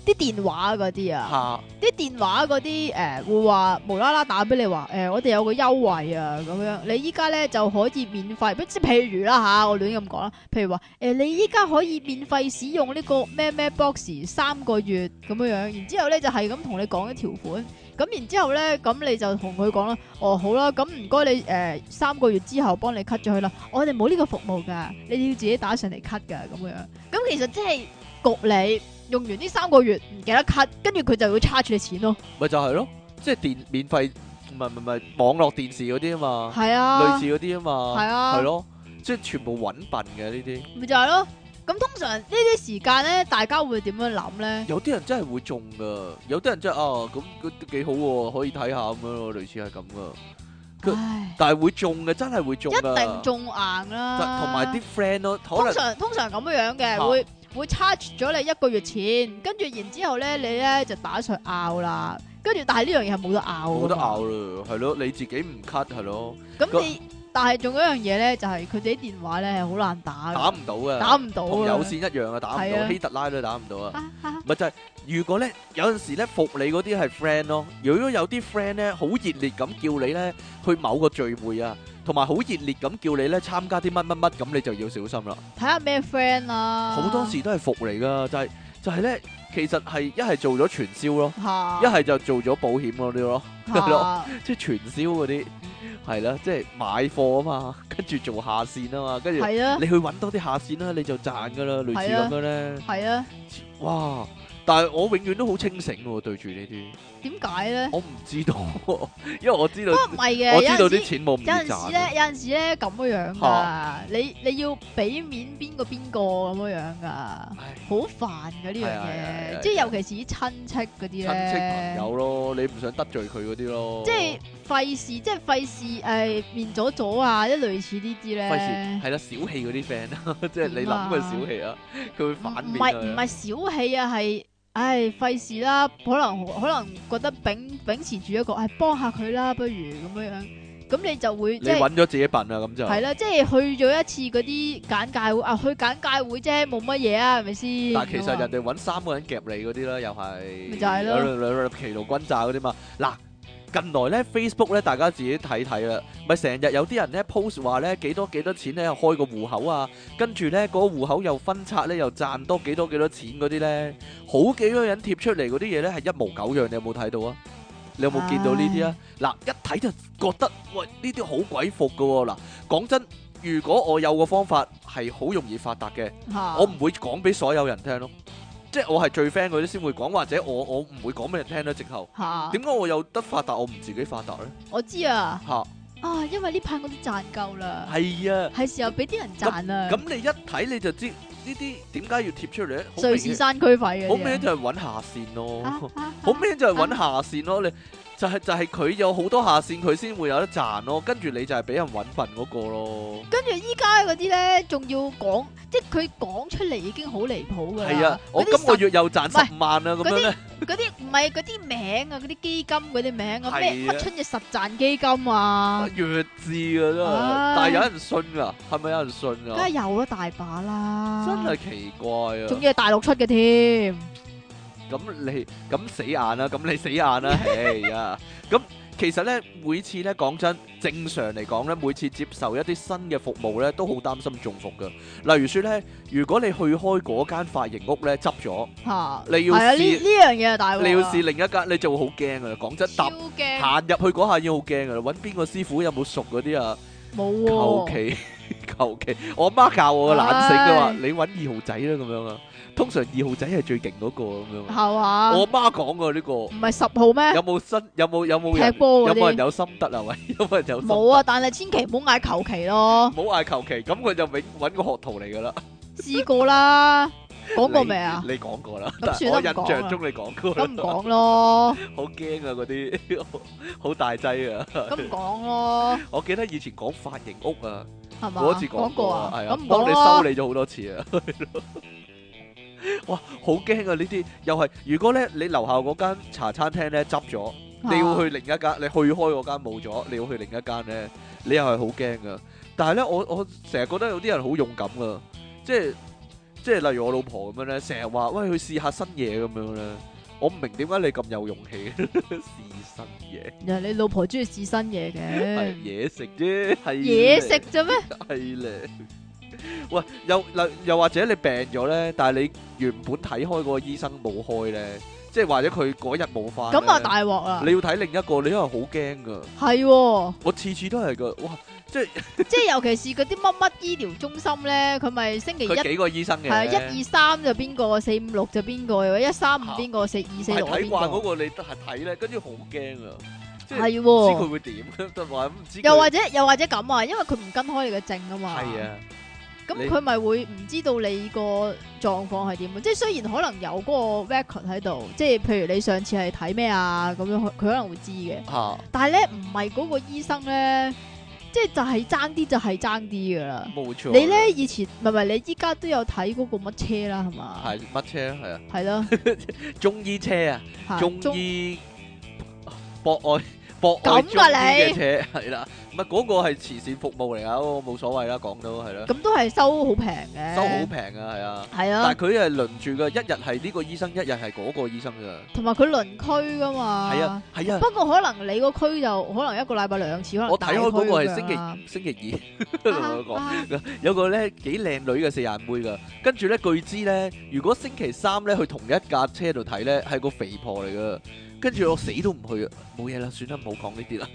Speaker 2: 啲電話嗰啲啊，
Speaker 1: 嚇
Speaker 2: 啲電話嗰啲誒會話無啦啦打俾你話誒、呃我哋有個優惠啊咁樣，你依家咧就可以免費，即係譬如啦吓，我亂咁講啦，譬如話誒、呃你依家可以免費使用呢個咩咩 box 三個月咁樣樣，然之後咧就係咁同你講一條款，咁然之後咧咁你就同佢講啦，哦好啦，咁唔該你誒、呃三個月之後幫你 cut 咗佢啦，我哋冇呢個服務㗎，你要自己打上嚟 cut 㗎咁樣，咁其實即係焗你。用完呢三個月唔記得 cut，跟住佢就會 charge 你錢咯。
Speaker 1: 咪就係咯，即係電免費，唔係唔係唔係網絡電視嗰啲啊嘛，
Speaker 2: 係啊，
Speaker 1: 類似嗰啲啊嘛，
Speaker 2: 係啊
Speaker 1: 係，咯，即係全部揾笨嘅呢啲。
Speaker 2: 咪就係咯。咁通常呢啲時間咧，大家會點樣諗咧？
Speaker 1: 有啲人真係會中噶，有啲人真係啊咁佢都幾好喎，可以睇下咁樣咯，類似係咁噶。佢
Speaker 2: 唉，
Speaker 1: 但係會中嘅，真係會中
Speaker 2: 一
Speaker 1: 㗎
Speaker 2: 定中硬啦。
Speaker 1: 但同埋啲 friend 咯，可
Speaker 2: 通
Speaker 1: 能啊
Speaker 2: 常通常咁樣樣
Speaker 1: 嚇
Speaker 2: 嘅，會會 charge 咗你一個月錢，跟住然之後咧，你咧就打上拗啦。跟住但係呢樣嘢係冇得拗，
Speaker 1: 冇得拗。啦，係咯，你自己唔 cut 係咯，個
Speaker 2: 咁你但係仲有一樣嘢咧，就係佢哋啲電話咧係好難打
Speaker 1: 打
Speaker 2: 嘅，
Speaker 1: 唔到嘅，
Speaker 2: 打唔到
Speaker 1: 同
Speaker 2: 嘅
Speaker 1: 有線一樣啊，打唔
Speaker 2: 係
Speaker 1: 到，
Speaker 2: 啊
Speaker 1: 希特拉都打唔到啊。
Speaker 2: 啊啊
Speaker 1: 咪就係如果咧有陣時咧服你嗰啲係 friend 咯，如果有啲 friend 咧好熱烈咁叫你咧去某個聚會啊，同埋好熱烈咁叫你咧參加啲乜乜乜，咁你就要小心啦。
Speaker 2: 睇下咩 friend 啊。
Speaker 1: 好多時都係服嚟噶，就係、就係、咧，其實係一係做咗傳銷咯，
Speaker 2: 嚇
Speaker 1: 一係就做咗保險嗰啲咯， 係咯
Speaker 2: 嚇
Speaker 1: 即係傳銷嗰啲係啦，即係買貨啊嘛， 跟住做下線啊嘛，跟住
Speaker 2: 係啊
Speaker 1: 你去揾多啲下線啦，你就賺噶啦，類似
Speaker 2: 係啊
Speaker 1: 咁樣咧，
Speaker 2: 係啊，
Speaker 1: 哇！但係我永遠都好清醒喎，對住呢啲，
Speaker 2: 點解咧？
Speaker 1: 我唔知道， 因為我知道
Speaker 2: 不過唔係嘅，
Speaker 1: 我
Speaker 2: 有
Speaker 1: 知道
Speaker 2: 陣時
Speaker 1: 啲錢冇咁
Speaker 2: 有
Speaker 1: 易
Speaker 2: 陣時
Speaker 1: 賺，啊
Speaker 2: 咧，有陣時咧咁樣樣噶
Speaker 1: 嚇，
Speaker 2: 你你要俾面邊個邊個咁樣樣噶，
Speaker 1: 唉
Speaker 2: 好煩噶呢樣
Speaker 1: 係啊係啊係啊
Speaker 2: 嘢，即係尤其是啲親戚嗰啲咧，
Speaker 1: 親戚朋友咯，你唔想得罪佢嗰啲咯，
Speaker 2: 即係費事，即係費事誒面咗咗啊，即係類似呢啲
Speaker 1: 費事
Speaker 2: 咧，
Speaker 1: 係啦，小氣嗰啲 friend 啦， 即係你諗佢小氣啊，佢會
Speaker 2: 唔
Speaker 1: 反
Speaker 2: 唔
Speaker 1: 面
Speaker 2: 係唔
Speaker 1: 啊。
Speaker 2: 係小氣啊，係。唉，費事啦，可能可能覺得秉秉持住一個，唉，幫下佢啦，不如咁樣樣，咁你就會
Speaker 1: 你
Speaker 2: 即係
Speaker 1: 揾咗自己笨啊，咁就
Speaker 2: 系啦，即係去咗一次嗰啲簡介會啊，去簡介會啫，冇乜嘢啊，係咪先？
Speaker 1: 但係其實人
Speaker 2: 哋
Speaker 1: 哋揾三個人夾你嗰啲啦，又係
Speaker 2: 咪就係咯
Speaker 1: 兩兩兩騎勞轟炸嗰啲嘛。嗱，近來咧 Facebook 咧，大家自己睇睇啦，咪成日有啲人咧 post 話咧幾多幾多錢咧開個户口啊，跟住咧嗰個户口又分拆咧又賺多幾多幾多錢嗰啲咧，好幾個人貼出嚟嗰啲嘢咧係一模九樣，你有冇睇到啊？你有冇見到呢啲啊？嗱，一睇就覺得喂呢啲好鬼服噶喎！嗱，講真，如果我有個方法係好容易發達嘅。
Speaker 2: 吓，
Speaker 1: 我唔會講俾所有人聽咯，即係我係最 friend 嗰啲先會講，或者我我唔會講俾人聽啦。直頭
Speaker 2: 吓，
Speaker 1: 點解我有得發達，我唔自己發達咧？
Speaker 2: 我知啊，
Speaker 1: 吓
Speaker 2: 啊，因為呢排我都賺夠啦，
Speaker 1: 係啊，
Speaker 2: 係時候俾啲人賺啦，
Speaker 1: 咁你一睇你就知呢啲點解要貼出嚟咧？好
Speaker 2: 瑞
Speaker 1: 明
Speaker 2: 士
Speaker 1: 顯，
Speaker 2: 山區費嘅，
Speaker 1: 好明顯就係揾下線咯，
Speaker 2: 啊啊
Speaker 1: 好明顯就係揾下線咯。你就係就係佢有好多下線，佢先會有得賺咯。跟住你就係俾人揾笨嗰個咯。
Speaker 2: 跟住依家嗰啲咧，仲要講，即係佢講出嚟已經好離譜噶啦。
Speaker 1: 係啊，我
Speaker 2: 嗰啲
Speaker 1: 今個
Speaker 2: 十
Speaker 1: 月又賺
Speaker 2: 唔係
Speaker 1: 十萬啊啦，咁樣咧，
Speaker 2: 嗰啲唔係嗰啲名啊，嗰啲基金嗰啲名啊，咩
Speaker 1: 係啊哎
Speaker 2: 乜春嘅實賺基金 啊，
Speaker 1: 弱智啊真係。
Speaker 2: 唉
Speaker 1: 但係有人信啊，係咪有人信
Speaker 2: 梗
Speaker 1: 啊
Speaker 2: 係？有啦，大把啦，
Speaker 1: 真係奇怪啊！
Speaker 2: 仲要係大陸出嘅添。
Speaker 1: 咁你咁死眼啦，咁你死眼 啦，唉呀！咁其實呢，每次呢講真，正常嚟講呢，每次接受一啲新嘅服務呢，都好擔心中伏噶。例如說呢，如果你去開嗰間髮型屋呢，執咗，
Speaker 2: 吓，
Speaker 1: 你要
Speaker 2: 係啊，呢
Speaker 1: 試
Speaker 2: 呢樣嘢啊，大鑊啊
Speaker 1: 你要試另一間，你就會好驚噶啦。講真，
Speaker 2: 超
Speaker 1: 搭
Speaker 2: 驚，
Speaker 1: 行入去嗰下已經好驚噶啦。揾邊個師傅有冇熟嗰啲啊？
Speaker 2: 冇
Speaker 1: 求
Speaker 2: 喎，
Speaker 1: 其 求其，我媽教我嘅懶醒嘅話，
Speaker 2: 唉
Speaker 1: 你揾二號仔啦咁樣啊。通常二號仔係最勁嗰個咁樣啊。
Speaker 2: 係嘛？
Speaker 1: 我媽講過呢個，
Speaker 2: 唔係十號咩？
Speaker 1: 有冇新有冇有冇人
Speaker 2: 踢波
Speaker 1: 有
Speaker 2: 嗰啲
Speaker 1: 冇人有心得啊？喂， 有冇人有心得
Speaker 2: 冇啊，但係千祈唔好嗌求其咯，
Speaker 1: 唔好嗌求其，咁佢就永揾個學徒嚟噶啦。
Speaker 2: 試 過啦，講過未啊？
Speaker 1: 你你講過啦，
Speaker 2: 咁
Speaker 1: 但係
Speaker 2: 算
Speaker 1: 我
Speaker 2: 啦
Speaker 1: 印
Speaker 2: 唔講
Speaker 1: 象
Speaker 2: 啦
Speaker 1: 中你講過
Speaker 2: 咁
Speaker 1: 啦
Speaker 2: 唔，講 咯，
Speaker 1: 好驚啊嗰啲， 好大劑啊！
Speaker 2: 咁唔講咯，
Speaker 1: 我記得以前講髮型屋啊，
Speaker 2: 係嘛？
Speaker 1: 嗰次講
Speaker 2: 講過
Speaker 1: 啊，係
Speaker 2: 咁
Speaker 1: 啊
Speaker 2: 唔，
Speaker 1: 幫
Speaker 2: 講
Speaker 1: 你修
Speaker 2: 咯，
Speaker 1: 理咗好多次啊。 哇，好驚啊！呢啲又係，如果咧你樓下嗰間茶餐廳咧執咗。你要去另一間，你去開嗰間冇咗，你要去另一間咧，你又係好驚噶。但係咧，我我成日覺得有啲人好勇敢噶，即係即係例如我老婆咁樣咧，成日話喂去試下新嘢咁樣咧，我唔明點解你咁有勇氣 試新嘢，
Speaker 2: 人你老婆中意試新嘢
Speaker 1: 係
Speaker 2: 嘅，
Speaker 1: 嘢食啫，係
Speaker 2: 嘢
Speaker 1: 咧
Speaker 2: 食啫咩？
Speaker 1: 係咧。喂，又例又或者你病咗咧，但係你原本睇開嗰個醫生冇開咧，即係或者佢嗰日冇翻咧，
Speaker 2: 咁啊大鑊啦
Speaker 1: 你，要睇另一個，你因為好驚噶。
Speaker 2: 係喎。
Speaker 1: 我次次都係噶，哇！
Speaker 2: 即係尤其是嗰啲乜乜醫療中心咧，佢咪星期一
Speaker 1: 佢幾個醫生嘅，
Speaker 2: 係啊一二三就邊個，四五六就邊個，或者一三五邊個，四二四
Speaker 1: 係
Speaker 2: 六啊
Speaker 1: 睇慣
Speaker 2: 邊
Speaker 1: 嗰
Speaker 2: 個，
Speaker 1: 個你係睇咧，跟住好驚啊！即係
Speaker 2: 係
Speaker 1: 唔知佢
Speaker 2: 喎。
Speaker 1: 會點，都話唔知佢。
Speaker 2: 又或者又或者咁啊，因為佢唔跟開你嘅證啊嘛。
Speaker 1: 係。啊，
Speaker 2: 咁
Speaker 1: 你
Speaker 2: 佢咪會唔知道你個狀況係點啊？即係雖然可能有嗰個 record 喺度，即係譬如你上次係睇咩啊咁樣，佢佢可能會知嘅。
Speaker 1: 嚇
Speaker 2: 但係咧唔係嗰個醫生咧，即係就係爭啲就係爭啲噶 啦。
Speaker 1: 冇錯。
Speaker 2: 你咧以前唔係唔係你依家都有睇嗰個乜車啦係嘛？
Speaker 1: 係乜車啊？係啊，
Speaker 2: 系 咯，
Speaker 1: 中醫車啊，
Speaker 2: 嚇
Speaker 1: 中
Speaker 2: 中
Speaker 1: 醫博愛博愛
Speaker 2: 咁
Speaker 1: 中醫
Speaker 2: 㗎
Speaker 1: 嘅車係啦，唔係嗰個係慈善服務嚟啊，我冇所謂啦，講到係啦，
Speaker 2: 咁都係收好平嘅，
Speaker 1: 收好平啊，係啊，
Speaker 2: 好係
Speaker 1: 但係
Speaker 2: 啊，
Speaker 1: 佢係輪住嘅，一日係呢個醫生，一日係嗰個醫生㗎，
Speaker 2: 同埋佢鄰區噶嘛，
Speaker 1: 係啊，係啊。
Speaker 2: 不過可能你個區就可能一個禮拜兩次，可 能
Speaker 1: 我睇開嗰個係星
Speaker 2: 大區 咁樣啦
Speaker 1: 期星期二同我講，
Speaker 2: 啊啊
Speaker 1: 有個咧幾靚女嘅四眼妹噶，跟住咧據知咧，如果星期三咧去同一架車度睇咧，係個肥婆嚟噶，跟住我死都唔去啊，冇嘢啦，算啦，唔好講呢啲啦，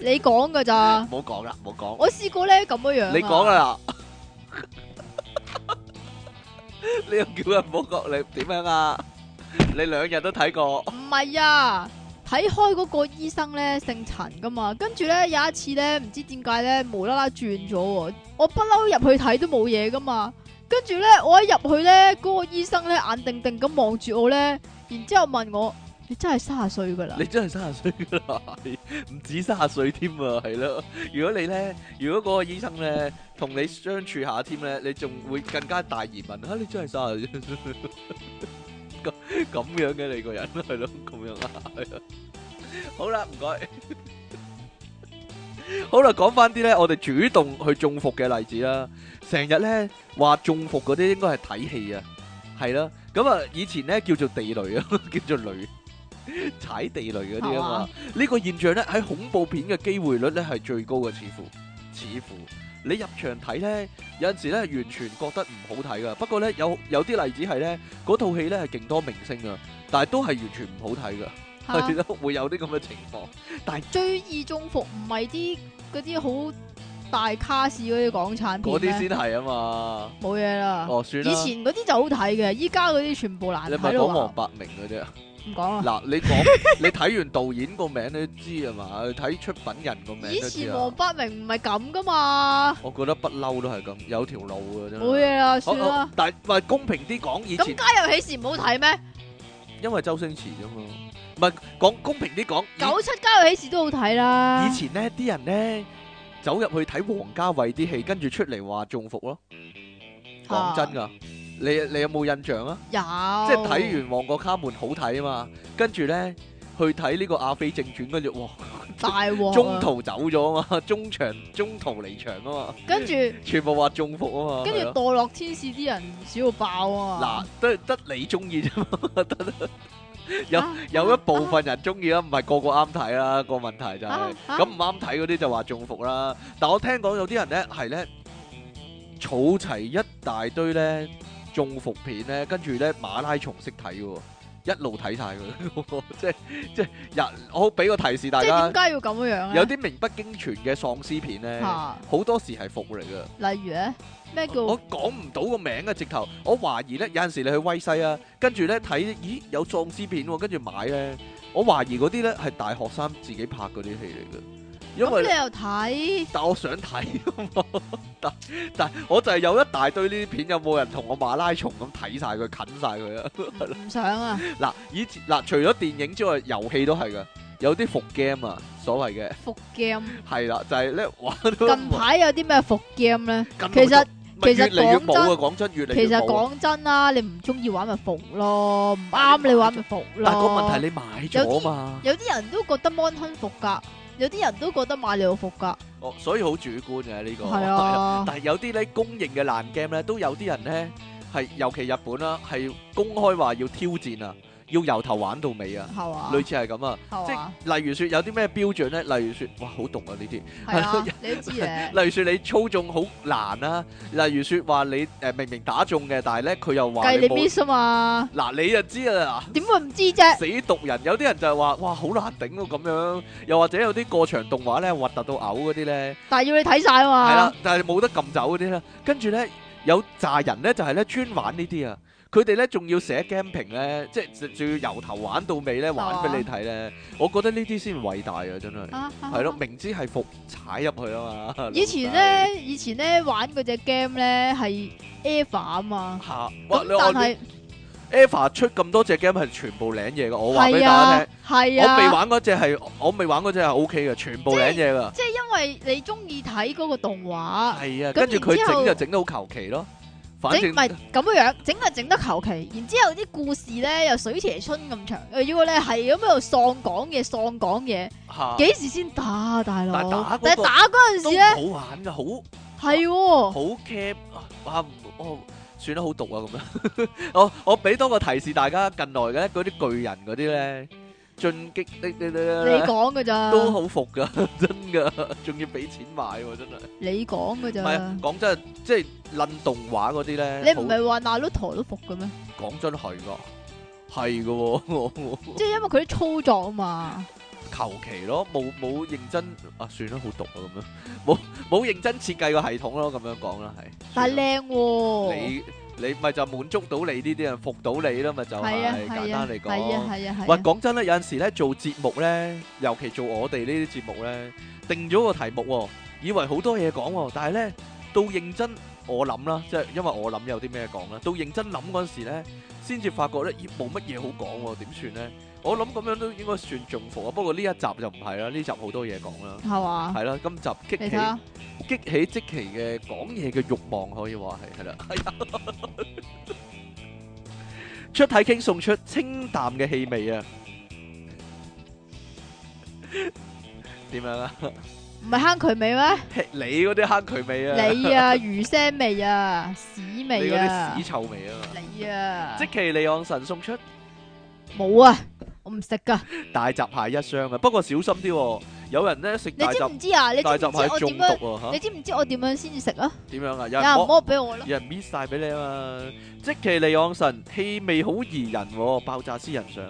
Speaker 2: 你講噶咋？
Speaker 1: 唔好講啦，唔好
Speaker 2: 我試過咧咁樣樣啊，
Speaker 1: 講，你講啦， 你又叫人唔好講，你點樣啊？你兩日都睇過，
Speaker 2: 唔係啊。睇開嗰個醫生咧姓陳噶嘛，跟住咧有一次咧唔知點解咧無啦啦轉咗喎，我不嬲入去睇都冇嘢噶嘛，跟住咧我一入去咧嗰、個醫生咧眼定定咁望住我咧，然之後問我你真係卅歲噶啦
Speaker 1: 你，真係三十歲噶啦，係唔止三十歲添啊，係咯。如果你咧，如果嗰個醫生咧同你相處下添咧，你仲會更加大疑問啊！你真係三十歲 咁咁樣嘅你個人係咯，咁樣啊，係啊。好啦，唔該。好啦，講翻啲咧，我哋主動去中伏嘅例子啦。成日咧話中伏嗰啲應該係睇戲啊，係啦。咁啊，以前咧叫做地雷啊， 叫做雷踩地雷嗰啲啊嘛。呢個現象咧喺恐怖片嘅機會率咧係最高嘅，似乎似乎你入場睇咧有陣時咧完全覺得唔好睇噶。不過咧有有啲例子係咧嗰套戲咧係勁多明星啊，但係都係完全唔好睇噶，
Speaker 2: 嚇
Speaker 1: 係啊咯、 會有啲咁嘅情況。
Speaker 2: 最易中伏唔係啲嗰啲好大卡士嗰啲港產
Speaker 1: 嗰啲
Speaker 2: 片咩
Speaker 1: 先係啊嘛。
Speaker 2: 冇嘢啦。
Speaker 1: 哦，算
Speaker 2: 以
Speaker 1: 啦。
Speaker 2: 前嗰啲就好睇嘅，依家嗰啲全部難
Speaker 1: 你咪
Speaker 2: 睇
Speaker 1: 講
Speaker 2: 到
Speaker 1: 黃
Speaker 2: 話
Speaker 1: 百鳴嗰啲 啊？
Speaker 2: 唔講啦。
Speaker 1: 嗱，你講你睇完導演個名你都知啊嘛，你睇出品人個名
Speaker 2: 以
Speaker 1: 都知
Speaker 2: 前
Speaker 1: 啊
Speaker 2: 黃。百鳴唔係咁噶嘛，
Speaker 1: 我覺得不嬲都係咁，有條路嘅真係。
Speaker 2: 冇嘢啦，
Speaker 1: 好
Speaker 2: 算啦。。
Speaker 1: 好但係公平啲講，以
Speaker 2: 咁
Speaker 1: 前
Speaker 2: 家有喜事唔好睇咩？
Speaker 1: 因為周星馳啫嘛，唔係講公平啲講，以
Speaker 2: 九七家有喜事都好睇啦
Speaker 1: 以。前呢啲人呢，走入去睇王家衞啲戲，跟住出嚟話中伏咯。講真㗎，你你有冇印象啊？
Speaker 2: 有
Speaker 1: 即係睇完《旺角卡門》好睇啊嘛，跟住呢，去睇呢個《阿飛正傳》，跟住哇，
Speaker 2: 大鑊，啊
Speaker 1: 中，途走咗啊嘛， 中場中途離場啊嘛，
Speaker 2: 跟住
Speaker 1: 全部話中伏啊嘛，
Speaker 2: 跟
Speaker 1: 係
Speaker 2: 住
Speaker 1: 咯
Speaker 2: 墮落天使啲人少到爆啊
Speaker 1: 嗱，得得你中意啫 嘛，得得有
Speaker 2: 嘛，
Speaker 1: 有一部分人中意啦，唔係個個啱睇啦。個問題就係
Speaker 2: 啊啊
Speaker 1: 咁唔啱睇嗰啲就話中伏啦。但我聽講有啲人咧係咧，儲齊一大堆咧中伏片咧，跟住咧馬拉松式睇嘅喎， 一路睇晒佢，即係即係人，我俾個提示大
Speaker 2: 即係點
Speaker 1: 家，
Speaker 2: 解要咁樣樣
Speaker 1: 有
Speaker 2: 咧？
Speaker 1: 啲名不經傳嘅喪屍片咧，
Speaker 2: 嚇，
Speaker 1: 好多時係伏嚟噶。
Speaker 2: 例如咧咩叫
Speaker 1: 我講唔到個名啊，直頭我懷疑咧，有陣時你去威西啊，跟住咧睇，咦有喪屍片喎、跟住買咧，我懷疑嗰啲咧係大學生自己拍嗰啲戲嚟嘅，因
Speaker 2: 咁
Speaker 1: 為
Speaker 2: 你 又睇
Speaker 1: 但我想睇啊嘛，但但我就係有一大堆呢啲片，有冇人同我馬拉松咁睇晒佢，啃晒 佢啊？
Speaker 2: 唔想啊？
Speaker 1: 嗱，以前嗱除咗電影之外，遊戲都係噶，有啲伏 game 啊，所謂嘅
Speaker 2: 伏 game
Speaker 1: 係啦，就係咧玩到
Speaker 2: 近排有啲咩伏 game 咧？
Speaker 1: 近
Speaker 2: 其實
Speaker 1: 咪
Speaker 2: 其實
Speaker 1: 越嚟越
Speaker 2: 講
Speaker 1: 冇啊，講真越嚟
Speaker 2: 其
Speaker 1: 越
Speaker 2: 實
Speaker 1: 冇啊。
Speaker 2: 講真啦，你唔中意玩咪伏咯，唔
Speaker 1: 但係
Speaker 2: 啱
Speaker 1: 你
Speaker 2: 你玩咪伏咯。
Speaker 1: 但個問題你買咗嘛，
Speaker 2: 有啲人都覺得 Mon 亨服㗎，有啲人都覺得馬里奧服㗎，
Speaker 1: 哦，所以好主觀嘅呢個。
Speaker 2: 係，啊，
Speaker 1: 但係有啲咧公認嘅爛 game 咧，都有啲人咧係，尤其日本啦，係公開話要挑戰啊，要由頭玩到尾啊，
Speaker 2: 係嘛，
Speaker 1: 類似係咁啊。
Speaker 2: 係嘛，
Speaker 1: 即係例如說有啲咩標準咧？例如說，哇，好凍啊呢啲。
Speaker 2: 係啊
Speaker 1: 係，
Speaker 2: 你都知咧，
Speaker 1: 例如說你操縱好難啦、例如說話你誒、呃明明打中嘅，但係咧佢又話
Speaker 2: 計
Speaker 1: 你
Speaker 2: 你
Speaker 1: 冇。
Speaker 2: miss 啊嘛，
Speaker 1: 嗱你就知 啦，
Speaker 2: 點會唔知啫？
Speaker 1: 死毒人有啲人就係話哇好難頂喎咁樣，又或者有啲過場動畫咧核突到嘔嗰啲咧，
Speaker 2: 但係要你睇晒啊
Speaker 1: 係啦、
Speaker 2: 嘛，
Speaker 1: 但係冇得撳走嗰啲啦。跟住咧有炸人咧就係咧專玩呢啲啊，佢哋咧仲要寫 game 評咧，即係仲要由頭玩到尾咧玩俾你睇咧，我覺得呢啲先偉大啊真係。
Speaker 2: 啊啊
Speaker 1: 係咯，明知係伏踩入去啊嘛。
Speaker 2: 以前
Speaker 1: 老細
Speaker 2: 咧，以前咧玩嗰只 game 咧係 EVA 啊嘛，
Speaker 1: 吓，哇！你
Speaker 2: 咁
Speaker 1: 我
Speaker 2: 但係
Speaker 1: Eva 出咁多隻 game 係全部領嘢噶，我話俾
Speaker 2: 係
Speaker 1: 大
Speaker 2: 啊
Speaker 1: 家聽，
Speaker 2: 係
Speaker 1: 我未
Speaker 2: 啊，
Speaker 1: 玩嗰只係我未玩嗰只係 O K 嘅，全部領嘢噶。
Speaker 2: 即係因為你中意睇嗰個動畫。
Speaker 1: 係啊，
Speaker 2: 咁
Speaker 1: 跟住佢
Speaker 2: 然之
Speaker 1: 整
Speaker 2: 後
Speaker 1: 就整得好求其咯，反
Speaker 2: 整
Speaker 1: 正
Speaker 2: 唔係咁樣樣，整啊整得求其，然之後啲故事咧又水蛇春咁長，哎又要咧係咁喺度喪講嘢，喪講嘢，
Speaker 1: 吓
Speaker 2: 幾時先打啊，大佬
Speaker 1: 但係打嗰個？
Speaker 2: 但係打嗰陣時
Speaker 1: 都
Speaker 2: 咧，
Speaker 1: 好玩噶，好
Speaker 2: 係喎
Speaker 1: 好 cap 啊哇！唔哦，算得好毒啊咁樣。 我我俾多個提示大家，近來嘅嗰啲巨人嗰啲咧，進擊呢呢呢
Speaker 2: 你講啊㗎咋，
Speaker 1: 都好服噶， 真噶，仲要俾錢買喎，真係。
Speaker 2: 你講㗎
Speaker 1: 唔係啊
Speaker 2: 咋，，
Speaker 1: 講真，即係撚動畫嗰啲咧，
Speaker 2: 你唔係話那魯陀都服嘅咩？
Speaker 1: 好講真係噶，係噶，
Speaker 2: 即係因為佢啲操作啊嘛，
Speaker 1: 求其咯，冇冇認真啊，算啦，好毒啊咁樣，冇冇認真設計個系統咯，咁樣講啦，係。
Speaker 2: 但
Speaker 1: 算啦
Speaker 2: 係靚喎，
Speaker 1: 你你咪就滿足到你呢啲人啊服到你啦，咪就
Speaker 2: 係啊
Speaker 1: 係簡
Speaker 2: 係啊
Speaker 1: 單嚟
Speaker 2: 係
Speaker 1: 講。
Speaker 2: 啊係啊
Speaker 1: 喂，
Speaker 2: 係啊，
Speaker 1: 講真咧，有陣時咧做節目咧，尤其做我哋呢啲節目咧，定咗個題目喎，以為好多嘢講喎，但係咧到認真我諗啦，即係因為我諗有啲咩講啦，到認真諗嗰陣時咧，先至發覺咧，咦冇乜嘢好講喎，點算咧？我諗咁樣都應該算中伏啊，不過呢一集就唔係啦，呢集好多嘢講啦，
Speaker 2: 係嘛？
Speaker 1: 係啦，今集激
Speaker 2: 你睇
Speaker 1: 起
Speaker 2: 下，
Speaker 1: 激起即期嘅講嘢嘅慾望，可以話係係啦。哎呀 出體傾送出清淡嘅氣味啊！ 點樣啊？
Speaker 2: 唔係坑渠味咩？
Speaker 1: 你嗰啲坑渠味啊，
Speaker 2: 你啊魚腥味啊，屎
Speaker 1: 你
Speaker 2: 味
Speaker 1: 嗰
Speaker 2: 啊
Speaker 1: 啲屎，臭味啊嘛！
Speaker 2: 你啊，
Speaker 1: 即期利昂神送出
Speaker 2: 冇啊，我唔食噶。
Speaker 1: 大閘蟹一箱啊，不過小心啲喎，有人咧食
Speaker 2: 你
Speaker 1: 大
Speaker 2: 知
Speaker 1: 閘
Speaker 2: 唔知啊？你知
Speaker 1: 大
Speaker 2: 唔知
Speaker 1: 閘蟹
Speaker 2: 我
Speaker 1: 中
Speaker 2: 點樣？
Speaker 1: 毒喎嚇？
Speaker 2: 你知唔知我點樣先至食啊？
Speaker 1: 點樣啊？有
Speaker 2: 有
Speaker 1: 人
Speaker 2: 人
Speaker 1: 剝
Speaker 2: 剝俾我咯，
Speaker 1: 有人搣晒俾你啊嘛！即其利昂神氣味好宜人、喎，爆炸私人相。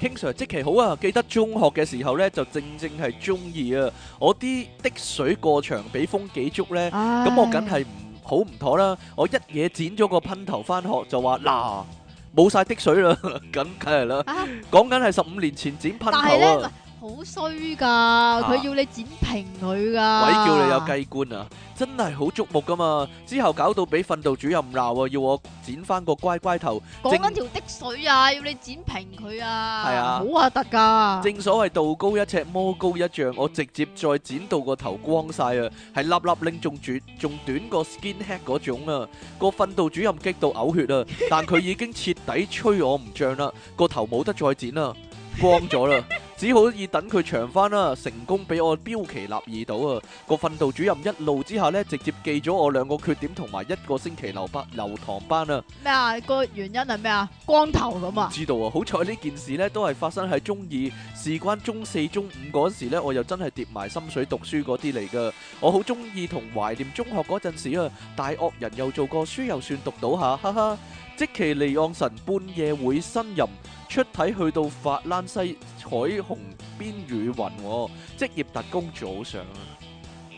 Speaker 1: King Sir 即其好啊！記得中學嘅時候呢，就正正係中意啊！我啲滴水過牆俾風紀捉呢，
Speaker 2: 咁
Speaker 1: 咁我梗係唔好唔妥啦！我一嘢剪咗個噴頭翻學就話嗱冇晒滴水啦， 咁梗係啦
Speaker 2: 啊！
Speaker 1: 講緊係十五年前剪噴
Speaker 2: 但係
Speaker 1: 頭
Speaker 2: 咧
Speaker 1: 啊！
Speaker 2: 好衰噶，佢要你剪平佢噶。
Speaker 1: 鬼叫你有雞冠啊！真係好觸目噶嘛！之後搞到俾訓導主任鬧啊，要我剪翻個乖乖頭。
Speaker 2: 講緊條滴水啊，要你剪平佢啊，
Speaker 1: 係啊
Speaker 2: 好核突 噶。
Speaker 1: 正所謂道高一尺，魔高一丈，我直接再剪到個頭光晒啊，係立立令仲短仲短過 skinhead 嗰種啊！個訓導主任激到嘔血啊，但佢已經徹底吹我唔漲啦，個頭冇得再剪啦，光咗啦。只可以等佢長翻啦，成功俾我標奇立異到啊！個訓導主任一怒之下呢，直接記咗我兩個缺點同埋一個星期留班留堂班啊！
Speaker 2: 咩啊？個原因係咩啊？光頭咁啊？
Speaker 1: 知道啊，好彩呢件事呢都係發生喺中二，事關中四、中五嗰時呢，我又真係跌埋心水讀書嗰啲嚟噶。我好中意同懷念中學嗰陣時啊，大惡人又做過，書又算讀到下，哈哈。即其離岸神半夜會呻吟，出體去到法蘭西彩虹邊雨雲喎，職業特工早上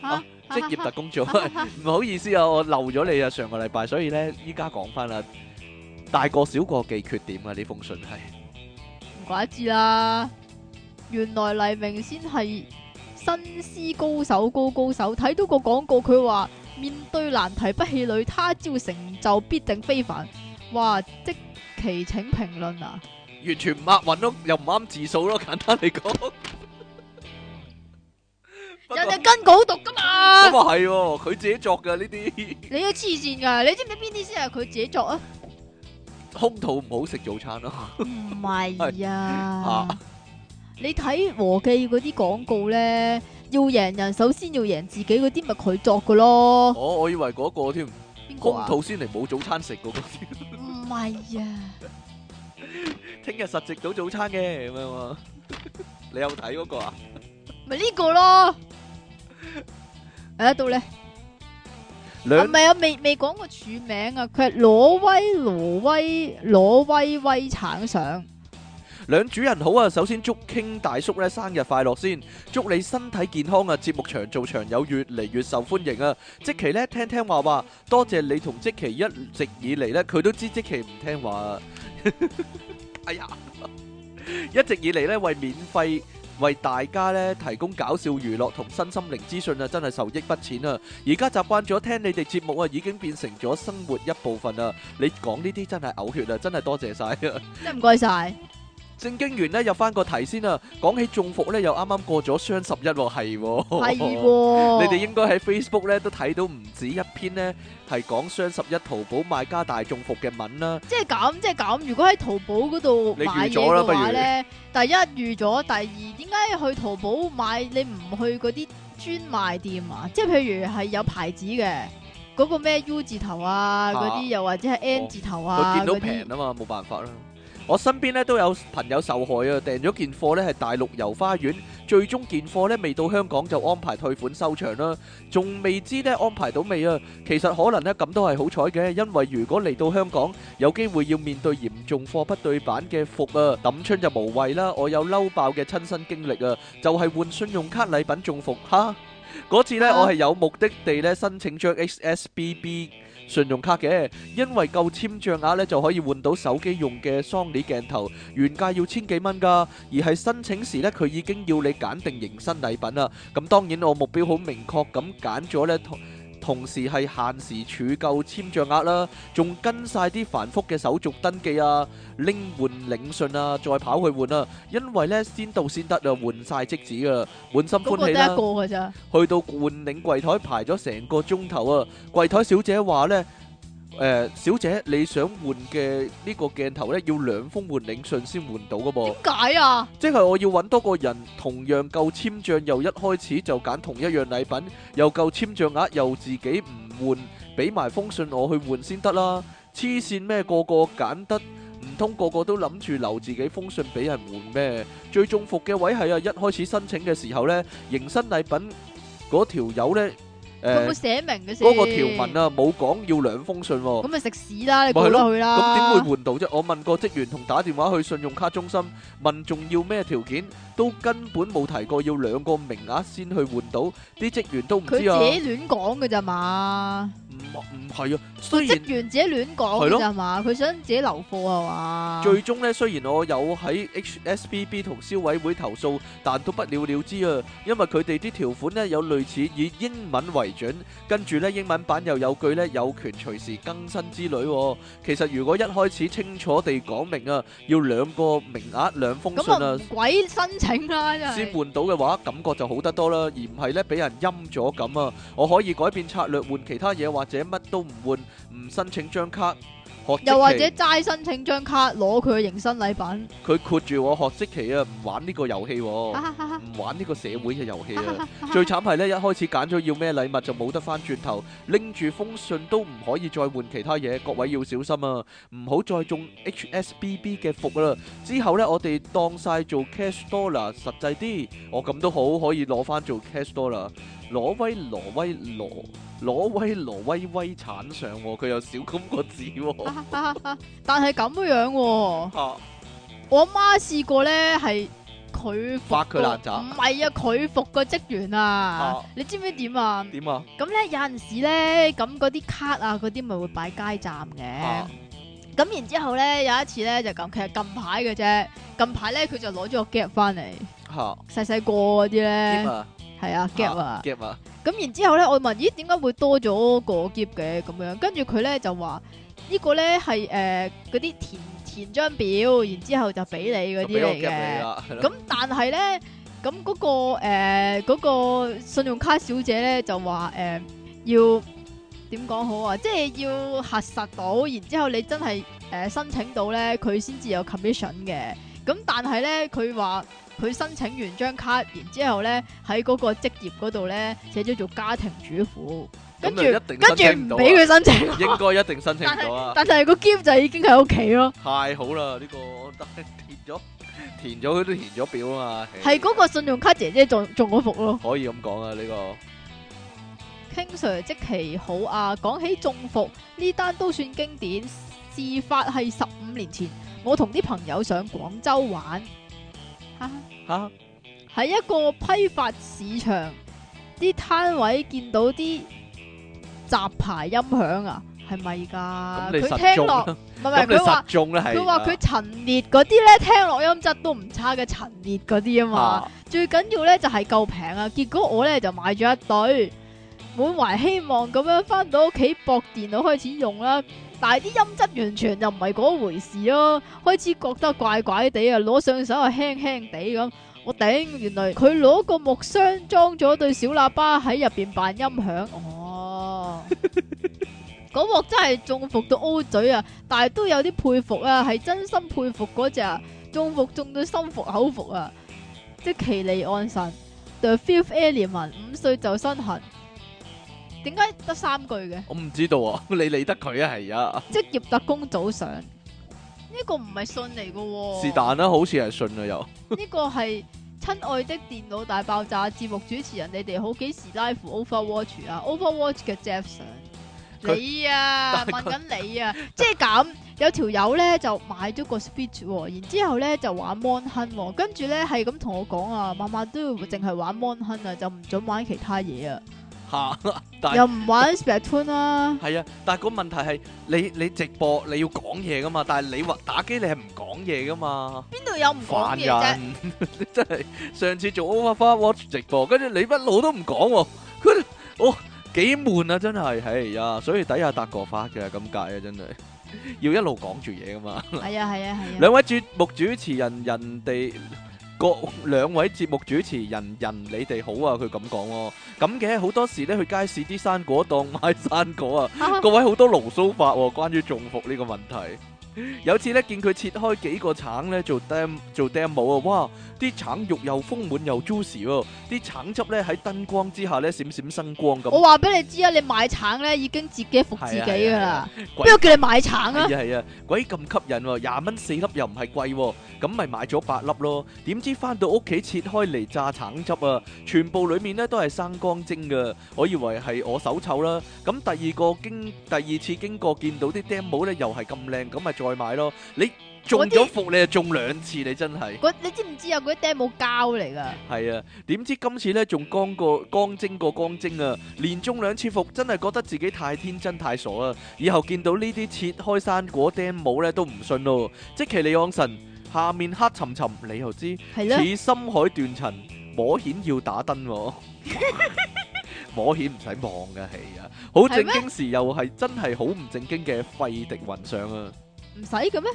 Speaker 1: 啊！
Speaker 2: 啊
Speaker 1: 職業特 工組，唔好意思啊，我漏咗你啊，上個禮拜，所以咧依家講翻啦，大個小個嘅缺點啊，呢封信係
Speaker 2: 唔怪得知啦。原來黎明先係新思高手高高手，睇到個廣告佢話面對難題不氣餒，他朝成就必定非凡。哇！即期請評論啊！
Speaker 1: 完全唔押韻咯，又唔啱字數咯， 簡單嚟講。不過
Speaker 2: 人哋跟稿讀噶嘛，
Speaker 1: 咁啊係喎，佢自己作嘅呢啲，
Speaker 2: 你都黐線噶，你知唔知邊啲先係佢自己作啊？
Speaker 1: 空肚唔好食早餐咯。
Speaker 2: 唔係啊
Speaker 1: 啊，
Speaker 2: 你睇和記嗰啲廣告咧，要贏人首先要贏自己嗰啲，咪佢作噶咯？
Speaker 1: 我我以為嗰個添，
Speaker 2: 邊個
Speaker 1: 空
Speaker 2: 啊？
Speaker 1: 肚先嚟冇早餐食嗰個添，
Speaker 2: 唔係啊，
Speaker 1: 聽日實食到早餐嘅咁樣啊。 你有睇嗰個啊？
Speaker 2: 咪呢個咯。誒到咧，啊
Speaker 1: 兩
Speaker 2: 唔係啊，未未講個署名啊，佢係挪威挪威挪威威橙上，
Speaker 1: 兩主人好啊！首先祝 King 大叔咧生日快樂先，祝你身體健康啊！節目長做長有，越嚟越受歡迎啊！即期咧聽聽話話，多謝你同即期一直以嚟咧，佢都知即期唔聽話啊！ 哎呀，一直以嚟咧為免費。為大家咧提供搞笑娛樂同身心靈資訊啊，真係受益不淺啊！而家習慣咗聽你哋節目啊，已經變成咗生活一部分啊！你講呢啲真係嘔血啊，真係多謝晒啊！
Speaker 2: 真係唔該晒。
Speaker 1: 正經完咧，又翻個題先啊！講起中伏咧，又啱啱過咗雙十一喎，係喎，
Speaker 2: 係喎。
Speaker 1: 哦 你哋應該喺 Facebook 咧都睇到唔止一篇呢係講雙十一淘寶賣家大中伏嘅文啦。
Speaker 2: 即係咁，即係咁。如果喺淘寶嗰度
Speaker 1: 你
Speaker 2: 買嘢
Speaker 1: 預咗啦
Speaker 2: 嘅話咧，第一預咗，第二點解去淘寶買你唔去嗰啲專賣店啊？即係譬如係有牌子嘅嗰個咩 U 字頭啊，
Speaker 1: 啊
Speaker 2: 嗰啲又或者係 N
Speaker 1: 哦
Speaker 2: 字頭
Speaker 1: 佢
Speaker 2: 啊，
Speaker 1: 見到
Speaker 2: 嗰
Speaker 1: 平
Speaker 2: 啲
Speaker 1: 啊嘛，冇辦法啦。我身邊咧都有朋友受害啊，訂咗件貨咧係大陸遊花園，最終件貨咧未到香港就安排退款收場啦，仲未知咧安排到未啊。其實可能咧咁都係好彩嘅，因為如果嚟到香港，有機會要面對嚴重貨不對版嘅服啊，抌春就無謂啦。我有嬲爆嘅親身經歷啊，就係、換信用卡禮品中伏哈。嗰次呢，
Speaker 2: 啊
Speaker 1: 我係有目的地咧申請張 XSBB 信用卡嘅，因為夠簽帳額呢，就可以換到手機用嘅 Sony 鏡頭，原價要千幾蚊噶，而係申請時呢，佢已經要你揀定迎新禮品啦。咁當然我目標好明確咁揀咗呢，同同時係限時儲夠簽帳額啦，仲跟晒啲繁複嘅手續登記啊、拎換領信啊，再跑去換啊，因為呢，先到先得啊，換晒即止啊，滿心
Speaker 2: 嗰個
Speaker 1: 歡
Speaker 2: 得
Speaker 1: 喜
Speaker 2: 一
Speaker 1: 啦
Speaker 2: 個。㗎咋？
Speaker 1: 去到換領櫃台排咗成個鐘頭啊！櫃台小姐話呢：呃「小姐你想換嘅呢個鏡頭呢，要兩封換領信先換到噶噃，
Speaker 2: 點解啊？
Speaker 1: 即係我要揾多個人同樣夠簽帳，又一開始就揀同一樣禮品，又夠簽帳額，又自己唔換，俾埋封信我去換先得啦！黐線咩？個個揀得。唔通個個都諗住留自己封信俾人換咩？最中伏嘅位係啊，一開始申請嘅時候呢，迎新禮品嗰條友呢，誒、
Speaker 2: 佢有冇寫明嘅先？
Speaker 1: 嗰個條文啊，冇講要兩封信喎、
Speaker 2: 咁咪食屎啦！你
Speaker 1: 咪係
Speaker 2: 過
Speaker 1: 咯
Speaker 2: 咗去啦。
Speaker 1: 咁點會換到啫？我問過職員同打電話去信用卡中心問仲要咩條件，都根本冇提過要兩個名額先去換到，啲職員都唔
Speaker 2: 佢
Speaker 1: 知啊。
Speaker 2: 自己亂講嘅咋嘛？
Speaker 1: 唔唔係啊，雖然
Speaker 2: 職。員自己亂講
Speaker 1: 係
Speaker 2: 嘅
Speaker 1: 咯
Speaker 2: 咋嘛？佢想自己留貨啊嘛？
Speaker 1: 最終呢，雖然我有喺 HSBB 同消委會投訴，但都不了了之啊，因為佢哋啲條款呢，有類似以英文為準，跟住呢英文版又有句呢有權隨時更新之類喎。其實如果一開始清楚地講明啊，要兩個名額兩封信
Speaker 2: 咁啊
Speaker 1: 啊
Speaker 2: 唔。鬼申請啦，真
Speaker 1: 先
Speaker 2: 係。
Speaker 1: 換到嘅話，感覺就好得多啦，而唔係咧俾人陰咗咁啊！我可以改變策略，換其他嘢或者乜都唔換，唔申請張卡，學即
Speaker 2: 又或
Speaker 1: 期
Speaker 2: 者齋申請張卡攞佢嘅迎新禮品，
Speaker 1: 佢括住我學即期啊，唔玩呢個遊戲喎，
Speaker 2: 哈哈哈
Speaker 1: 唔玩呢個社會嘅遊戲啊！
Speaker 2: 哈哈
Speaker 1: 最慘係咧，一開始揀咗要咩禮物就冇得翻轉頭，拎住封信都唔可以再換其他嘢，各位要小心啊！唔好再中 HSBB 嘅伏啦。之後呢，我哋當晒做 cash dollar 實際啲，我咁都好可以攞翻做 cash dollar。挪威挪威挪挪威挪威威產上喎、佢又少咁個字喎、
Speaker 2: 哈哈哈哈但係咁樣樣喎，
Speaker 1: 啊
Speaker 2: 我阿媽試過咧係佢服
Speaker 1: 發佢
Speaker 2: 個
Speaker 1: 爛渣
Speaker 2: 唔係啊，佢服個職員啊
Speaker 1: 啊，
Speaker 2: 你知唔知點啊？
Speaker 1: 點啊？
Speaker 2: 咁咧有陣時咧，咁嗰啲卡啊嗰啲咪會擺街站嘅
Speaker 1: 啊。
Speaker 2: 咁然之後咧，有一次咧就咁，其實近排嘅啫。近排咧佢就攞咗個 gap 翻嚟，
Speaker 1: 嚇
Speaker 2: 細細個嗰
Speaker 1: 夾
Speaker 2: 啲咧，
Speaker 1: 啊
Speaker 2: 係啊 gap 啊。
Speaker 1: 夾啊！
Speaker 2: 咁然之後咧，我問咦點解會多咗個 gap 嘅咁樣？跟住佢咧就話呢個咧係誒呃嗰啲填填張表，然之後就俾你嗰
Speaker 1: 就
Speaker 2: 啲
Speaker 1: 俾我
Speaker 2: 嚟
Speaker 1: 夾你啊
Speaker 2: 嘅。
Speaker 1: 啦，係咯
Speaker 2: 咁但係咧，咁嗰、個呃誒嗰、個信用卡小姐咧就話誒、呃要點講好啊？即係要核實到，然之後你真係誒、呃申請到咧，佢先至有 commission 嘅。咁但係咧，佢話佢申請完張卡，然之後咧喺嗰個職業嗰度咧寫咗做家庭主婦，跟住
Speaker 1: 咁就一定
Speaker 2: 跟住
Speaker 1: 申請
Speaker 2: 唔
Speaker 1: 到
Speaker 2: 俾
Speaker 1: 啊
Speaker 2: 佢申請。
Speaker 1: 應該一定申請唔到啊！
Speaker 2: 但係個 gift 就已經喺屋企咯，
Speaker 1: 太好啦，呢、個但係 填咗填咗佢都填咗表啊嘛，唉
Speaker 2: 係嗰個信用卡姐姐中中咗伏咯。
Speaker 1: 可以咁講啊呢、個
Speaker 2: King Sir 即其好啊！講起中伏呢單都算經典，事發係十五年前，我同啲朋友上廣州玩，哈哈
Speaker 1: 吓
Speaker 2: 喺一個批發市場啲攤位見到啲雜牌音響啊，係咪㗎？
Speaker 1: 咁你
Speaker 2: 佢
Speaker 1: 實
Speaker 2: 聽
Speaker 1: 中
Speaker 2: 落
Speaker 1: 啦，
Speaker 2: 唔係唔
Speaker 1: 咁
Speaker 2: 係
Speaker 1: 你
Speaker 2: 佢話
Speaker 1: 實中咧係啊
Speaker 2: 佢話佢陳列嗰啲咧，聽落音質都唔差嘅陳列嗰啲啊嘛。
Speaker 1: 啊
Speaker 2: 最緊要咧就係夠平啊！結果我咧就買咗一對，滿懷希望咁樣翻到屋企駁電腦開始用啦。但係啲音質完全就唔係嗰回事咯，開始覺得怪怪地啊，攞上手啊輕輕地咁。我頂，原來佢攞個木箱裝咗對小喇叭喺入邊扮音響，哦，嗰鑊真係中伏到 O 嘴啊！但係都有啲佩服啊，係真心佩服嗰只啊，中伏中到心服口服啊！即奇利安神 The Fifth Element 五歲就身痕，點解得三句嘅？
Speaker 1: 我唔知道啊， 你理得佢啊係啊，
Speaker 2: 職業特工早上呢、個唔係信嚟嘅喎，
Speaker 1: 是但啦，好似係信啊又
Speaker 2: 呢個係親愛的電腦大爆炸節目主持人，你哋好幾時 live Overwatch 啊？Overwatch 嘅 Jeff 上
Speaker 1: 佢
Speaker 2: 你 啊，問緊你啊，即係咁有條友咧就買咗個 Switch，喎然之後咧就玩 Mon Hun，喎跟住咧係咁同我講啊，晚晚都要淨係玩 Mon Hun 啊，就唔准玩其他嘢啊，
Speaker 1: 吓，但係
Speaker 2: 又唔玩 Splatoon 啦、
Speaker 1: 係啊，但係個問題係你你直播你要講嘢噶嘛，但係你話打機你係唔講嘢噶嘛。
Speaker 2: 邊度有唔啊
Speaker 1: 煩
Speaker 2: 講嘢啫？
Speaker 1: 人， 真係上次做 Overwatch 直播，跟住你不老都唔講喎，佢我幾悶啊！真係，哎呀，所以底下搭過花嘅咁解啊，真係要一路講住嘢噶嘛。
Speaker 2: 係啊係啊係啊，
Speaker 1: 兩位節目主持人，人哋各兩位節目主持人，人你哋好啊，佢咁講喎。咁嘅好多時咧去街市啲生果檔買生果啊。 各位好多牢騷法喎、關於中伏呢個問題。有次咧見佢切開幾個橙咧做 dam 做 demo 啊，哇！啲橙肉又豐滿又 juicy 喎、啲橙汁咧喺燈光之下咧閃閃生光
Speaker 2: 我
Speaker 1: 咁。
Speaker 2: 話俾你知啊，你買橙咧已經自己服自己
Speaker 1: 係
Speaker 2: 噶
Speaker 1: 啊
Speaker 2: 啦，
Speaker 1: 啊
Speaker 2: 邊個叫你買橙啊？
Speaker 1: 係啊係啊，鬼咁吸引喎、廿蚊四粒又唔係貴喎，咁咪買咗八粒咯。點知翻到屋企切開嚟榨橙汁啊，全部裡面咧都係生光精噶，我以為係我手臭啦。咁第二個經第二次經過見到啲 demo 咧又係咁靚，咁咪再買咯。你中咗伏你就中兩次，你真係
Speaker 2: 嗰你知唔知啊？嗰啲 demo 膠嚟噶，
Speaker 1: 係啊！點知今次咧仲光過光精過光精啊！連中兩次伏，真係覺得自己太天真太傻啊！以後見到呢啲切開生果 demo 咧都唔信咯。即其利昂神下面黑沉沉，你又知。
Speaker 2: 係咯，
Speaker 1: 似深海斷層，摸顯要打燈 喎。摸顯唔使望嘅係啊，好正經時又係真係好唔正經嘅費迪雲上啊，
Speaker 2: 唔使嘅咩？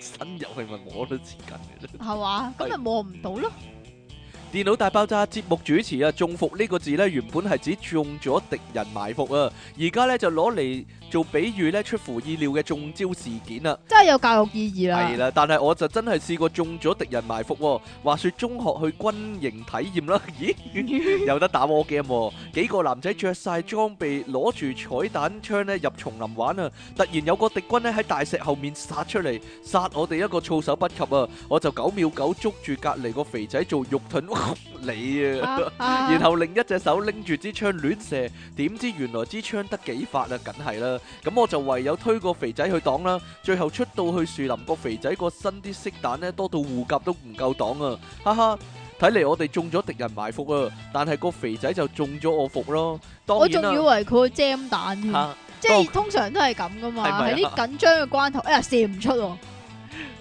Speaker 1: 伸入去咪摸都黐緊嘅啫。
Speaker 2: 係嘛？咁咪摸唔到咯。
Speaker 1: 電腦大爆炸節目主持啊，中伏呢個字呢，原本係指中咗敵人埋伏啊，而家呢就攞嚟做比喻咧，出乎意料嘅中招事件啊！
Speaker 2: 真係有教育意義啦。
Speaker 1: 系啦，但係我就真係試過中咗敵人埋伏、喎。話说中學去軍營體驗啦， 咦，有得打 war game 喎。幾個男仔着晒裝備，攞住彩彈槍咧入叢林玩啊！突然有個敵軍咧喺大石後面殺出嚟，殺我哋一個措手不及啊！我就九秒九捉住隔離個肥仔做肉盾，你啊！
Speaker 2: 啊 啊
Speaker 1: 然後另一隻手拎住支槍亂射，點知原來支槍得幾發啊，梗係啦。咁我就唯有推個肥仔去擋啦。最後出到去樹林，個肥仔個身啲色彈呢多到護甲都唔夠擋啊！哈哈，睇嚟我哋中咗敵人埋伏啊，但係個肥仔就中咗我伏咯。當
Speaker 2: 我仲
Speaker 1: 然
Speaker 2: 以
Speaker 1: 啦，
Speaker 2: 為佢 jam 彈添，
Speaker 1: 嚇
Speaker 2: 即係通常都係咁噶嘛，
Speaker 1: 係咪啊
Speaker 2: 喺啲緊張嘅關頭，哎呀射唔出喎，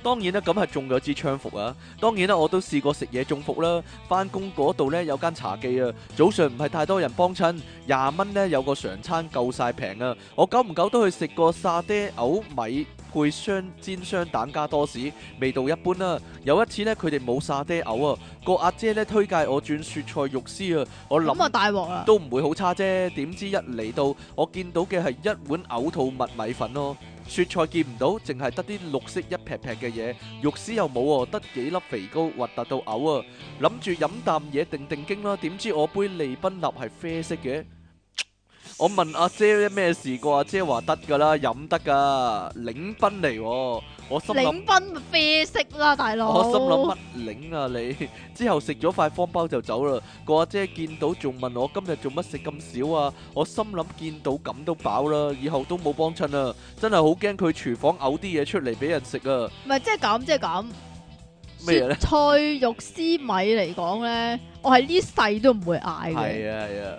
Speaker 1: 當然啦，咁係中咗支槍服啊！當然啦，我都試過食嘢中伏啦。翻工嗰度呢，有間茶記啊，早上唔係太多人幫襯，廿蚊呢，有個常餐夠晒平啊！我久唔久都去食個沙爹牛米配雙煎雙蛋加多士，味道一般啦、有一次呢，佢哋冇沙爹牛啊，個阿姐呢推介我轉雪菜肉絲啊，我諗
Speaker 2: 咁啊大鑊啦，
Speaker 1: 都唔會好差啫。點知一嚟到，我見到嘅係一碗嘔吐物米粉咯，雪菜見唔到，淨係得啲綠色一劈劈嘅嘢，肉絲又冇喎，得幾粒肥膏，核突到嘔啊！諗住飲啖嘢定定經啦，點知我杯利賓納係啡色嘅。我問阿姐咩事個阿姐話得㗎啦，飲得㗎，檸賓嚟喎。我心諗。
Speaker 2: 領賓咪啡色啦，大佬。
Speaker 1: 我心諗乜領啊你？ 之後食咗塊方包就走啦。個阿姐見到仲問我今日做乜食咁少啊？我心諗見到咁都飽啦，以後都冇幫襯啦。真係好驚佢廚房嘔啲嘢出嚟俾人食啊！
Speaker 2: 唔係即係咁，即係咁。
Speaker 1: 咩嘢呢
Speaker 2: 雪菜肉絲米嚟講咧，我係呢世都唔會嗌嘅。
Speaker 1: 係啊係啊，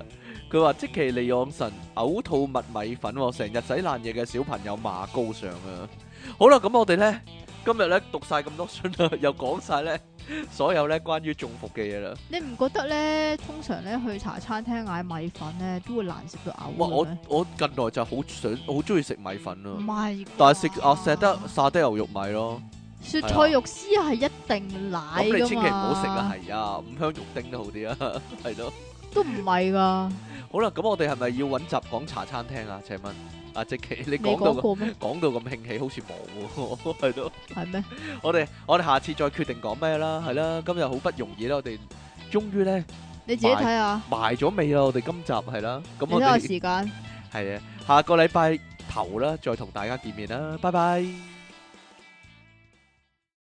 Speaker 1: 佢話即其利昂神嘔吐物米粉喎，成日洗爛嘢嘅小朋友馬高上啊！好啦，咁我哋呢，今日呢讀晒咁多信啦，又講晒呢所有呢關於中伏嘅嘢啦。
Speaker 2: 你唔覺得咧？通常咧去茶餐廳嗌米粉咧，都會難食到嘔
Speaker 1: 哇！
Speaker 2: 嘅
Speaker 1: 我
Speaker 2: 咩？
Speaker 1: 我近來就好想好中意食米粉
Speaker 2: 唔
Speaker 1: 咯，
Speaker 2: 係啩，
Speaker 1: 但係食啊食得沙爹牛肉米咯，
Speaker 2: 雪菜肉絲係一定奶
Speaker 1: 咁你
Speaker 2: 㗎
Speaker 1: 千祈唔好食啊
Speaker 2: 嘛，，
Speaker 1: 係啊，五香肉丁都好啲啊， 係咯。
Speaker 2: 都唔係㗎。
Speaker 1: 好啦，咁我哋係咪要揾集講茶餐廳啊？請問阿即奇，你
Speaker 2: 你
Speaker 1: 講到
Speaker 2: 講過 咩？
Speaker 1: 講到咁興起，好似冇喎， 係咯。
Speaker 2: 係咩？
Speaker 1: 我哋我哋下次再決定講咩啦，係啦。今日好不容易啦，我哋終於咧
Speaker 2: 你自己睇下，
Speaker 1: 埋咗尾啦，我哋今集係啦。咁
Speaker 2: 你
Speaker 1: 我
Speaker 2: 睇下
Speaker 1: 哋
Speaker 2: 時間。
Speaker 1: 係啊，下個禮拜頭啦，再同大家見面啦，拜拜。